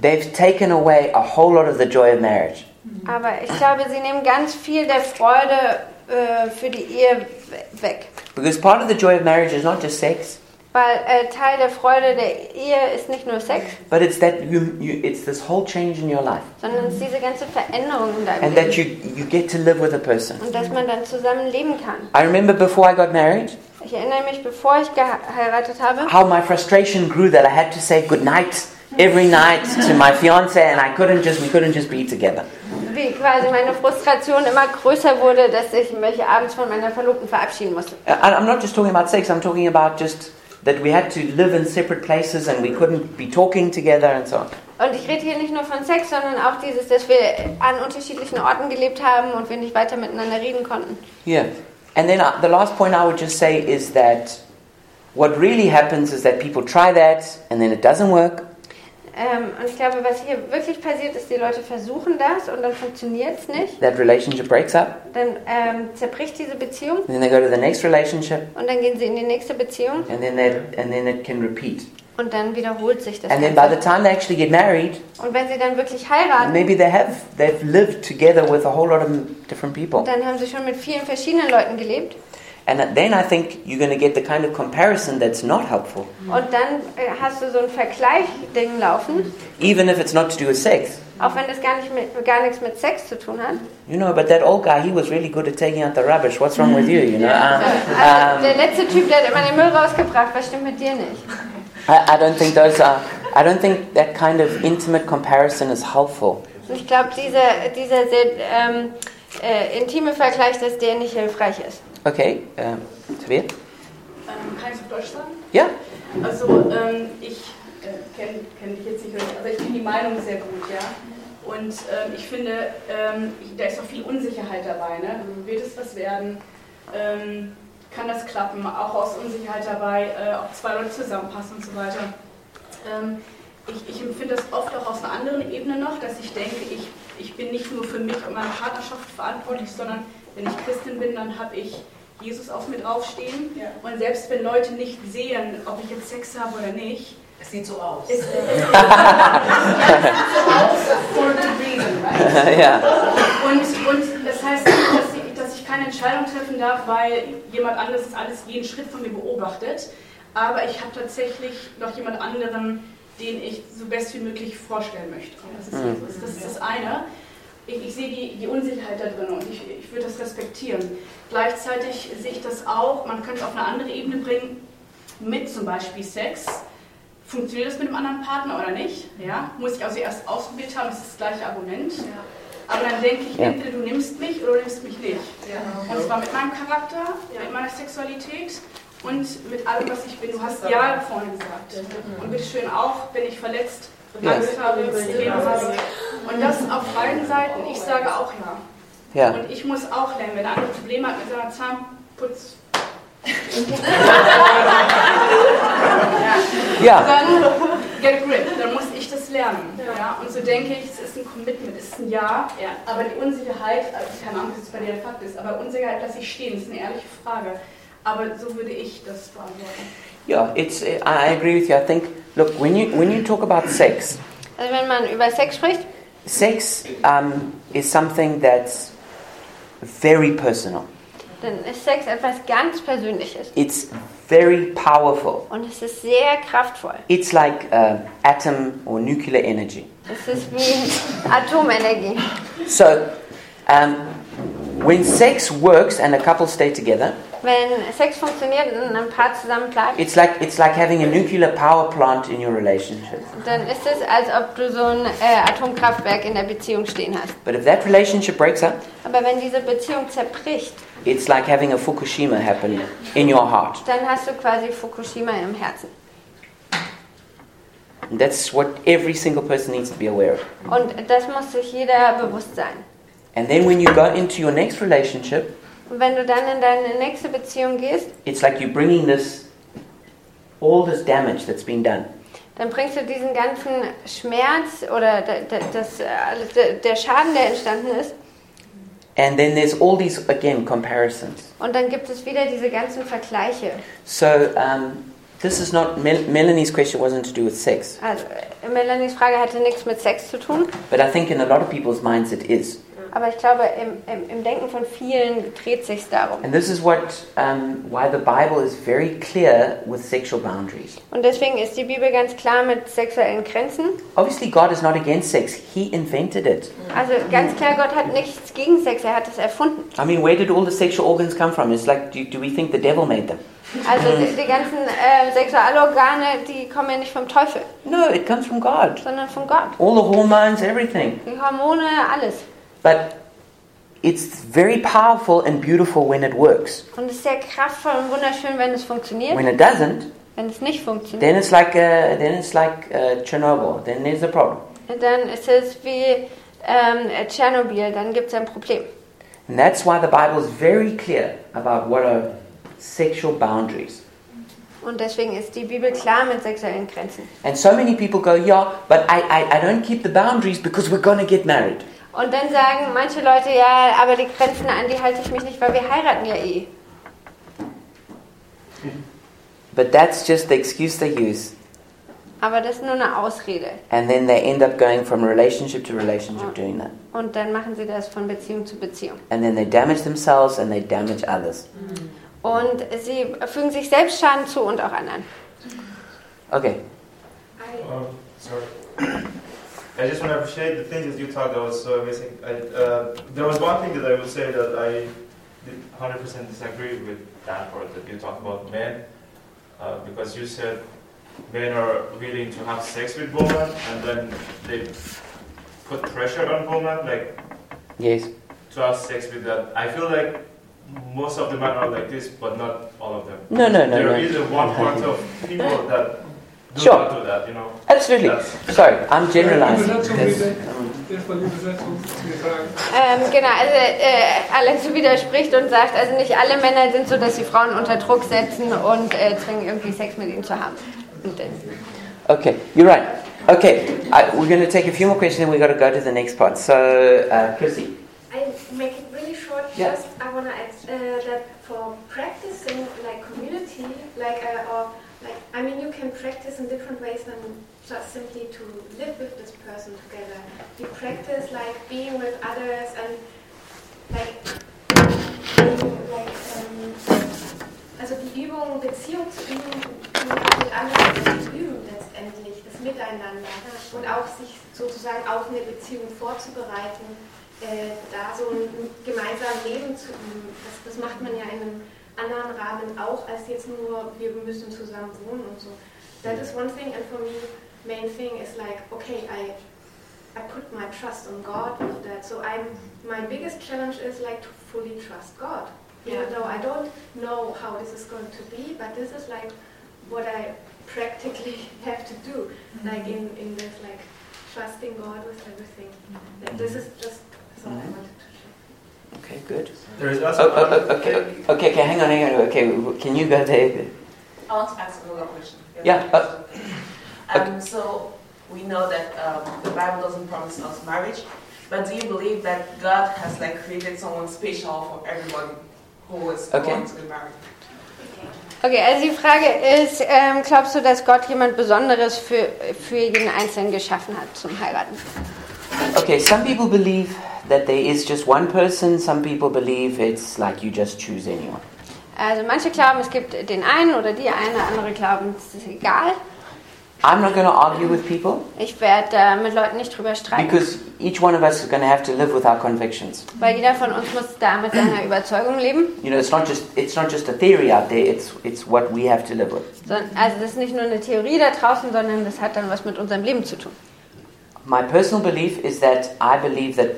they've taken away a whole lot of the joy of marriage.
aber ich glaube, sie nehmen ganz viel der Freude äh, für die Ehe we- weg.
Because part of the joy of marriage is not just sex,
Weil äh, Teil der Freude der Ehe ist nicht nur Sex,
but it's that you, you it's this whole change in your life,
sondern es ist diese ganze Veränderung in deinem
and that
Leben.
you you get to live with a person.
Und dass man dann zusammen leben kann.
I remember before I got married,
Ich erinnere mich, bevor ich geheiratet habe,
how my frustration grew that I had to say goodnight every night to my fiance, and I couldn't just we couldn't just be together.
wie quasi meine Frustration immer größer wurde, dass ich mich abends von meiner Verlobten verabschieden musste.
Uh, And I'm not just talking about sex. I'm talking about just that we had to live in separate places and we couldn't be talking together and so on.
Und ich rede hier nicht nur von Sex, sondern auch dieses, dass wir an unterschiedlichen Orten gelebt haben und wir nicht weiter miteinander reden konnten.
Yeah. And then uh, the last point I would just say is that what really happens is that people try that and then it doesn't work.
Ähm, und ich glaube, was hier wirklich passiert, ist, die Leute versuchen das und dann funktioniert es nicht.
That relationship breaks up.
Dann ähm, zerbricht diese Beziehung
And then they go to the next relationship
und dann gehen sie in die nächste Beziehung
and then they, and then it can repeat.
und dann wiederholt sich das.
And then by the
Ganze.
time they actually get married,
Und wenn sie dann wirklich heiraten,
maybe they have they've lived together with a whole lot of different people.
dann haben sie schon mit vielen verschiedenen Leuten gelebt.
And then I think you're going to get the kind of comparison that's not helpful,
Und dann äh, hast du so ein Vergleichding laufen,
even if it's not to do with sex.
auch wenn das gar, nicht mit, gar nichts mit Sex zu tun hat.
You know, but that old guy, he was really good at taking out the rubbish. What's wrong with you? You know,
Also
um,
der
um,
letzte Typ, der hat immer den Müll rausgebracht, was stimmt mit dir nicht?
I, I don't think those are. I don't think that kind of intimate comparison is helpful.
Und ich glaube, dieser, dieser sehr ähm, äh, intime Vergleich, dass der nicht hilfreich ist.
Okay, um, Tobias?
Ähm, kann ich auf Deutsch sagen?
Yeah.
Also ähm, ich äh, kenne kenn dich jetzt nicht wirklich, aber ich finde die Meinung sehr gut, ja. Und ähm, ich finde, ähm, ich, da ist noch viel Unsicherheit dabei. Ne? Also, wird es was werden? Ähm, kann das klappen? Auch aus Unsicherheit dabei, äh, ob zwei Leute zusammenpassen und so weiter. Ähm, ich, ich empfinde das oft auch aus einer anderen Ebene noch, dass ich denke, ich, ich bin nicht nur für mich und meine Partnerschaft verantwortlich, sondern wenn ich Christin bin, dann habe ich Jesus auf mir draufstehen. Und selbst wenn Leute nicht sehen, ob ich jetzt Sex habe oder nicht,
Es sieht so aus.
ist es for the reason, right?
yeah.
Und, und das heißt nicht, dass ich, dass ich keine Entscheidung treffen darf, weil jemand anderes alles jeden Schritt von mir beobachtet. Aber ich habe tatsächlich noch jemand anderen, den ich so best wie möglich vorstellen möchte. Und das ist Jesus. Das ist das eine. Ich, ich sehe die, die Unsicherheit da drin und ich, ich würde das respektieren. Gleichzeitig sehe ich das auch, man könnte es auf eine andere Ebene bringen, mit zum Beispiel Sex. Funktioniert das mit dem anderen Partner oder nicht? Ja? Muss ich also erst ausprobiert haben, das ist das gleiche Argument. Aber dann denke ich,
Ja.
entweder du nimmst mich oder du nimmst mich nicht.
Ja.
Und zwar mit meinem Charakter, mit meiner Sexualität und mit allem, was ich bin. Du hast Ja vorhin gesagt. Und bitteschön auch, wenn ich verletzt, Angst habe, Probleme habe. Und das auf beiden Seiten. Ich sage auch Ja.
Yeah.
Und ich muss auch lernen, wenn der andere Probleme hat mit seiner Zahnputz.
Yeah.
Dann get a grip, dann muss ich das lernen. Ja. Und so denke ich, es ist ein Commitment, es ist ein Ja. Aber die Unsicherheit, also keine Ahnung, was bei dir der Fakt ist, aber Unsicherheit lasse ich stehen, das ist eine ehrliche Frage. Aber so würde ich das beantworten.
Yeah. It's. I agree with you. I think. Look, when you when you talk about sex,
Also wenn man über Sex spricht,
sex um, is something that's very personal.
dann ist Sex etwas ganz Persönliches.
It's very powerful.
Und es ist sehr kraftvoll.
It's like uh, atom or nuclear energy.
Es ist wie Atomenergie.
So, um, when sex works and a couple stay together,
Wenn Sex funktioniert und ein Paar zusammen bleibt,
it's like it's like having a nuclear power plant in your relationship.
dann ist es, als ob du so ein äh, Atomkraftwerk in der Beziehung stehen hast.
But if that relationship breaks up,
Aber wenn diese Beziehung zerbricht,
it's like having a Fukushima happen in your heart.
dann hast du quasi Fukushima im Herzen.
That's what every single person needs to be aware of.
Und das muss sich jeder bewusst sein.
And then when you go into your next relationship,
Und wenn du dann in deine nächste Beziehung gehst,
it's like you're bringing this, all this damage that's been done.
dann bringst du diesen ganzen Schmerz oder da- da- das, äh, alles- der der Schaden, der entstanden ist,
And then there's all these, again, comparisons.
und dann gibt es wieder diese ganzen Vergleiche.
So um, this is not, Mel- Melanie's question wasn't to do with sex,
Also, äh, Melanies Frage hatte nichts mit Sex zu tun,
but I think in a lot of people's minds it is.
aber ich glaube, im, im, im Denken von vielen dreht sich darum.
And this is what, um, why the Bible is very clear with sexual boundaries.
Und deswegen ist die Bibel ganz klar mit sexuellen Grenzen.
Obviously, God is not against sex, He invented it.
Also ganz klar, Gott hat nichts gegen Sex, er hat es erfunden.
I mean, where did all the sexual organs come from? It's like, do, do we think the devil made them?
Also die, die ganzen äh, Sexualorgane, die kommen ja nicht vom Teufel,
No, it comes from God.
sondern von Gott.
All the hormones, everything.
Die Hormone, alles.
But it's very powerful and beautiful when it works.
Und es ist sehr kraftvoll und wunderschön, wenn es funktioniert.
When it doesn't,
Wenn es nicht funktioniert,
then it's like uh, then it's like uh, Chernobyl. Then there's a problem,
dann ist es wie ähm, Tschernobyl, dann gibt es ein Problem.
and that's why the Bible is very clear about what are sexual boundaries.
Und deswegen ist die Bibel klar mit sexuellen Grenzen.
And so many people go, yeah, but I, I, I don't keep the boundaries because we're gonna get married.
Und dann sagen manche Leute, ja, aber die Grenzen an die halte ich mich nicht, weil wir heiraten ja eh.
But that's just the excuse they use,
Aber das ist nur eine Ausrede.
and then they end up going from relationship to relationship doing that,
Und dann machen sie das von Beziehung zu Beziehung.
and then they damage themselves and they damage others.
Und sie fügen sich selbst Schaden zu und auch anderen.
Okay,
Um, sorry. I just want to appreciate the things that you taught. That was so amazing. I, uh, there was one thing that I would say that I did 100% disagree with that part that you talked about men, uh, because you said men are willing to have sex with women and then they put pressure on women, like
yes,
to have sex with that. I feel like most of the men are like this, but not all of them.
no, no, no,
There
no,
is a one part of people that do
Sure.
not do that, you know.
absolutely.
That's-
Sorry, I'm generalizing.
Ähm, genau, also äh, Alex widerspricht und sagt, also nicht alle Männer sind so, dass sie Frauen unter Druck setzen und äh, zwingen, irgendwie Sex mit ihnen zu haben. Und, äh,
Okay, you're right. Okay, I, we're going to take a few more questions and we've got to go to the next part. So, uh, Chrissy.
I make it really short.
Yeah.
Just I wanna add uh, that for practicing like community, like uh, or like I mean you can practice in different ways than just simply to live with this person together. You practice like being with others and like being, like um, also die Übung Beziehung zu üben mit anderen zu üben letztendlich das Miteinander und auch sich sozusagen auf eine Beziehung vorzubereiten äh, da so ein gemeinsames Leben zu üben. Das, das macht man ja in einem anderen Rahmen auch, als jetzt nur, wir müssen zusammen wohnen und so. That is one thing, and for me, main thing is like, okay, I, I put my trust on God with that. So I'm, my biggest challenge is like to fully trust God. Even though I don't know how this is going to be, but this is like what I practically have to do, like in, in this like trusting God with everything. That This is just so I wanted to share.
Okay, good.
There is
Oh,
also
oh, oh, okay, okay, okay, hang on, hang on. Okay, w- can you go there?
I want to ask another question.
Yeah, uh,
Um, so we know that um, the Bible doesn't promise us marriage, but do you believe that God has like created someone special for everyone who is
Okay.
going to be married?
Okay, also die Frage ist, ähm, glaubst du, dass Gott jemand Besonderes für, für jeden Einzelnen geschaffen hat zum Heiraten?
Okay, some people believe that there is just one person, some people believe it's like you just choose anyone.
Also manche glauben, es gibt den einen oder die eine, andere glauben, es ist egal.
I'm not going to argue with people
Ich werde äh, mit Leuten nicht drüber streiten,
because each one of us is going to have to live with our convictions.
weil jeder von uns muss da mit seiner Überzeugung leben.
You know, it's not just it's not just a theory out there. It's it's what we have to live with.
Son- Also das ist nicht nur eine Theorie da draußen, sondern das hat dann was mit unserem Leben zu tun.
My personal belief is that I believe that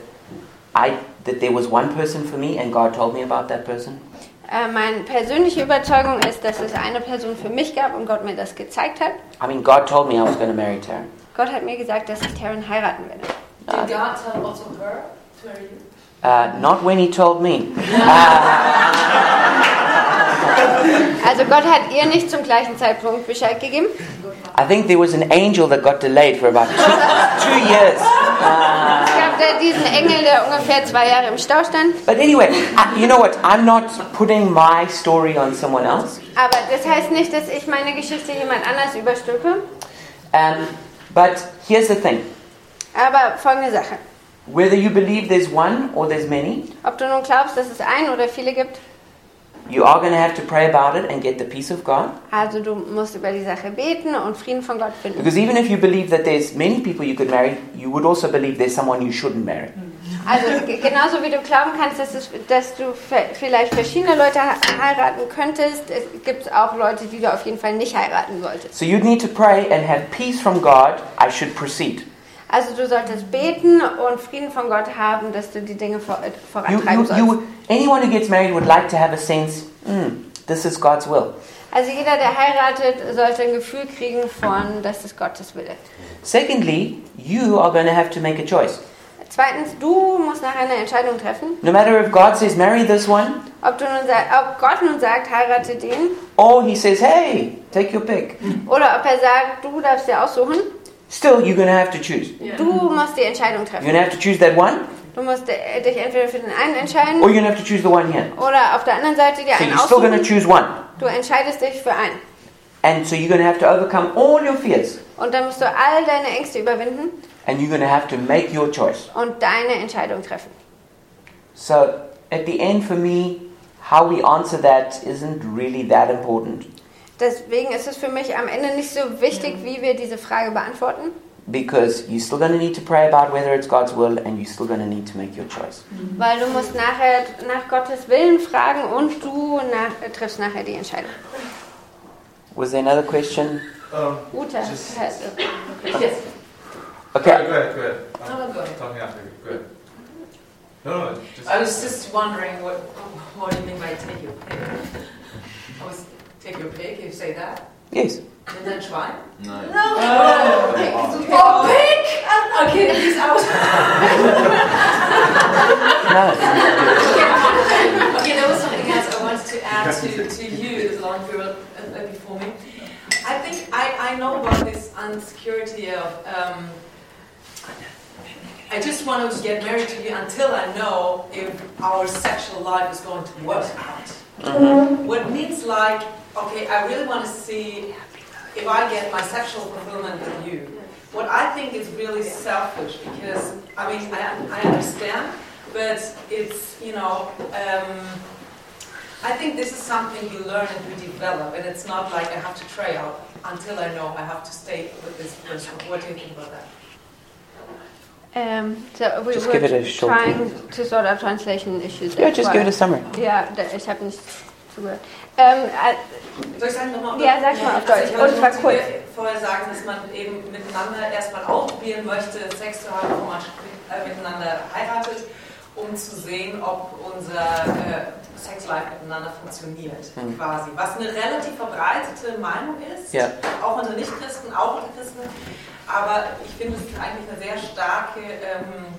I that there was one person for me and God told me about that person.
Äh, meine persönliche Überzeugung ist, dass es eine Person für mich gab und Gott mir das gezeigt hat.
I mean, God told me I was going to marry Taryn.
Gott hat mir gesagt, dass ich Taryn heiraten werde.
Did God tell also her to marry you?
Uh, not when he told me.
Also Gott hat ihr nicht zum gleichen Zeitpunkt Bescheid gegeben.
I think there was an angel that got delayed for about two, two years.
Es gab da diesen Engel, der ungefähr zwei Jahre im Stau stand.
But anyway, I, you know what? I'm not putting my story on someone else.
Aber das heißt nicht, dass ich meine Geschichte jemand anders überstülpe.
Um, but here's the thing
Aber folgende Sache.
whether you believe there's one or there's many,
Ob du nun glaubst, dass es ein oder viele gibt,
you are going to have to pray about it and get the peace of God.
also du musst über die Sache beten und Frieden von Gott finden.
Because even if you believe that there's many people you could marry, you would also believe there's someone you shouldn't marry.
Also g- genauso wie du glauben kannst, dass, es, dass du ve- vielleicht verschiedene Leute he- heiraten könntest, es gibt auch Leute, die du auf jeden Fall nicht heiraten solltest.
So you'd need to pray and have peace from God. I should proceed.
Also du solltest beten und Frieden von Gott haben, dass du die Dinge vor, äh,
You,
vorantreiben
you,
sollst.
you, anyone who gets married would like to have a sense, mm, this is God's will.
Also jeder, der heiratet, sollte ein Gefühl kriegen von, dass es Gottes Wille.
Secondly, you are going to have to make a choice.
Zweitens, du musst nachher eine Entscheidung treffen,
No matter if God says, marry this one,
ob, du nun, sa- ob Gott nun sagt, heirate den,
or he says, hey, take your pick,
oder ob er sagt, du darfst dir aussuchen.
still you're going to have to choose. You're
Du musst die Entscheidung
going
treffen.
to have to choose that one,
Du musst äh, dich entweder für den einen entscheiden
or you're going to have to choose the one here.
Oder auf der anderen Seite dir
ne. So
einen
you're still going to
aussuchen.
choose one.
Du entscheidest dich für einen.
And so you're going to have to overcome all your fears.
Und dann musst du all deine Ängste überwinden
And you're going to have to make your choice.
und deine Entscheidung treffen.
So at the end, for me, how we answer that isn't really that important.
Deswegen ist es für mich am Ende nicht so wichtig, wie wir diese Frage beantworten.
Because you're still going to need to pray about whether it's God's will, and you're still going to need to make your choice.
Weil du musst nachher nach Gottes Willen fragen und du nach, äh, triffst nachher die Entscheidung.
Was there another question?
Um,
Ute,
Just-
äh,
Sorry,
Yes.
Okay.
go ahead, go ahead. I'm
No, no, go ahead.
Talking after you, go ahead. No, no, just.
I was just wondering what, what do you mean by take your pick? I was, take your pick, you say that,
Yes.
and then try?
No.
Oh, pick! Oh, pick! I'm okay, please, I was.
No.
Okay, there was something else I wanted to add to, to you, as long as you were uh, uh, before me. I think I, I know about this insecurity of, um, I just want to get married to you until I know if our sexual life is going to work out. What means like, okay, I really want to see if I get my sexual fulfillment from you. What I think is really selfish because, I mean, I, I understand, but it's, you know, um, I think this is something you learn and you develop, and it's not like I have to try out until I know I have to stay with this person. What do you think about that?
ähm, so we
Just
were
give it a short-
trying to sort out translation issues.
Yeah, just give it a summary.
ja, da- ich habe nicht zugehört. Ähm, äh,
Soll ich sagen nochmal?
Ja, sag's mal auf Deutsch.
Also
Und
ich
zwar
wollte
kurz.
dir vorher sagen, dass man eben miteinander erstmal ausprobieren möchte, Sex zu haben, wo man spri- äh, miteinander heiratet, um zu sehen, ob unser äh, Sexlife miteinander funktioniert,
Mhm.
quasi. Was eine relativ verbreitete Meinung ist,
Ja.
auch unter Nichtchristen, auch unter Christen. Aber ich finde, es ist eigentlich eine sehr starke ähm,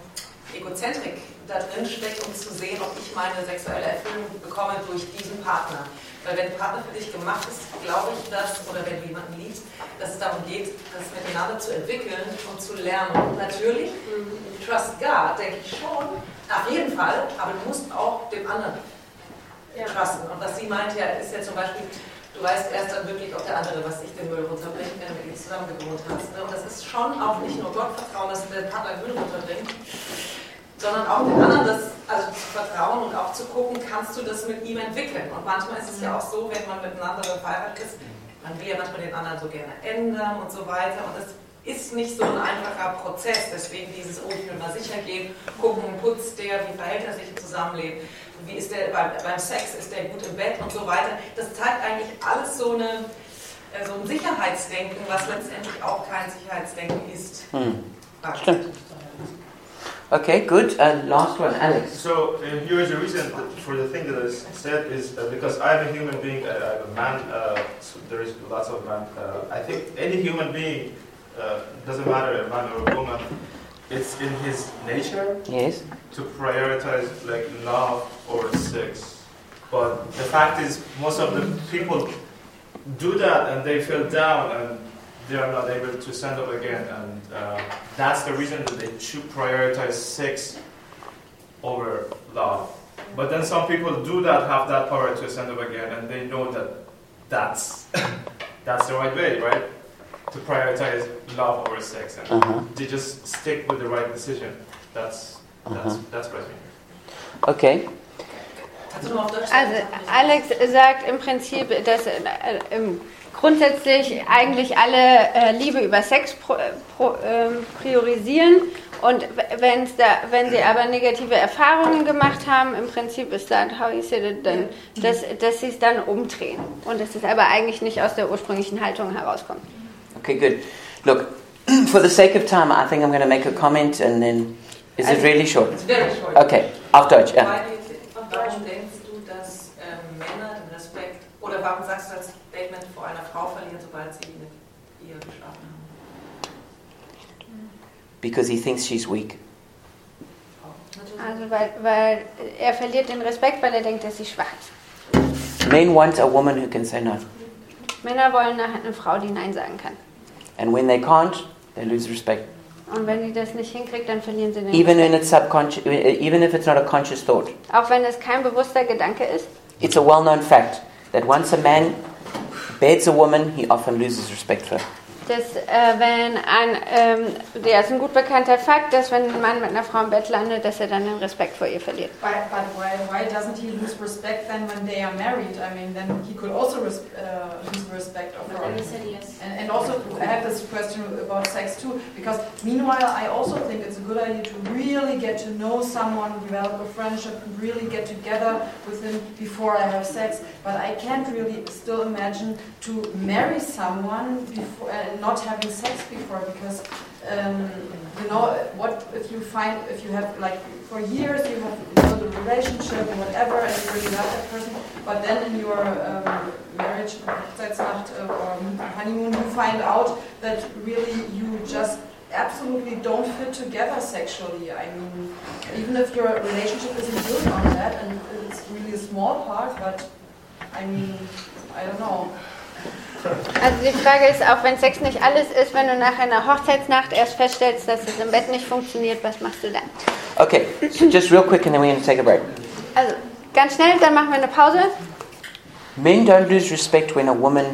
Egozentrik da drin steckt, um zu sehen, ob ich meine sexuelle Erfüllung bekomme durch diesen Partner. Weil wenn ein Partner für dich gemacht ist, glaube ich dass, oder wenn du jemanden liebst, dass es darum geht, das miteinander zu entwickeln und zu lernen. Und natürlich, Trust God, denke ich schon, auf jeden Fall, aber du musst auch dem anderen trusten. Und was sie meint ja, ist ja zum Beispiel, du weißt erst dann wirklich, ob der andere, was ich den Müll runterbringt, wenn du mit ihm zusammen gewohnt hast. ne? Und das ist schon auch nicht nur Gottvertrauen, dass der Partner Müll runterbringt, sondern auch den anderen das also zu vertrauen und auch zu gucken, kannst du das mit ihm entwickeln. Und manchmal ist es ja auch so, wenn man miteinander verheiratet ist, man will ja manchmal den anderen so gerne ändern und so weiter. Und das ist nicht so ein einfacher Prozess. Deswegen dieses, oh, ich will mal sicher gehen, gucken, putzt der, wie verhält er sich im Zusammenleben, wie ist der beim, beim Sex, ist der gut im Bett und so weiter. Das zeigt eigentlich alles so, eine, äh, so ein Sicherheitsdenken, was letztendlich auch kein Sicherheitsdenken ist.
Hm.
Ah.
Stimmt. Okay, good. And last one, Alex.
So uh, here is the reason that- for the thing that is said is uh, because I'm a human being, uh, I'm a man. Uh, so there is lots of man. Uh, I think any human being uh, doesn't matter a man or a woman. It's in his nature
Yes.
to prioritize like love or sex. But the fact is, most of the people do that and they feel down and they are not able to stand up again. And uh, that's the reason that they should prioritize sex over love. But then some people do that, have that power to stand up again, and they know that that's that's the right way, right? To prioritize love over sex, and
Uh-huh.
they just stick with the right decision. That's that's
Uh-huh.
that's what I mean.
Okay.
Also Alex sagt im Prinzip, dass äh, ähm, grundsätzlich eigentlich alle äh, Liebe über Sex pro, pro, ähm, priorisieren und w- wenn's da, wenn sie aber negative Erfahrungen gemacht haben, im Prinzip ist dann, how you said it, dann, dass, dass sie es dann umdrehen und dass es aber eigentlich nicht aus der ursprünglichen Haltung herauskommt.
Okay, good. Look, for the sake of time, I think I'm going to make a comment and then. Is it really short?
Very short.
Okay, auf Deutsch, ja.
Why do you think- Warum denkst du, dass ähm, Männer den Respekt, oder warum sagst du das Statement vor einer Frau verlieren, sobald sie mit ihr geschlafen haben?
Because he thinks she's weak.
Also weil, weil er verliert den Respekt, weil er denkt, dass sie schwach ist.
Men want a woman who can say no.
Männer wollen nach einer Frau, die Nein sagen kann.
And when they can't, they lose respect.
Und wenn sie das nicht hinkriegt, dann verlieren sie den
Even
Respekt.
when it's subconscious, even if it's not a conscious thought.
Auch wenn es kein bewusster Gedanke ist.
It's a well known fact that once a man beds a woman, he often loses respect for her.
Dass, äh, wenn ein, ähm, der ist ein gut bekannter Fakt, dass wenn ein Mann mit einer Frau im Bett landet, dass er dann den Respekt vor ihr verliert.
But, but why, why doesn't he lose respect then when they are married? I mean, then he could also res- uh, lose respect of her. And, and also, I have this question about sex too, because meanwhile, I also think it's a good idea to really get to know someone, develop a friendship, and really get together with him before I have sex. But I can't really still imagine to marry someone before and not having sex before, because um, you know what if you find if you have like for years you have built a relationship or whatever and you really love that person, but then in your um, marriage Hochzeitsnacht uh, or honeymoon you find out that really you just absolutely don't fit together sexually. I mean, even if your relationship isn't built on that and it's really a small part, but I mean, I don't know.
Also die Frage ist, auch wenn Sex nicht alles ist, wenn du nach einer Hochzeitsnacht erst feststellst, dass es im Bett nicht funktioniert, was machst du dann?
Okay, so just real quick and then we're going to take a break.
Also ganz schnell, dann machen wir eine Pause.
Men don't lose respect when a woman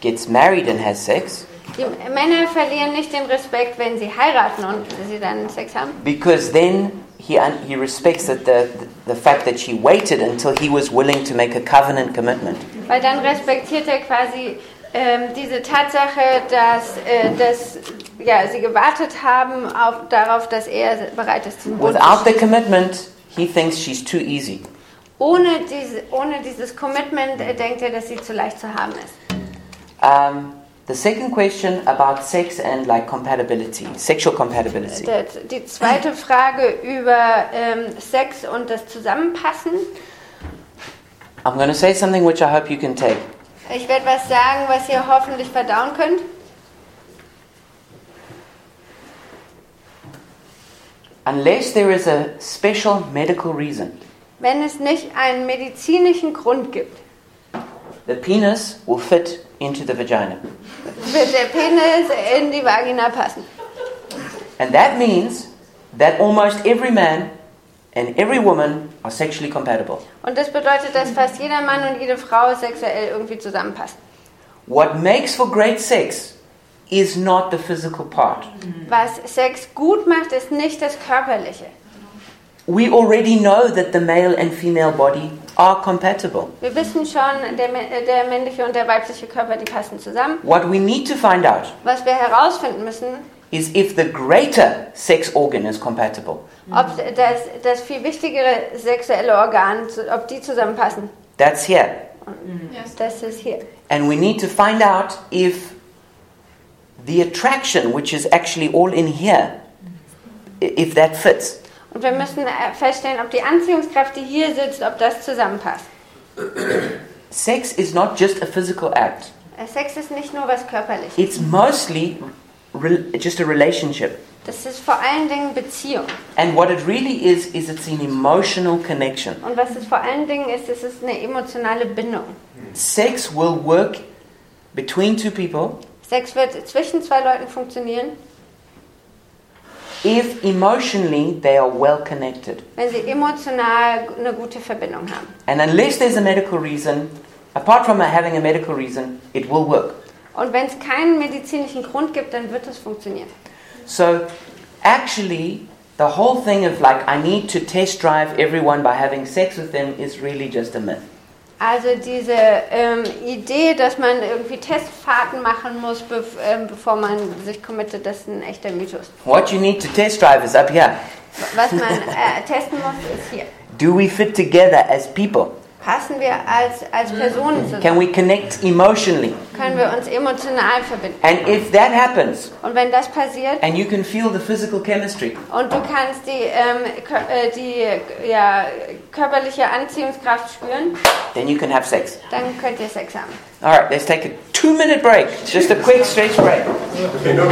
gets married and has sex
Die Männer verlieren nicht den Respekt, wenn sie heiraten und sie dann Sex haben.
because then he, un- he respects that the, the fact that she waited until he was willing to make a covenant commitment.
Weil dann respektiert er quasi ähm, diese Tatsache, dass, äh, dass ja, sie gewartet haben auf, darauf, dass er bereit ist, diesen Bund zu
Without the
schließen.
commitment, he thinks she's too easy.
ohne, diese, ohne dieses Commitment äh, denkt er, dass sie zu leicht zu haben ist.
Um, the second question about sex and like compatibility, sexual compatibility.
Der, die zweite Frage über ähm, Sex und das Zusammenpassen.
I'm going to say something which I hope you can take.
Ich werde was sagen, was ihr hoffentlich verdauen könnt.
Unless there is a special medical reason,
Wenn es nicht einen medizinischen Grund gibt,
the penis will fit into the vagina.
wird der Penis in die Vagina passen.
And that means that almost every man and every woman are sexually compatible.
Und das bedeutet, dass fast jeder Mann und jede Frau sexuell irgendwie zusammenpassen.
What makes for great sex is not the physical part.
Was Sex gut macht, ist nicht das Körperliche.
We already know that the male and female body are compatible.
Wir wissen schon, der, mä- äh, der männliche und der weibliche Körper, die passen zusammen.
What we need to find out
Was wir herausfinden müssen,
is if the greater sex organ is compatible.
ob das, das viel wichtigere sexuelle Organ, zu- ob die zusammenpassen.
That's here.
Das ist hier.
And we need to find out if the attraction, which is actually all in here, if that fits.
Und wir müssen äh, feststellen, ob die Anziehungskraft, die hier sitzt, ob das zusammenpasst.
Sex is not just a physical act.
Äh, Sex ist nicht nur was körperliches.
It's mostly re- just a relationship.
Das ist vor allen Dingen Beziehung.
And what it really is is it's an emotional connection.
Und was es vor allen Dingen ist, es ist eine emotionale Bindung.
Sex will work between two people
Sex wird zwischen zwei Leuten funktionieren,
if emotionally they are well connected.
wenn sie emotional eine gute Verbindung haben.
And unless there's a medical reason, apart from having a medical reason, it will work.
Und wenn es keinen medizinischen Grund gibt, dann wird es funktionieren.
So actually, the whole thing of like, I need to test drive everyone by having sex with them is really just a myth.
Also diese ähm, Idee, dass man irgendwie Testfahrten machen muss, bev ähm, bevor man sich committet, das ist ein echter Mythos.
What you need to test drive is up here.
Was man äh, testen muss, ist hier.
Do we fit together as people?
Passen wir als, als Personen zusammen?
Can we connect emotionally?
Können wir uns emotional verbinden?
And if that happens,
Und wenn das passiert
and you can feel the physical chemistry,
und du kannst die, ähm, kö- äh, die ja, körperliche Anziehungskraft spüren,
then you can have sex.
dann könnt ihr Sex haben.
All right, let's take a two minute break. Just a quick stretch break. Mm-hmm.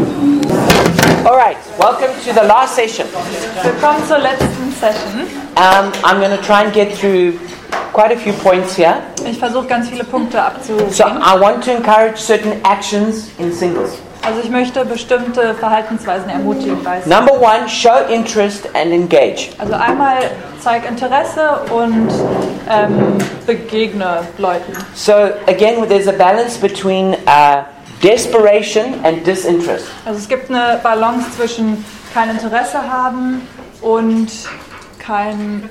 All right, welcome to the last session.
Willkommen zur letzten Session.
Um, I'm going to try and get through quite a few points here.
Ich versuche ganz viele
So
Punkte abzugehen.
I want to encourage certain actions in singles.
Also ich möchte bestimmte Verhaltensweisen ermutigen. Weiß.
Number one, show interest and engage.
Also einmal zeig Interesse und ähm, begegne Leuten.
So again, there's a balance between uh, desperation and disinterest.
Also es gibt eine Balance zwischen kein Interesse haben und kein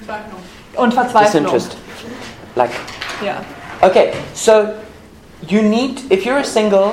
und Verzweiflung.
Disinterest. Like,
Ja.
okay, so you need, if you're a single,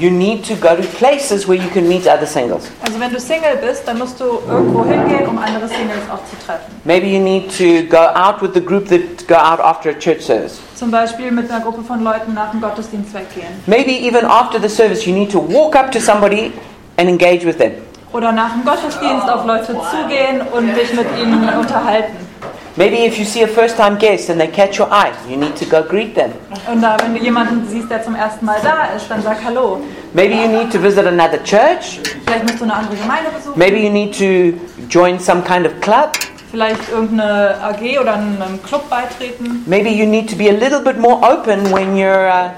you need to go to places where you can meet other singles.
Also wenn du Single bist, dann musst du irgendwo hingehen, um andere Singles auch zu treffen.
Maybe you need to go out with the group that go out after a church service.
Zum Beispiel mit einer Gruppe von Leuten nach dem Gottesdienst weggehen.
Maybe even after the service, you need to walk up to somebody and engage with them.
Oder nach dem Gottesdienst auf Leute zugehen und dich mit ihnen unterhalten.
Maybe if you see a first time guest and they catch your eye, you need to go greet them.
Und da, wenn du jemanden siehst, der zum ersten Mal da ist, dann sag Hallo.
Maybe you need to visit another church.
Vielleicht musst du eine andere Gemeinde besuchen,
Maybe you need to join some kind of club.
vielleicht irgendeine AG oder einem Club beitreten.
Maybe you need to be a little bit more open when you're uh,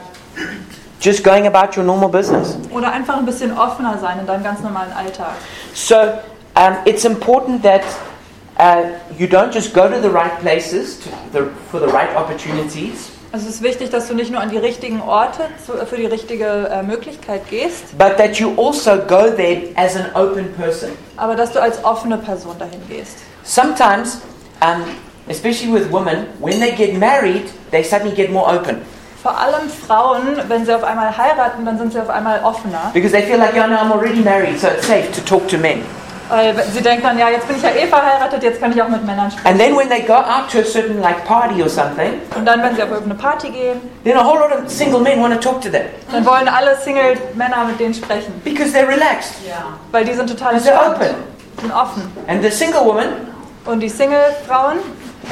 just going about your normal business.
Oder einfach ein bisschen offener sein in deinem ganz normalen Alltag.
So um, it's important that uh, you don't just go to the right places to the, for the right opportunities,
Also es ist wichtig, dass du nicht nur an die richtigen Orte zu, für die richtige äh, Möglichkeit gehst,
but that you also go there as an open person.
aber dass du als offene Person dahin gehst.
Sometimes, um, especially with women, when they get married, they suddenly get more open
Vor allem Frauen, wenn sie auf einmal heiraten, dann sind sie auf einmal offener.
because they feel like, yeah, no, I'm already married, so it's safe to talk to men.
Weil Äh, sie denken dann, ja, jetzt bin ich ja eh verheiratet, jetzt kann ich auch mit Männern
And
sprechen.
then when they go out to a certain like party or something,
Und dann, wenn sie auf irgendeine Party gehen,
then a whole lot of single men want to talk to them
dann wollen alle Single-Männer mit denen sprechen.
because they're relaxed.
Weil die sind total
They're
entspannt
open.
und offen.
And the single woman,
Und die Single-Frauen,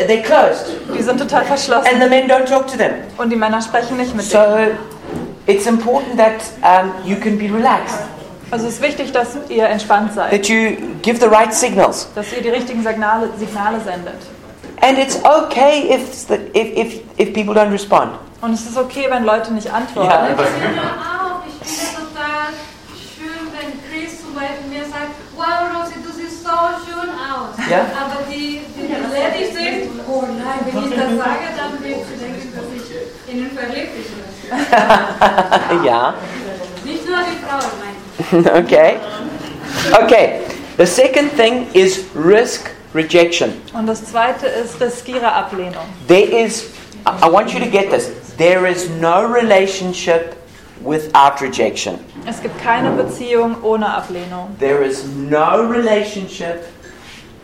they're closed,
die sind total
and
verschlossen.
the men don't talk to them.
Und die Männer sprechen nicht mit denen.
So it's important that um, you can be relaxed,
Also es ist wichtig, dass ihr entspannt seid.
that you give the right signals.
Dass ihr die richtigen Signale, Signale sendet.
And it's okay if, the, if, if, if people don't respond.
Und es ist okay, wenn Leute nicht
Ja.
antworten.
Ich finde auch, ich finde total schön, wenn Chris zum Beispiel mir sagt, wow Rosi, du siehst so schön aus.
Ja.
Aber die, die Ladies sind, oh nein, wenn ich das sage, dann wird sie denken, dass ich ihnen verliebt bin.
yeah.
Nicht nur die Frauen, nein.
okay. Okay. The second thing is risk rejection.
Und das zweite ist, riskiere Ablehnung.
There is, I I want you to get this, there is no relationship without rejection.
Es gibt keine Beziehung ohne Ablehnung.
There is no relationship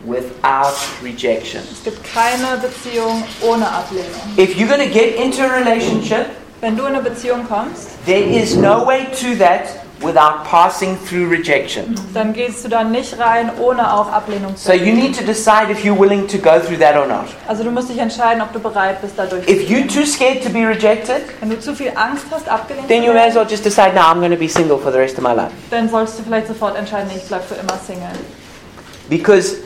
without rejection.
Es gibt keine Beziehung ohne Ablehnung.
If you're going to get into a relationship,
Wenn du in eine Beziehung kommst,
There is no way to that without passing through rejection.
dann gehst du da nicht rein, ohne auch Ablehnung zu
So you need to decide if you're willing to go through that or not.
Also du musst dich entscheiden, ob du bereit bist, dadurch
If you're too scared to be rejected,
Wenn du zu viel Angst hast, abgelehnt
then
zu
you may as
werden,
well just decide now I'm going to be single for the rest of my life.
dann sollst du vielleicht sofort entscheiden, ich bleib für immer Single.
Because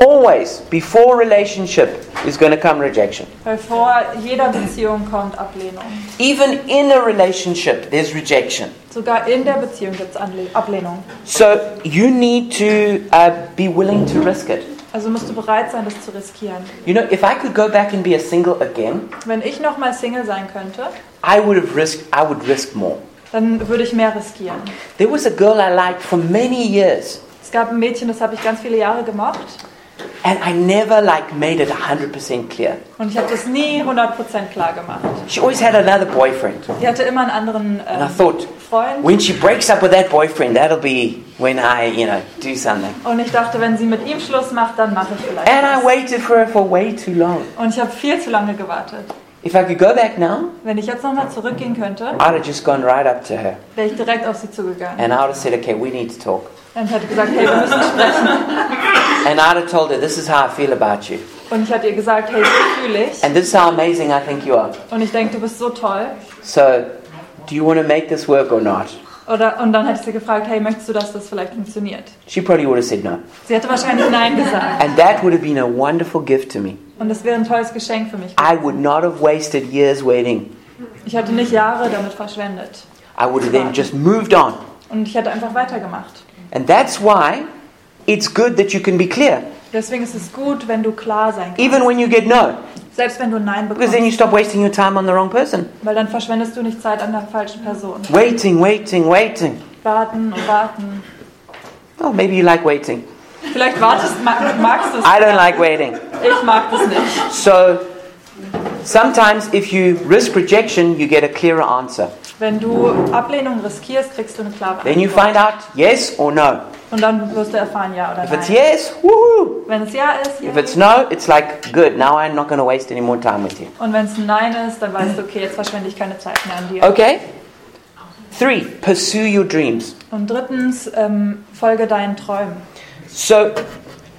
always, before relationship, is going to come rejection.
Weil vor jeder Beziehung kommt Ablehnung.
Even in a relationship, there's rejection.
Sogar in der Beziehung gibt es Ablehnung.
So you need to uh, be willing to risk it.
Also musst du bereit sein, das zu riskieren.
You know, if I could go back and be a single again,
Wenn ich nochmal Single sein könnte,
I would have risked. I would risk more.
dann würde ich mehr riskieren.
There was a girl I liked for many years,
Es gab ein Mädchen, das habe ich ganz viele Jahre gemocht
and I never like made it hundred percent clear.
und ich habe das nie 100% klar gemacht.
She always had another boyfriend,
Die hatte immer einen anderen
and I
ähm,
thought
Freund
when she breaks up with that boyfriend, that'll be when I, you know, do something.
und ich dachte, wenn sie mit ihm Schluss macht, dann mache ich vielleicht
And I
was.
waited for her for way too long.
Und ich habe viel zu lange gewartet.
If I could go back now,
Wenn ich jetzt nochmal zurückgehen könnte,
I'd have just gone right up to her
wäre ich direkt auf sie zugegangen
and I'd have said, "Okay, we need to talk."
und hätte gesagt, hey, wir müssen sprechen.
And I'd have told her, "This is how I feel about you,
Und ich hätte ihr gesagt, hey, so fühle ich.
and this is how amazing I think you are."
Und ich denke, du bist so toll.
So, do you want to make this work or not?
Oder, und dann hätte ich sie gefragt, hey, möchtest du, dass das vielleicht funktioniert?
She probably would have said no.
Sie hätte wahrscheinlich Nein gesagt.
And that would have been a wonderful gift to me.
Und das wäre ein tolles Geschenk für mich.
I would not have wasted years waiting.
Ich hätte nicht Jahre damit verschwendet.
I would have then just moved on.
Und ich hätte einfach weitergemacht.
And that's why it's good that you can be clear,
Deswegen ist es gut, wenn du klar sein kannst.
even when you get no,
Selbst wenn du ein Nein
because then you
bekommst.
stop wasting your time on the wrong person.
Weil dann verschwendest du nicht Zeit an der falschen Person.
Waiting, waiting, waiting.
Warten und warten.
Oh, maybe you like waiting.
Vielleicht wartest, mag, magst du es.
I don't like waiting.
Ich mag das nicht.
So sometimes if you risk rejection, you get a clearer answer.
Wenn du Ablehnung riskierst, kriegst du eine klare
Then you
Antwort.
find out yes or no.
Und dann wirst du erfahren, ja oder
If it's
nein.
yes, woohoo!
Wenn es ja ist, ja.
If it's no, it's like, good, now I'm not going to waste any more time with you.
Und wenn es ein Nein ist, dann weißt du, okay, jetzt verschwende ich keine Zeit mehr an dir.
Okay? Three, pursue your dreams.
Und drittens, ähm, folge deinen Träumen.
So,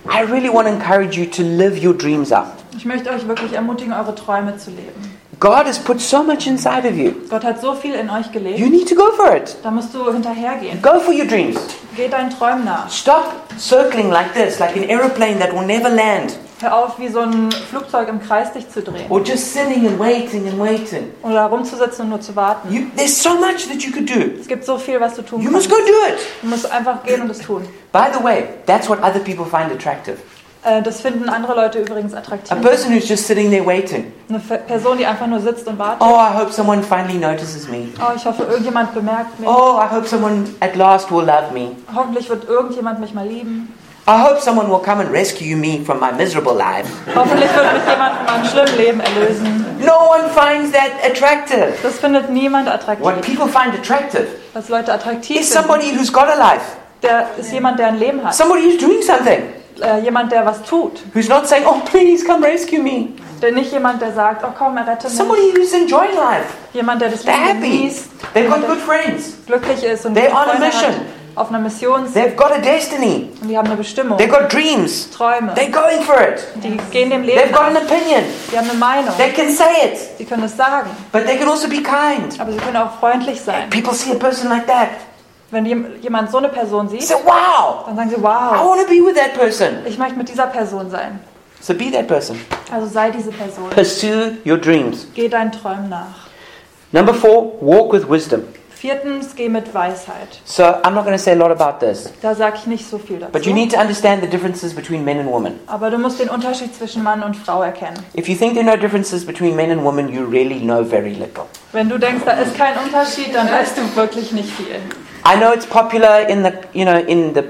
I really want to encourage you to live your dreams out.
Ich möchte euch wirklich ermutigen, eure Träume zu leben.
God has put so much inside of you.
Gott hat so viel in euch gelegt.
You need to go for it.
Da musst du hinterhergehen.
Go for your dreams.
Geh deinen Träumen nach.
Stop circling like this, like an aeroplane that will never land,
Hör auf, wie so ein Flugzeug im Kreis dich zu drehen.
or just sitting and waiting and waiting.
Oder rumzusitzen und nur zu warten.
You, there's so much that you could do.
Es gibt so viel, was du tun
You
kannst.
must go do it.
Du musst einfach gehen und es tun.
By the way, that's what other people find attractive.
Äh, das finden andere Leute übrigens
A
attraktiv.
person who's just sitting there waiting.
Eine Fe- Person, die einfach nur sitzt und wartet.
Oh, I hope someone finally notices me.
Oh, ich hoffe, irgendjemand bemerkt mich.
Oh, I hope someone at last will love me.
Hoffentlich wird irgendjemand mich mal lieben.
I hope someone will come and rescue me from my miserable life.
Hoffentlich wird mich jemand von meinem schlimmen Leben erlösen.
No one finds that attractive.
Das findet niemand
What
attraktiv.
people find attractive
Was Leute attraktiv
is
finden,
somebody who's got a life,
der ist jemand, der ein Leben hat.
somebody who's doing something,
Äh, jemand, der was tut.
who's not saying, Oh, please come rescue me.
Der nicht jemand, der sagt, oh komm, errette mich.
Somebody who's enjoying life.
Jemand, der das
They're
Leben
happy.
genießt,
They've got good friends.
glücklich ist und
They're
gute
on a
Freunde hat,
mission.
auf einer Mission sind
They've got a destiny.
und die haben eine Bestimmung,
They've got dreams.
Träume.
They're going for it.
Die gehen dem
They've
Leben
got
nach.
an opinion.
Die haben eine Meinung.
They can say it,
Sie können es sagen,
but they can also be kind.
aber sie können auch freundlich sein.
People see a person like that.
Wenn jem- jemand so eine Person
They
sieht,
say, Wow,
dann sagen sie,
I
wow,
want to be with that person.
ich möchte mit dieser Person sein.
So be that person.
Also sei diese Person.
Pursue your dreams.
Geh deinen Träumen nach.
Number four, walk with wisdom.
Viertens, geh mit Weisheit.
So I'm not going to say a lot about this,
Da sage ich nicht so viel dazu.
but you need to understand the differences between men and women.
Aber du musst den Unterschied zwischen Mann und Frau erkennen.
If you think there are no differences between men and women, you really know very little.
Wenn du denkst, da ist kein Unterschied, dann weißt du wirklich nicht viel.
I know it's popular in the you know in the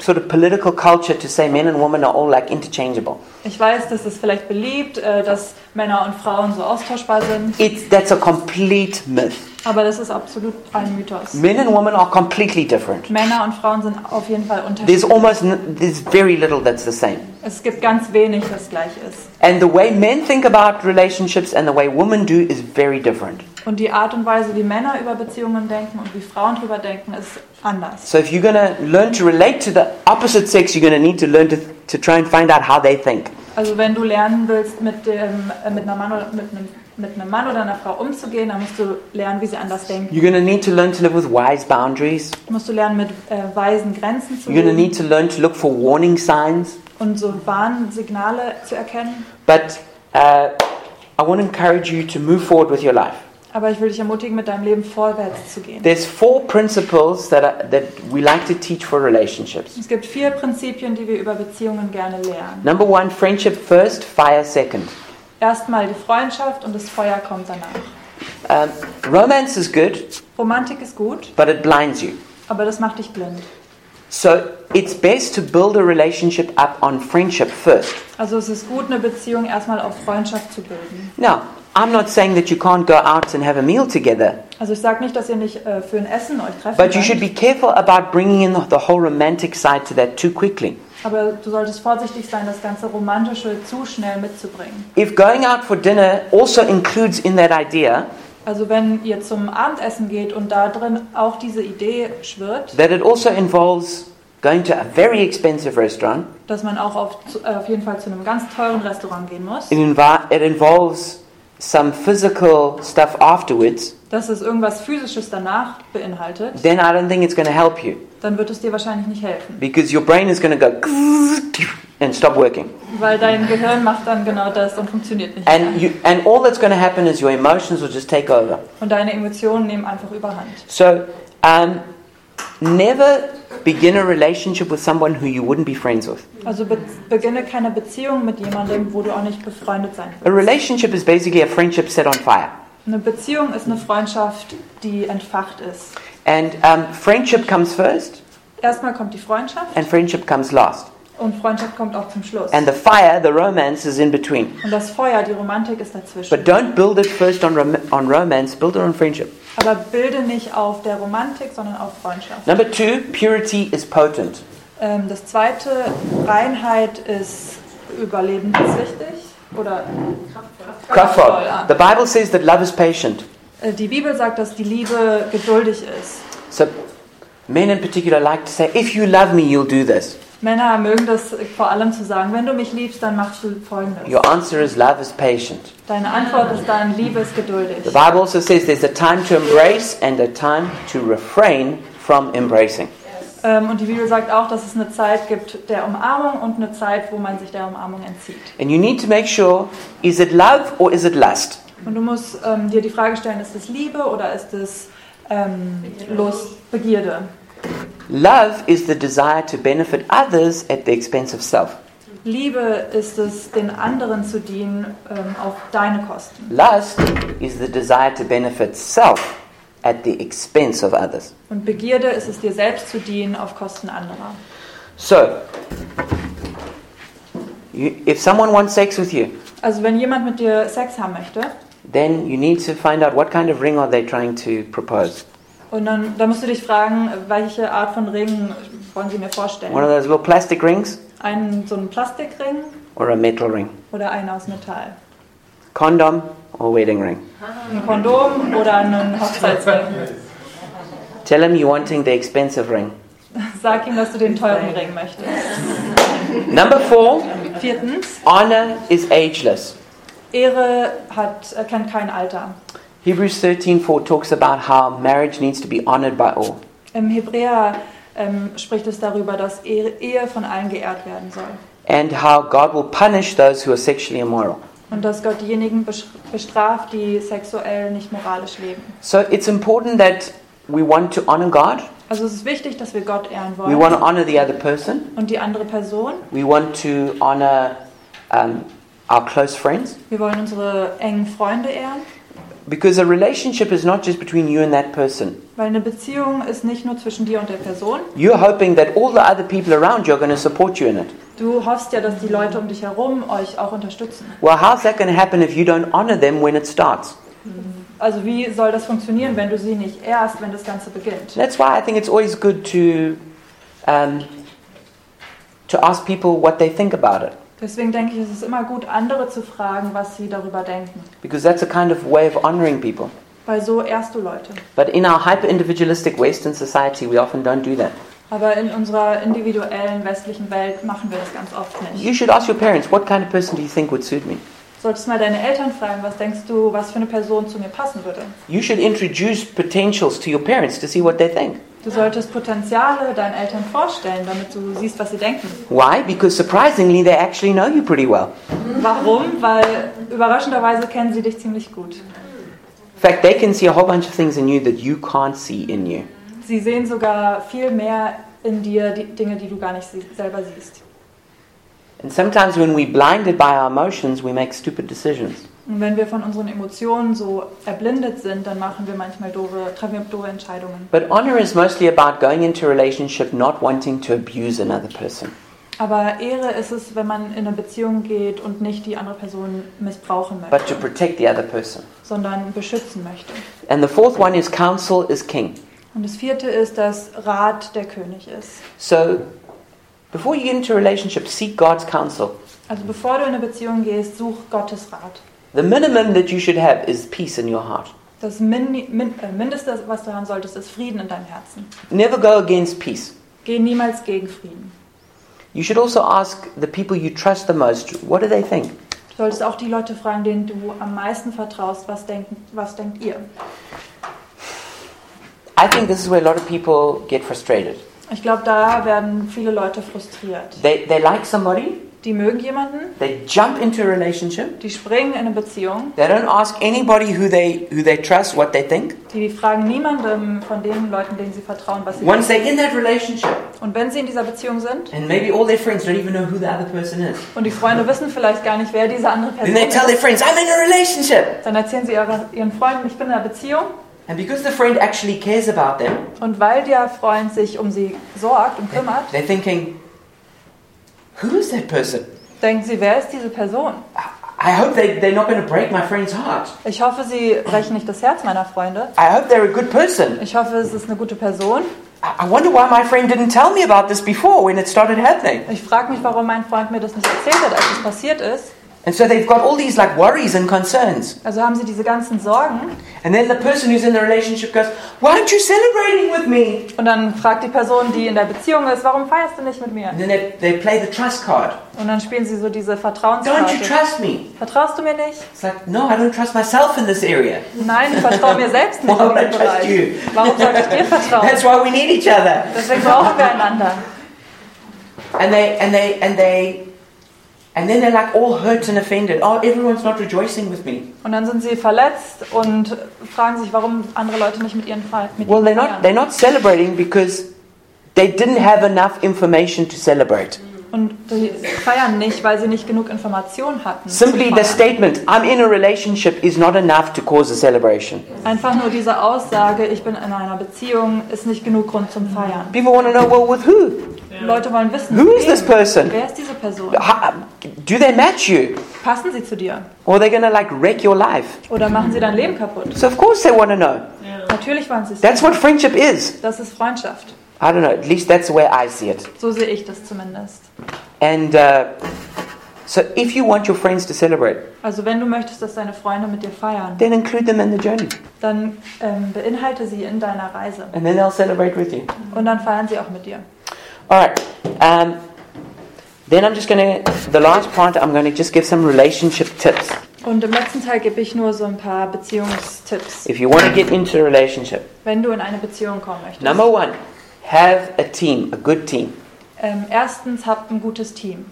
sort of political culture to say men and women are all like interchangeable.
Ich weiß, das ist vielleicht beliebt, äh, dass Männer und Frauen so austauschbar sind,
It's, that's a complete myth.
aber das ist absolut ein Mythos.
Men and women are completely different.
Männer und Frauen sind auf jeden Fall
There's
unterschiedlich.
almost n- there's very little that's the same.
Es gibt ganz wenig, das gleich ist.
And the way men think about relationships and the way women do is very different.
Und die Art und Weise, wie Männer über Beziehungen denken und wie Frauen drüber denken, ist anders.
So if you're going to learn to relate to the opposite sex, you're going to need to learn to, to try and find out how they think.
Also wenn du lernen willst, mit, dem, äh, mit, einer Mann oder, mit, einem, mit einem Mann oder einer Frau umzugehen, dann musst du lernen, wie sie anders denken.
You're going to need to learn to live with wise boundaries.
Musst du lernen, mit äh, weisen Grenzen zu
You're going to
leben
need to learn to look for warning signs.
und so Warnsignale zu erkennen.
But uh, I want to encourage you to move forward with your life.
Aber ich will dich ermutigen, mit deinem Leben vorwärts zu gehen.
There's four principles that, are, that we like to teach for relationships.
Es gibt vier Prinzipien, die wir über Beziehungen gerne lernen.
Number one, friendship first, fire second.
Erstmal die Freundschaft und das Feuer kommt danach.
Um, romance is good,
Romantik ist gut,
but it blinds you.
aber das macht dich blind.
So it's best to build a relationship up on friendship first.
Also es ist gut, eine Beziehung erstmal auf Freundschaft zu bilden.
Now, I'm not saying that you can't go out and have a meal together,
Also ich sage nicht, dass ihr nicht äh, für ein Essen euch treffen
but you should
könnt,
be careful about bringing in the, the whole romantic side to that too quickly.
aber du solltest vorsichtig sein, das ganze Romantische zu schnell mitzubringen.
If going out for dinner also includes in that idea
Also wenn ihr zum Abendessen geht und da drin auch diese Idee schwirrt,
that it also involves going to a very expensive restaurant,
dass man auch auf, zu- äh, auf jeden Fall zu einem ganz teuren Restaurant gehen muss,
it, invi- it involves some physical stuff afterwards,
dass es irgendwas Physisches danach beinhaltet,
then I don't think it's going to help you
dann wird es dir wahrscheinlich nicht helfen,
because your brain is going to go and stop working.
weil dein Gehirn macht dann genau das und funktioniert nicht.
And, you, and all that's going to happen is your emotions will just take over.
Und deine Emotionen nehmen einfach überhand.
So, um, never begin a relationship with someone who you wouldn't be friends with.
Also be beginne keine Beziehung mit jemandem, wo du auch nicht befreundet sein willst.
A relationship is basically a friendship set on fire.
Eine Beziehung ist eine Freundschaft, die entfacht ist.
And um, friendship comes first,
Erstmal kommt die Freundschaft
and friendship comes last.
und Freundschaft kommt auch zum Schluss.
And the fire, the romance, is in between.
Und das Feuer, die Romantik ist dazwischen.
But don't build it first on, rom- on romance, build it on friendship.
Aber bilde nicht auf der Romantik, sondern auf Freundschaft.
Number two, purity is potent.
Ähm, das zweite, Reinheit ist überlebenswichtig oder kraftvoll.
Kraftvoll.
ah.
The Bible says that love is patient.
Äh, Die Bibel sagt, dass die Liebe geduldig ist.
So men in particular like to say, if you love me, you'll do this.
Männer mögen das äh, vor allem zu sagen, wenn du mich liebst, dann machst du Folgendes.
Your answer is love is patient.
Deine Antwort ist dann, Liebe ist geduldig.
The Bible also says there's a time to embrace and a time to refrain from embracing.
Ähm, und die Bibel sagt auch, dass es eine Zeit gibt der Umarmung und eine Zeit, wo man sich der Umarmung entzieht.
And you need to make sure is it love or is it lust?
Und du musst ähm, dir die Frage stellen, ist es Liebe oder ist es ähm, Lust, Begierde?
Love is the desire to benefit others at the expense of self.
Liebe ist es, den anderen zu dienen ähm, auf deine Kosten.
Lust is the desire to benefit self at the expense of others.
Und Begierde ist es, dir selbst zu dienen auf Kosten anderer.
So, you, if someone wants sex with you,
Also wenn jemand mit dir Sex haben möchte,
then you need to find out what kind of ring are they trying to propose.
und dann, dann musst du dich fragen, welche Art von Ring wollen sie mir vorstellen?
One of those little plastic rings
Einen so einen Plastikring
or a metal ring?
oder einen aus Metall?
Condom or wedding ring?
Ein Kondom oder einen Hochzeitsring.
Tell them you're wanting the expensive ring.
Sag ihm, dass du den teuren Ring möchtest.
Number four,
Viertens,
honor is ageless.
Ehre hat, äh, kennt kein Alter.
Hebrews 13:4 talks about how marriage needs to be honored by all.
Im Hebräer ähm, spricht es darüber, dass Ehe, Ehe von allen geehrt werden soll.
and how God will punish those who are sexually immoral.
Und dass Gott diejenigen besch- bestraft, die sexuell nicht moralisch leben.
So it's important that we want to honor God,
Also es ist wichtig, dass wir Gott ehren
we want to
wollen
honor the other person,
und die andere Person.
we want to honor um, our close friends,
Wir wollen unsere engen Freunde ehren,
because a relationship is not just between you and that person.
Weil eine Beziehung ist nicht nur zwischen dir und der Person.
You're hoping that all the other people around you are going to support you in it.
Du hoffst ja, dass die Leute um dich herum euch auch unterstützen.
Well, how's that going to happen if you don't honor them when it starts?
Also wie soll das funktionieren, wenn du sie nicht erst, wenn das Ganze beginnt?
That's why I think it's always good to um, to ask people what they think about it,
Deswegen denke ich, es ist immer gut, andere zu fragen, was sie darüber denken.
because that's a kind of way of honoring people.
Weil so ehrst du Leute.
But in our hyper individualistic Western society, we often don't do that.
Aber in unserer individuellen westlichen Welt machen wir das ganz oft nicht.
You should ask your parents, what kind of person do you think would suit me?
Solltest mal deine Eltern fragen, was denkst du, was für eine Person zu mir passen würde?
You should introduce potentials to your parents to see what they think.
Du solltest Potenziale deinen Eltern vorstellen, damit du siehst, was sie denken.
Why? Because surprisingly, they actually know you pretty well.
Warum? Weil überraschenderweise kennen sie dich ziemlich gut.
In fact, they can see a whole bunch of things in you that you can't see in you.
Sie sehen sogar viel mehr in dir die Dinge, die du gar nicht sie selber siehst.
And sometimes when we're blinded by our emotions, we make stupid decisions.
Und wenn wir von unseren Emotionen so erblindet sind, dann machen wir manchmal doofe, treffen wir doofe Entscheidungen.
But honor is mostly about going into a relationship not wanting to abuse another person.
Aber Ehre ist es, wenn man in eine Beziehung geht und nicht die andere Person missbrauchen
but to
möchte,
protect the other person.
sondern beschützen möchte.
And the fourth one is counsel is king.
Und das vierte ist, dass Rat der König ist.
So before you get into a relationship, seek God's counsel.
Also bevor du in eine Beziehung gehst, such Gottes Rat.
The minimum that you should have is peace in your heart.
Das Mini- Min äh, Mindeste, was du haben solltest, ist Frieden in deinem Herzen.
Never go against peace.
Geh niemals gegen Frieden.
You should also ask the people you trust the most, what do they think?
Du solltest auch die Leute fragen, denen du am meisten vertraust, was, denken, was denkt ihr?
I think this is where a lot of people get frustrated.
Ich glaube, da werden viele Leute frustriert.
They, they like somebody,
Die mögen jemanden,
they jump into a relationship,
die springen in eine Beziehung,
they don't ask anybody who they, who they trust what they think.
die fragen niemandem von den Leuten, denen sie vertrauen, was sie
Once
denken.
they're in that relationship,
Und wenn sie in dieser Beziehung sind
and maybe all their friends don't even know who the other person is,
und die Freunde wissen vielleicht gar nicht, wer diese andere
then
Person
they tell their
ist,
friends, I'm in a relationship.
dann erzählen sie ihrer, ihren Freunden, ich bin in einer Beziehung.
And because the friend actually cares about them,
Und weil der Freund sich um sie sorgt und kümmert,
they're thinking, who is that person?
denken sie, wer ist diese Person?
I hope they, they're not going to break my friend's heart.
Ich hoffe, sie brechen nicht das Herz meiner Freunde.
I hope they're a good person.
Ich hoffe, es ist eine gute Person.
I I wonder why my friend didn't tell me about this before when it started happening.
Ich frage mich, warum mein Freund mir das nicht erzählt hat, als es passiert ist.
And so they've got all these like worries and concerns.
Also haben sie diese ganzen Sorgen.
And then the person who's in the relationship goes, Why aren't you celebrating with me?
Und dann fragt die Person, die in der Beziehung ist, warum feierst du nicht mit mir?
And then they, they play the trust card.
Und dann spielen sie so diese
Don't you
Vertrauenskarte.
trust me?
Vertraust du mir nicht?
It's like, No, I don't trust myself in this area.
Nein, ich vertraue mir selbst nicht
Why
in
would Oh, I
diesem
trust
Bereich.
you?
Warum sollte ich dir vertrauen?
That's why we need each other.
Deswegen brauchen wir einander.
And they, and they, and they, and then they're like all hurt and offended. Oh, everyone's not rejoicing with me.
Und dann sind sie verletzt und fragen sich, warum andere Leute nicht mit ihren Fre- mit
Well, they're
ihren
not,
Feiern.
they're not celebrating because they didn't have enough information to celebrate.
Und die feiern nicht, weil sie nicht genug Informationen hatten. zu
Simply the
feiern.
statement, I'm in a relationship, is not enough to cause a celebration.
Einfach nur diese Aussage, ich bin in einer Beziehung, ist nicht genug Grund zum Feiern.
People want to know, well, with who?
Leute wollen wissen,
Who is
wen-
this person?
wer ist diese Person?
How- do they match you?
Passen sie zu dir?
Or are they going to like wreck your life?
Oder machen sie dein Leben kaputt?
So, of course, they want to know.
Natürlich wollen sie es.
That's what friendship is.
Das ist Freundschaft.
I don't know, at least that's the way I see it.
So sehe ich das zumindest.
And uh, so, if you want your friends to celebrate,
Also wenn du möchtest, dass deine Freunde mit dir feiern,
then include them in the journey.
dann ähm, beinhalte sie in deiner Reise.
And then they'll celebrate with you.
Und dann feiern sie auch mit dir.
All right. Um, then I'm just going to, the last part, I'm going to just give some relationship tips.
Und im letzten Teil gebe ich nur so ein paar Beziehungstipps,
If you want to get into a relationship,
wenn du in eine Beziehung kommen möchtest.
number one, have a team, a good team.
Ähm, erstens, habt ein gutes Team.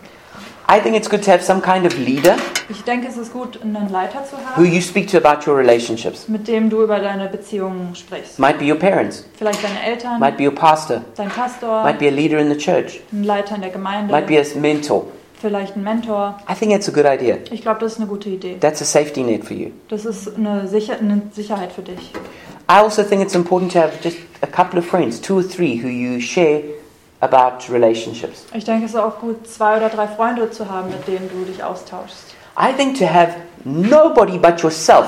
I think it's good to have some kind of leader
Ich denke, es ist gut, einen Leiter zu
who
haben,
you speak to about your relationships.
mit dem du über deine Beziehungen sprichst.
Might be your parents,
Vielleicht deine Eltern,
might be your pastor,
dein Pastor,
might be a leader in the church,
ein Leiter in der Gemeinde,
might be a mentor.
vielleicht ein Mentor.
I think that's a good idea.
Ich glaube, das ist eine gute Idee.
That's a safety net for you.
Das ist eine, Sicher eine Sicherheit für dich.
I also think it's important to have just a couple of friends, two or three, who you share about relationships.
Ich denke, es ist auch gut, zwei oder drei Freunde zu haben, mit denen du dich austauschst.
I think to have nobody but yourself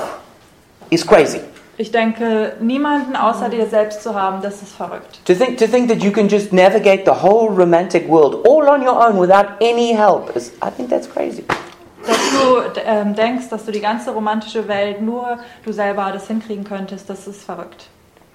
is crazy.
Ich denke, niemanden außer dir selbst zu haben, das ist verrückt.
To think to think that you can just navigate the whole romantic world all on your own without any help is I think that's crazy.
Dass du ähm, denkst, dass du die ganze romantische Welt nur du selber das hinkriegen könntest, das ist verrückt.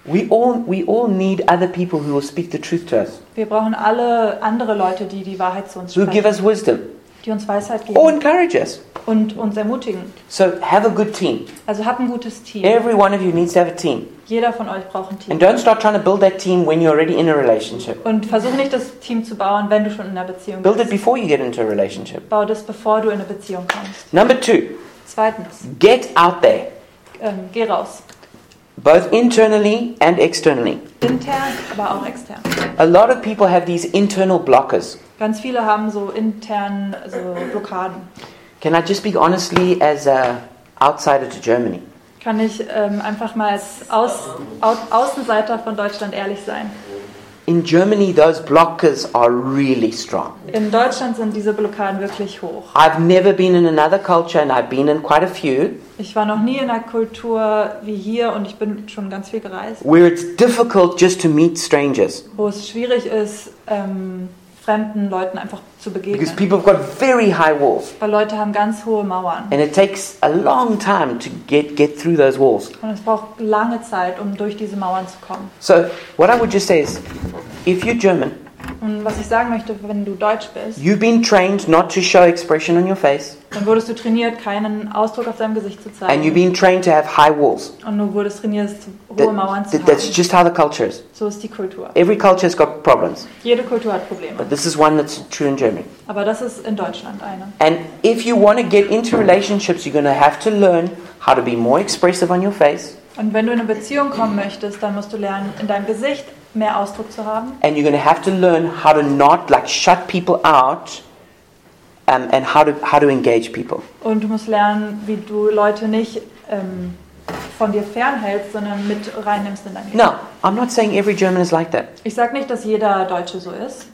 We all we all need other people who will speak the truth to us,
Wir brauchen alle andere Leute, die die Wahrheit zu uns
who give us
sprechen,
wisdom,
die uns Weisheit
or
geben
encourage us.
und uns ermutigen.
So have a good team.
Also hab ein gutes Team.
Every one of you needs to have a team,
Jeder von euch braucht ein
and
Team.
don't start trying to build that team when you're already in a relationship.
Und versuch nicht, das Team zu bauen, wenn du schon in einer Beziehung
Build
bist.
it before you get into a relationship.
Bau das, bevor du in eine Beziehung kommst.
Number two,
Zweitens,
get out there,
ähm, geh raus.
both internally and externally.
Intern, aber auch extern.
A lot of people have these internal blockers.
Ganz viele haben so intern so Blockaden.
Can I just speak honestly as a outsider to Germany?
Kann ich ähm, einfach mal als Aus, Au, Außenseiter von Deutschland ehrlich sein?
In Germany, those blockers are really strong.
In Deutschland sind diese Blockaden wirklich hoch.
I've never been in another culture, and I've been in quite a few,
Ich war noch nie in einer Kultur wie hier und ich bin schon ganz viel gereist,
where it's difficult just to meet strangers
wo es schwierig ist, ähm, fremden Leuten einfach zu
because
begegnen.
people have got very high walls,
Weil Leute haben ganz hohe Mauern
and it takes a long time to get, get through those walls.
und es braucht lange Zeit, um durch diese Mauern zu kommen.
So, what I would just say is if you're German,
Und was ich sagen möchte, wenn du Deutsch bist,
you've been trained not to show expression on your face,
dann wurdest du trainiert, keinen Ausdruck auf deinem Gesicht zu
and you've
zeigen.
been trained to have high walls.
Und du wurdest trainiert, hohe Mauern
That,
zu
that- that's
haben.
just how the culture is.
So ist die Kultur.
Every culture has got problems,
Jede Kultur hat Probleme.
but this is one that's true in Germany.
Aber das ist in Deutschland eine.
And if you want to get into relationships, you're going to have to learn how to be more expressive on your face,
Und wenn du in eine Beziehung kommen möchtest, dann musst du lernen, in deinem Gesicht mehr Ausdruck zu haben.
and you're going to have to learn how to not like shut people out, um, and how to how to engage people.
Und du musst lernen, wie du Leute nicht ähm, von dir fernhältst, sondern mit reinnimmst in dein Leben.
Now, I'm not saying every German is like that,
Ich sage nicht, dass jeder Deutsche so ist,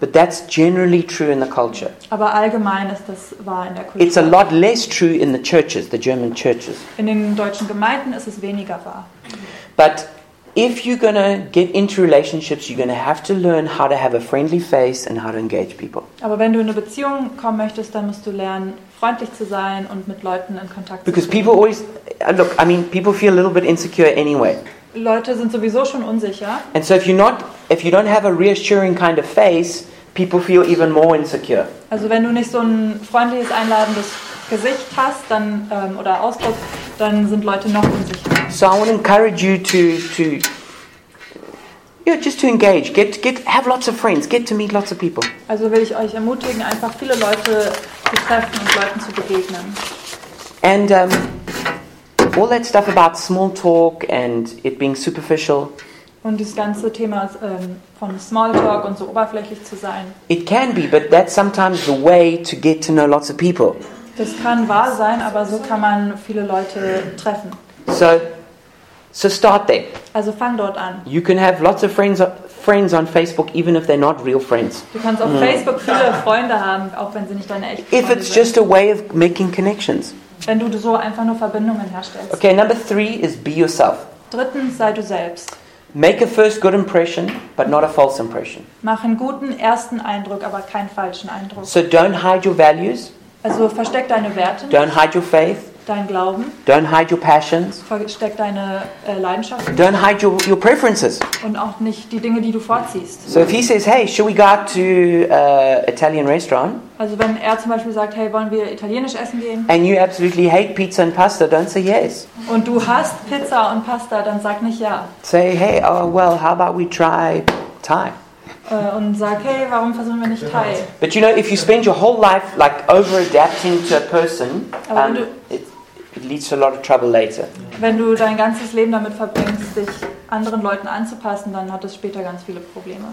but that's generally true in the culture.
aber allgemein ist das wahr in der
It's a
Kultur.
lot less true in the churches, the German churches.
In den deutschen Gemeinden ist es weniger wahr.
But if you're going to get into relationships, you're going to have to learn how to have a friendly face and how to engage people.
Aber wenn du in eine Beziehung kommen möchtest, dann musst du lernen, freundlich zu sein und mit Leuten in Kontakt zu
Because
sein.
people always, uh, look, I mean, people feel a little bit insecure anyway.
Leute sind sowieso schon unsicher.
And so if you're not, if you don't have a reassuring kind of face, people feel even more insecure.
Also wenn du nicht so ein freundliches, einladendes Gesicht hast dann, ähm, oder Ausdruck, dann sind Leute noch unsicher.
So I want to encourage you to, to yeah, just to engage. Get, get, have lots of friends. Get to meet lots of people.
Also will ich euch ermutigen, einfach viele Leute zu treffen und Leuten zu begegnen.
And um, all that stuff about small talk and it being superficial,
Und dieses ganze Thema ähm, von Smalltalk und so oberflächlich zu sein,
it can be, but that's sometimes the way to get to know lots of people.
das kann wahr sein, aber so kann man viele Leute treffen.
So, so start there.
Also fang dort an.
You can have lots of friends, friends on Facebook, even if they're not real friends.
Du kannst auf
Mhm.
Facebook viele Freunde haben, auch wenn sie nicht deine echten
If
Freunde
it's just
sind.
a way of making connections.
Wenn du so einfach nur Verbindungen herstellst.
Okay, number three is be yourself.
Drittens, sei du selbst.
Make a first good impression, but not a false impression.
Mach einen guten ersten Eindruck, aber keinen falschen Eindruck.
So don't hide your values,
Also versteck deine Werte,
don't hide your faith,
dein Glauben,
don't hide your passions,
versteck deine äh, Leidenschaften
don't hide your, your preferences.
und auch nicht die Dinge, die du vorziehst.
So if he says, hey, should we go out to uh, Italian restaurant?
Also wenn er zum Beispiel sagt, hey, wollen wir italienisch essen gehen?
And you absolutely hate pizza and pasta, don't say yes.
Und du hast Pizza und Pasta, dann sag nicht ja.
Say, hey, oh, well, how about we try Thai?
Äh, und sag, hey, warum versuchen wir nicht Thai?
But you know, if you spend your whole life like over adapting to a person,
Aber
um,
wenn
it, it leads to a lot of trouble later.
Wenn du dein ganzes Leben damit verbringst, dich anderen Leuten anzupassen, dann hat es später ganz viele Probleme.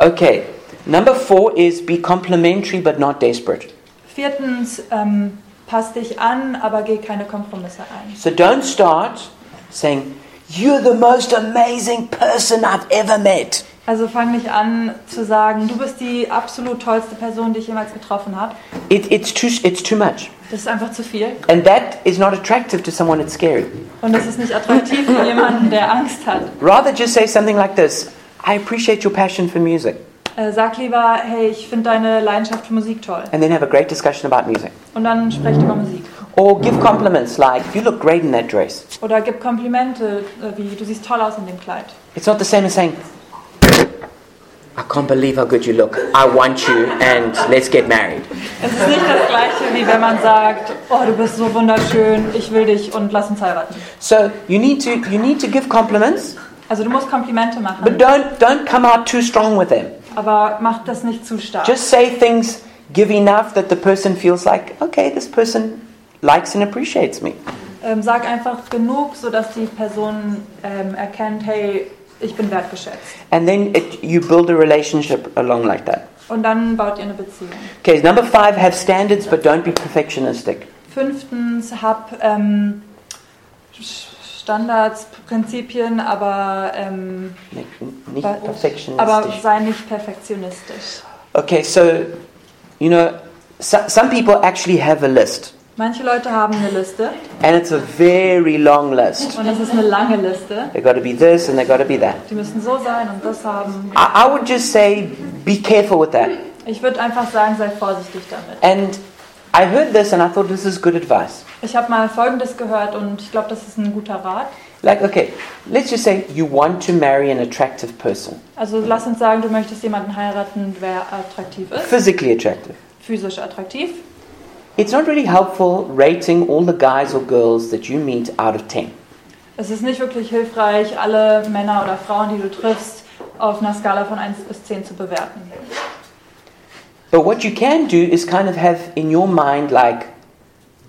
Okay, number four is be complimentary but not desperate.
Viertens, ähm, pass dich an, aber geh keine Kompromisse ein.
So don't start saying, You're the most amazing person I've ever met.
Also fang nicht an zu sagen, du bist die absolut tollste Person, die ich jemals getroffen habe.
It, it's, too, it's too much.
Das ist einfach zu viel.
And that is not attractive to someone that's scared.
Und das ist nicht attraktiv für jemanden, der Angst hat.
Rather just say something like this I appreciate your passion for music.
Äh, sag lieber, hey, ich finde deine Leidenschaft für Musik toll.
And then have a great discussion about music.
Und dann sprecht über Musik.
Or give compliments like, you look great in that dress.
Oder gib Komplimente, äh, wie du siehst toll aus in dem Kleid.
It's not the same as saying, I can't believe how good you look. I want you and let's get married.
Es ist nicht das gleiche, wie wenn man sagt, oh, du bist so wunderschön, ich will dich und lass uns heiraten.
So you need to you need to give compliments,
Also du musst Komplimente machen,
but don't don't come out too strong with them.
aber mach das nicht zu stark.
Just say things give enough that the person feels like, okay, this person likes and appreciates me.
Ähm, sag einfach genug, sodass die Person ähm, erkennt, hey, ich bin wertgeschätzt.
And then it, you build a relationship along like that.
Und dann baut ihr eine Beziehung.
Okay, number 5 have standards but don't be perfectionistic.
Fünftens, hab ähm, Sch- Standards, Prinzipien, aber, ähm,
Nicht
wa-
perfectionistisch.
aber sei nicht perfektionistisch.
Okay, so you know so, some people actually have a list
Manche Leute haben eine Liste
and it's a very long list.
und das ist eine lange Liste.
They got to be this and they got to be that.
Die müssen so sein und das haben.
I, I would just say be careful with that.
Ich würde einfach sagen, sei vorsichtig damit.
And I heard this and I thought this is good advice.
Ich habe mal Folgendes gehört und ich glaube, das ist ein guter Rat.
Like, okay, let's just say you want to marry an attractive person,
Also lass uns sagen, du möchtest jemanden heiraten, der attraktiv ist,
physically attractive.
physisch attraktiv.
It's not really helpful rating all the guys or girls that you meet out of 10.
Es ist nicht wirklich hilfreich, alle Männer oder Frauen, die du triffst, auf einer Skala von 1 bis 10 zu bewerten.
But what you can do is kind of have in your mind like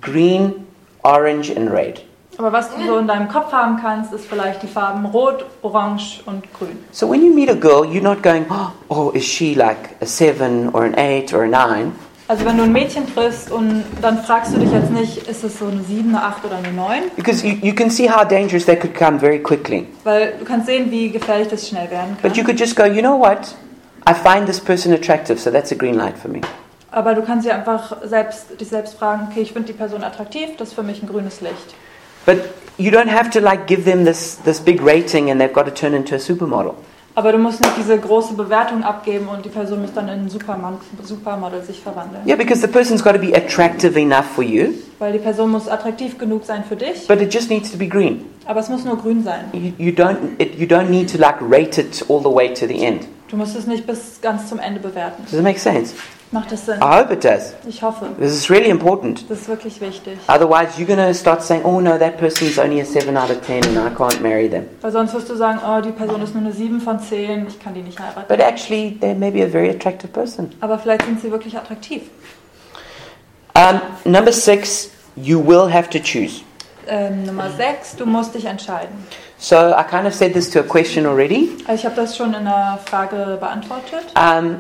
green, orange, and red.
Aber was du so in deinem Kopf haben kannst, ist vielleicht die Farben Rot, Orange und Grün.
So when you meet a girl, you're not going, oh, is she like a seven or an eight or a nine?
Also wenn du ein Mädchen triffst und dann fragst du dich jetzt nicht, ist es so eine 7, eine 8 oder eine 9?
Because you, you can see how dangerous they could come very quickly.
Weil du kannst sehen, wie gefährlich das schnell werden
But you
kann.
could just go, you know what? I find this person attractive, so that's a green light for me.
Aber du kannst dir einfach selbst, dich selbst fragen, okay, ich finde die Person attraktiv, das ist für mich ein grünes Licht.
But you don't have to like give them this, this big rating and they've got to turn into a supermodel.
Aber du musst nicht diese große Bewertung abgeben und die Person muss dann in einen Superman, Supermodel sich verwandeln.
Yeah, because the person's got to be attractive enough for you,
Weil die Person muss attraktiv genug sein für dich,
but it just needs to be green.
aber es muss nur grün sein.
You, you, don't, it, you don't need to like rate it all the way to the end.
Du musst es nicht bis ganz zum Ende bewerten.
Does it make sense?
Macht das Sinn?
I hope it does.
Ich hoffe.
This is really important.
Das ist wirklich wichtig.
Otherwise, you're going to start saying, oh no, that person's only a 7 out of 10 and I can't marry them.
Weil sonst wirst du sagen, oh, die Person ist nur eine 7 von 10, ich kann die nicht heiraten.
But actually, they may be a very attractive person.
Aber vielleicht sind sie wirklich attraktiv.
Um, number six, you will have to choose.
Ähm, Nummer 6, du musst dich entscheiden.
So I kind of said this to a question already.
Also ich habe das schon in der Frage beantwortet.
Um,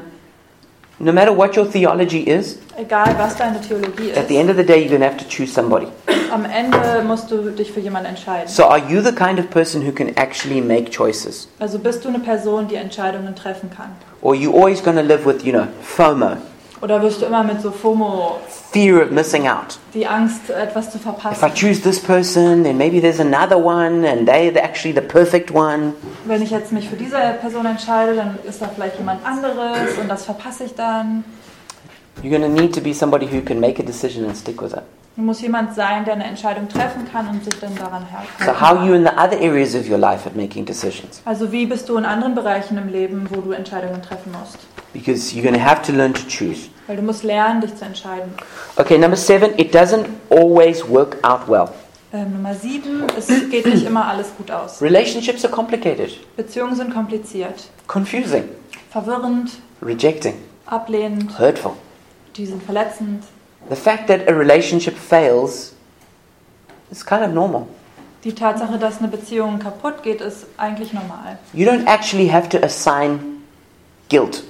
no matter what your theology is,
Egal, was deine Theologie
at the
ist,
end of the day, you're going to have to choose somebody.
am Ende musst du dich für jemanden entscheiden.
So are you the kind of person who can actually make choices?
Also bist du eine Person, die Entscheidungen treffen kann?
Or are you always going to live with, you know, FOMO,
Oder wirst du immer mit so FOMO,
fear of missing out?
die Angst, etwas zu
If I
verpassen?
choose this person, then maybe there's another one and they're the- actually the perfect one.
Wenn ich jetzt mich für diese Person entscheide, dann ist da vielleicht jemand anderes und das verpasse ich dann.
You're going to need to be somebody who can make a decision and stick with it.
Du musst jemand sein, der eine Entscheidung treffen kann und sich dann daran hält.
So, how are you in the other areas of your life at making decisions?
Also wie bist du in anderen Bereichen im Leben, wo du Entscheidungen treffen musst?
Because you're going to have to learn to choose.
Weil du musst lernen, dich zu entscheiden.
Okay, number seven, it doesn't always work out well.
Ähm, Nummer sieben, es geht nicht immer alles gut aus.
Relationships are complicated,
Beziehungen sind kompliziert,
confusing,
verwirrend,
rejecting,
ablehnend,
hurtful.
die sind verletzend.
The fact that a relationship fails is kind of normal.
Die Tatsache, dass eine Beziehung kaputt geht, ist eigentlich normal.
You don't actually have to assign guilt.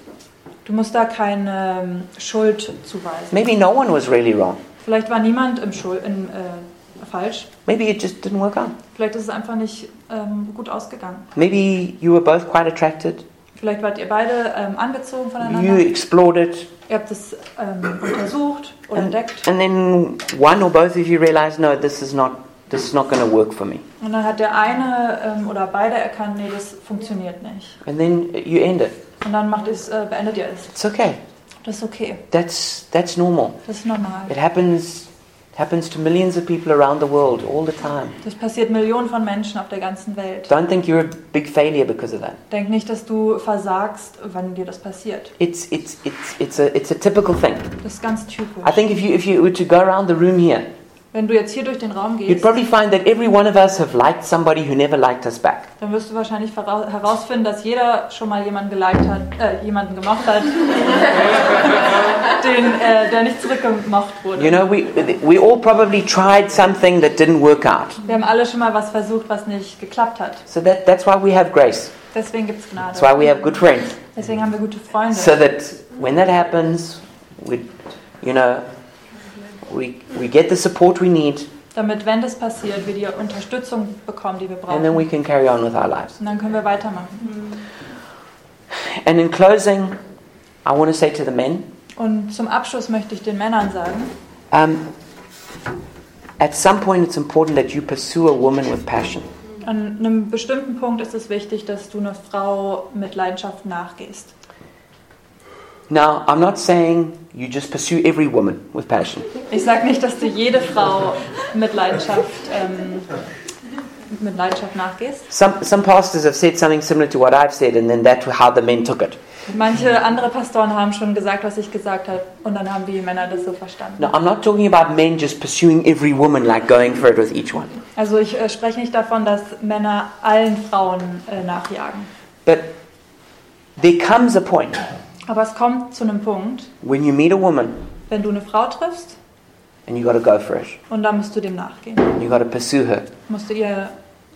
Du musst da keine ähm, Schuld zuweisen.
Maybe no one was really wrong.
Vielleicht war niemand im Schul in, äh, falsch.
Maybe it just didn't work out.
Vielleicht ist es einfach nicht ähm, gut ausgegangen.
Maybe you were both quite attracted.
Vielleicht wart ihr beide ähm, angezogen voneinander.
You explored it,
Ihr habt es ähm, untersucht oder
and,
entdeckt.
and then one or both of you realized, no, this is not this is not going to work for me.
Und dann hat der eine ähm, oder beide erkannt, nee, das funktioniert nicht.
And then you end it.
Und dann macht ihr's, äh, beendet ihr es.
It's okay.
Das ist okay.
That's that's normal.
Das ist normal.
It happens it happens to millions of people around the world all the time.
Das passiert Millionen von Menschen auf der ganzen Welt.
Don't think you're a big failure because of that.
Denk nicht, dass du versagst, wenn dir das passiert.
It's it's it's it's a it's a typical thing.
Das ist ganz typisch.
I think if you if you were to go around the room here,
Wenn du jetzt hier durch den Raum
you'd
gehst,
probably find that every one of us have liked somebody who never liked us back.
dann wirst du wahrscheinlich verra- herausfinden, dass jeder schon mal jemanden geliked hat, äh, jemanden gemocht hat, den, äh, der nicht zurückgemocht wurde.
You know, we we all probably tried something that didn't work out.
Wir haben alle schon mal was versucht, was nicht geklappt hat.
So that that's why we have grace.
Deswegen gibt es Gnade.
That's why we have good friends.
Deswegen haben wir gute Freunde.
So that when that happens, we you know we we get the support we need
damit, wenn das passiert, wir die Unterstützung bekommen, die wir brauchen.
and then we can carry on with our lives.
Und dann können wir weitermachen.
And in closing, I want to say to the men,
Und zum Abschluss möchte ich den Männern sagen,
um, at some point it's important that you pursue a woman with passion.
an einem bestimmten Punkt ist es wichtig, dass du einer Frau mit Leidenschaft nachgehst.
Now, I'm not saying you just pursue every woman with passion.
Ich sage nicht, dass du jede Frau mit Leidenschaft, ähm, mit Leidenschaft nachgehst.
Some, some pastors have said something similar to what I've said, and then that's how the men took it.
Manche andere Pastoren haben schon gesagt, was ich gesagt habe, und dann haben die Männer das so verstanden.
No, I'm not talking about men just pursuing every woman, like going for it with each one.
Also ich äh, spreche nicht davon, dass Männer allen Frauen äh, nachjagen.
But there comes a point
Aber es kommt zu einem Punkt,
when you meet a woman
wenn du eine Frau triffst
and you got to go for it.
und dann musst du dem nachgehen.
You got to pursue her.
Musst du ihr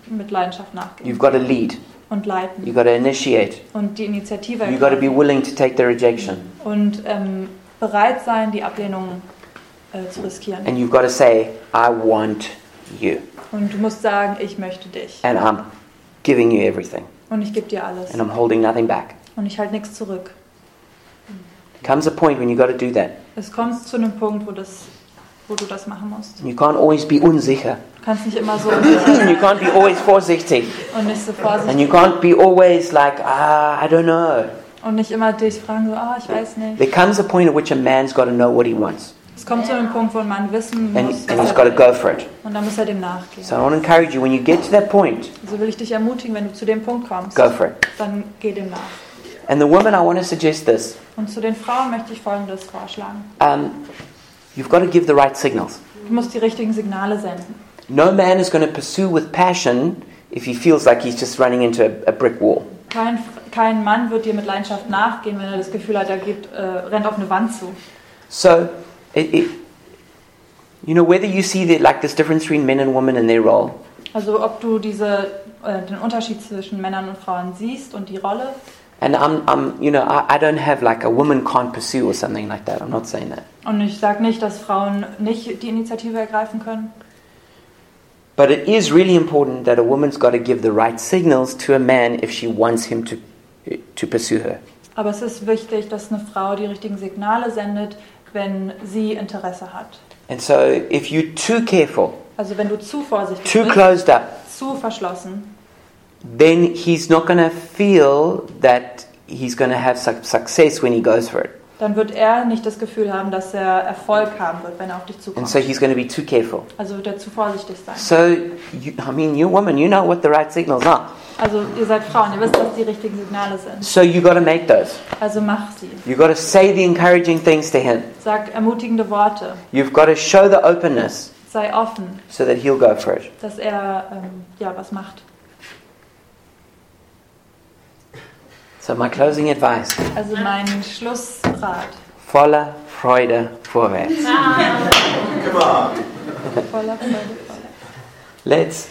mit Leidenschaft nachgehen
You've got to lead.
und leiten
You got to initiate.
und die Initiative
You got to be
ergreifen
willing to take the rejection,
und ähm, bereit sein, die Ablehnung äh, zu riskieren.
and you've got to say, "I want you,"
Und du musst sagen, ich möchte dich
and I'm giving you everything,
und ich gebe dir alles
and I'm holding nothing back.
und ich halte nichts zurück.
Comes a point when you got to do that.
Es kommt zu einem Punkt, wo, das, wo du das machen musst.
You can't always be unsicher.
Du kannst nicht immer so
you can't be always vorsichtig,
und nicht so
and you
vorsichtig
can't be always like, "Ah, I don't know."
und nicht immer dich fragen, so, ah, ich weiß nicht.
There comes a point at which a man's got to know what he wants,
Es kommt zu einem Punkt, wo man wissen
and, and
muss,
he's
was
got to
er
go for it.
Und dann muss er dem nachgehen.
So I want to encourage you when you get to that point,
Also will ich dich ermutigen, wenn du zu dem Punkt kommst,
go for it.
dann geh dem nach.
And the woman, I want to suggest this:
Und zu den Frauen möchte ich Folgendes vorschlagen.
um, you've got to give the right signals.
Du musst die richtigen Signale senden.
No man is going to pursue with passion if he feels like he's just running into a, a brick wall.
Kein, kein Mann wird dir mit Leidenschaft nachgehen, wenn er das Gefühl hat, er geht, äh, rennt auf eine Wand zu.
So, it, it, you know, whether you see the, like this difference between men and women and their role,
Also ob du diese, äh, den Unterschied zwischen Männern und Frauen siehst und die Rolle.
and I'm, I'm you know, I, I don't have like a woman can't pursue or something like that. I'm not saying that.
Und ich sage nicht, dass Frauen nicht die Initiative ergreifen können.
But it is really important that a woman's got to give the right signals to a man if she wants him to, to pursue her.
Aber es ist wichtig, dass eine Frau die richtigen Signale sendet, wenn sie Interesse hat.
And so, if you're too careful,
Also wenn du zu vorsichtig
too
bist,
closed up,
zu verschlossen,
then he's not going to feel that he's going to have su- success when he goes for it.
dann wird er nicht das Gefühl haben, dass er Erfolg haben wird, wenn er auf dich
And
zukommt.
so he's going to be too careful.
Also wird er zu vorsichtig sein.
So, you, I mean, you're a woman, you know what the right signals are.
Also ihr seid Frauen, ihr wisst, was die richtigen Signale sind.
So you got to make those.
Also mach sie.
You've got to say the encouraging things to him.
Sag ermutigende Worte.
You've got to show the openness
Sei offen,
so that he'll go for it.
dass er ähm, ja was macht.
So my closing advice:
Also mein Schlussrat.
voller Freude vorwärts.
Come Voller Freude.
Let's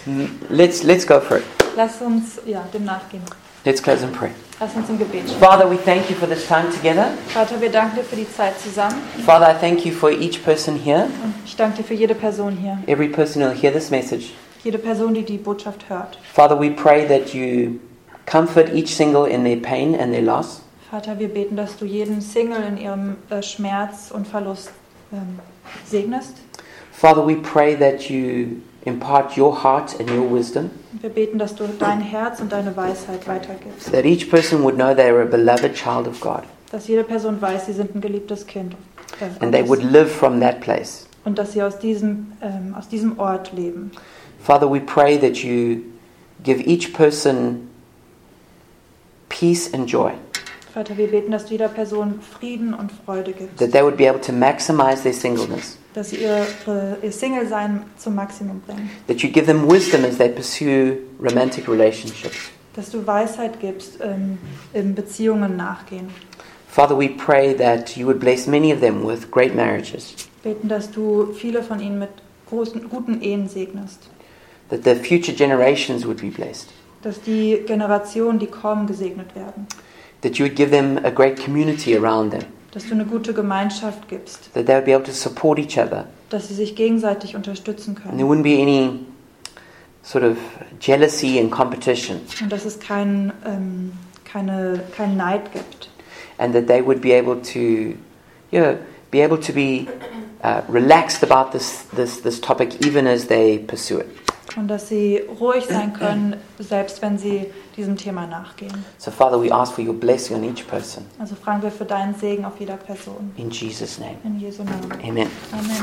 let's let's go for it.
Lass uns ja dem nachgehen.
Let's close in prayer.
Lass uns im Gebet stehen.
Father, we thank you for this time together.
Vater, wir danken dir für die Zeit zusammen.
Father, I thank you for each person here,
Und ich danke dir für jede Person hier.
every person who'll hear this message.
Jede Person, die die Botschaft hört.
Father, we pray that you comfort each single in their pain and their loss.
Vater, wir beten, dass du jeden Single in ihrem äh, Schmerz und Verlust ähm, segnest.
Father, we pray that you impart your heart and your wisdom,
Und Wir beten, dass du dein Herz und deine Weisheit weitergibst.
that each person would know they are a beloved child of God
Dass jede Person weiß, sie sind ein geliebtes Kind. äh,
and they would live from that place.
Und dass sie aus diesem, ähm, aus diesem Ort leben.
Father, we pray that you give each person peace and joy,
Vater, wir beten, dass du jeder Person Frieden und Freude gibst.
that they would be able to maximize their singleness,
Dass sie ihr, äh, ihr Single-Sein zum Maximum bringen.
that you give them wisdom as they pursue romantic relationships.
Dass du Weisheit gibst, ähm, in Beziehungen nachgehen.
Father, we pray that you would bless many of them with great marriages,
Beten, dass du viele von ihnen mit großen, guten Ehen segnest.
that their future generations would be blessed,
Dass die Generationen, die kommen, gesegnet werden.
that you would give them a great community around them,
Dass du eine gute Gemeinschaft gibst.
that they would be able to support each other,
Dass sie sich gegenseitig unterstützen
and there wouldn't
können.
be any sort of jealousy and competition,
Und dass es kein, ähm, keine, kein Neid gibt.
and that they would be able to, you know, be able to be uh, relaxed about this, this, this topic even as they pursue it.
Und dass sie ruhig sein können, selbst wenn sie diesem Thema nachgehen.
So, Father, we ask for your blessing on each person.
Also fragen wir für deinen Segen auf jeder Person.
In Jesus' name.
In Jesu Namen.
Amen.
Amen.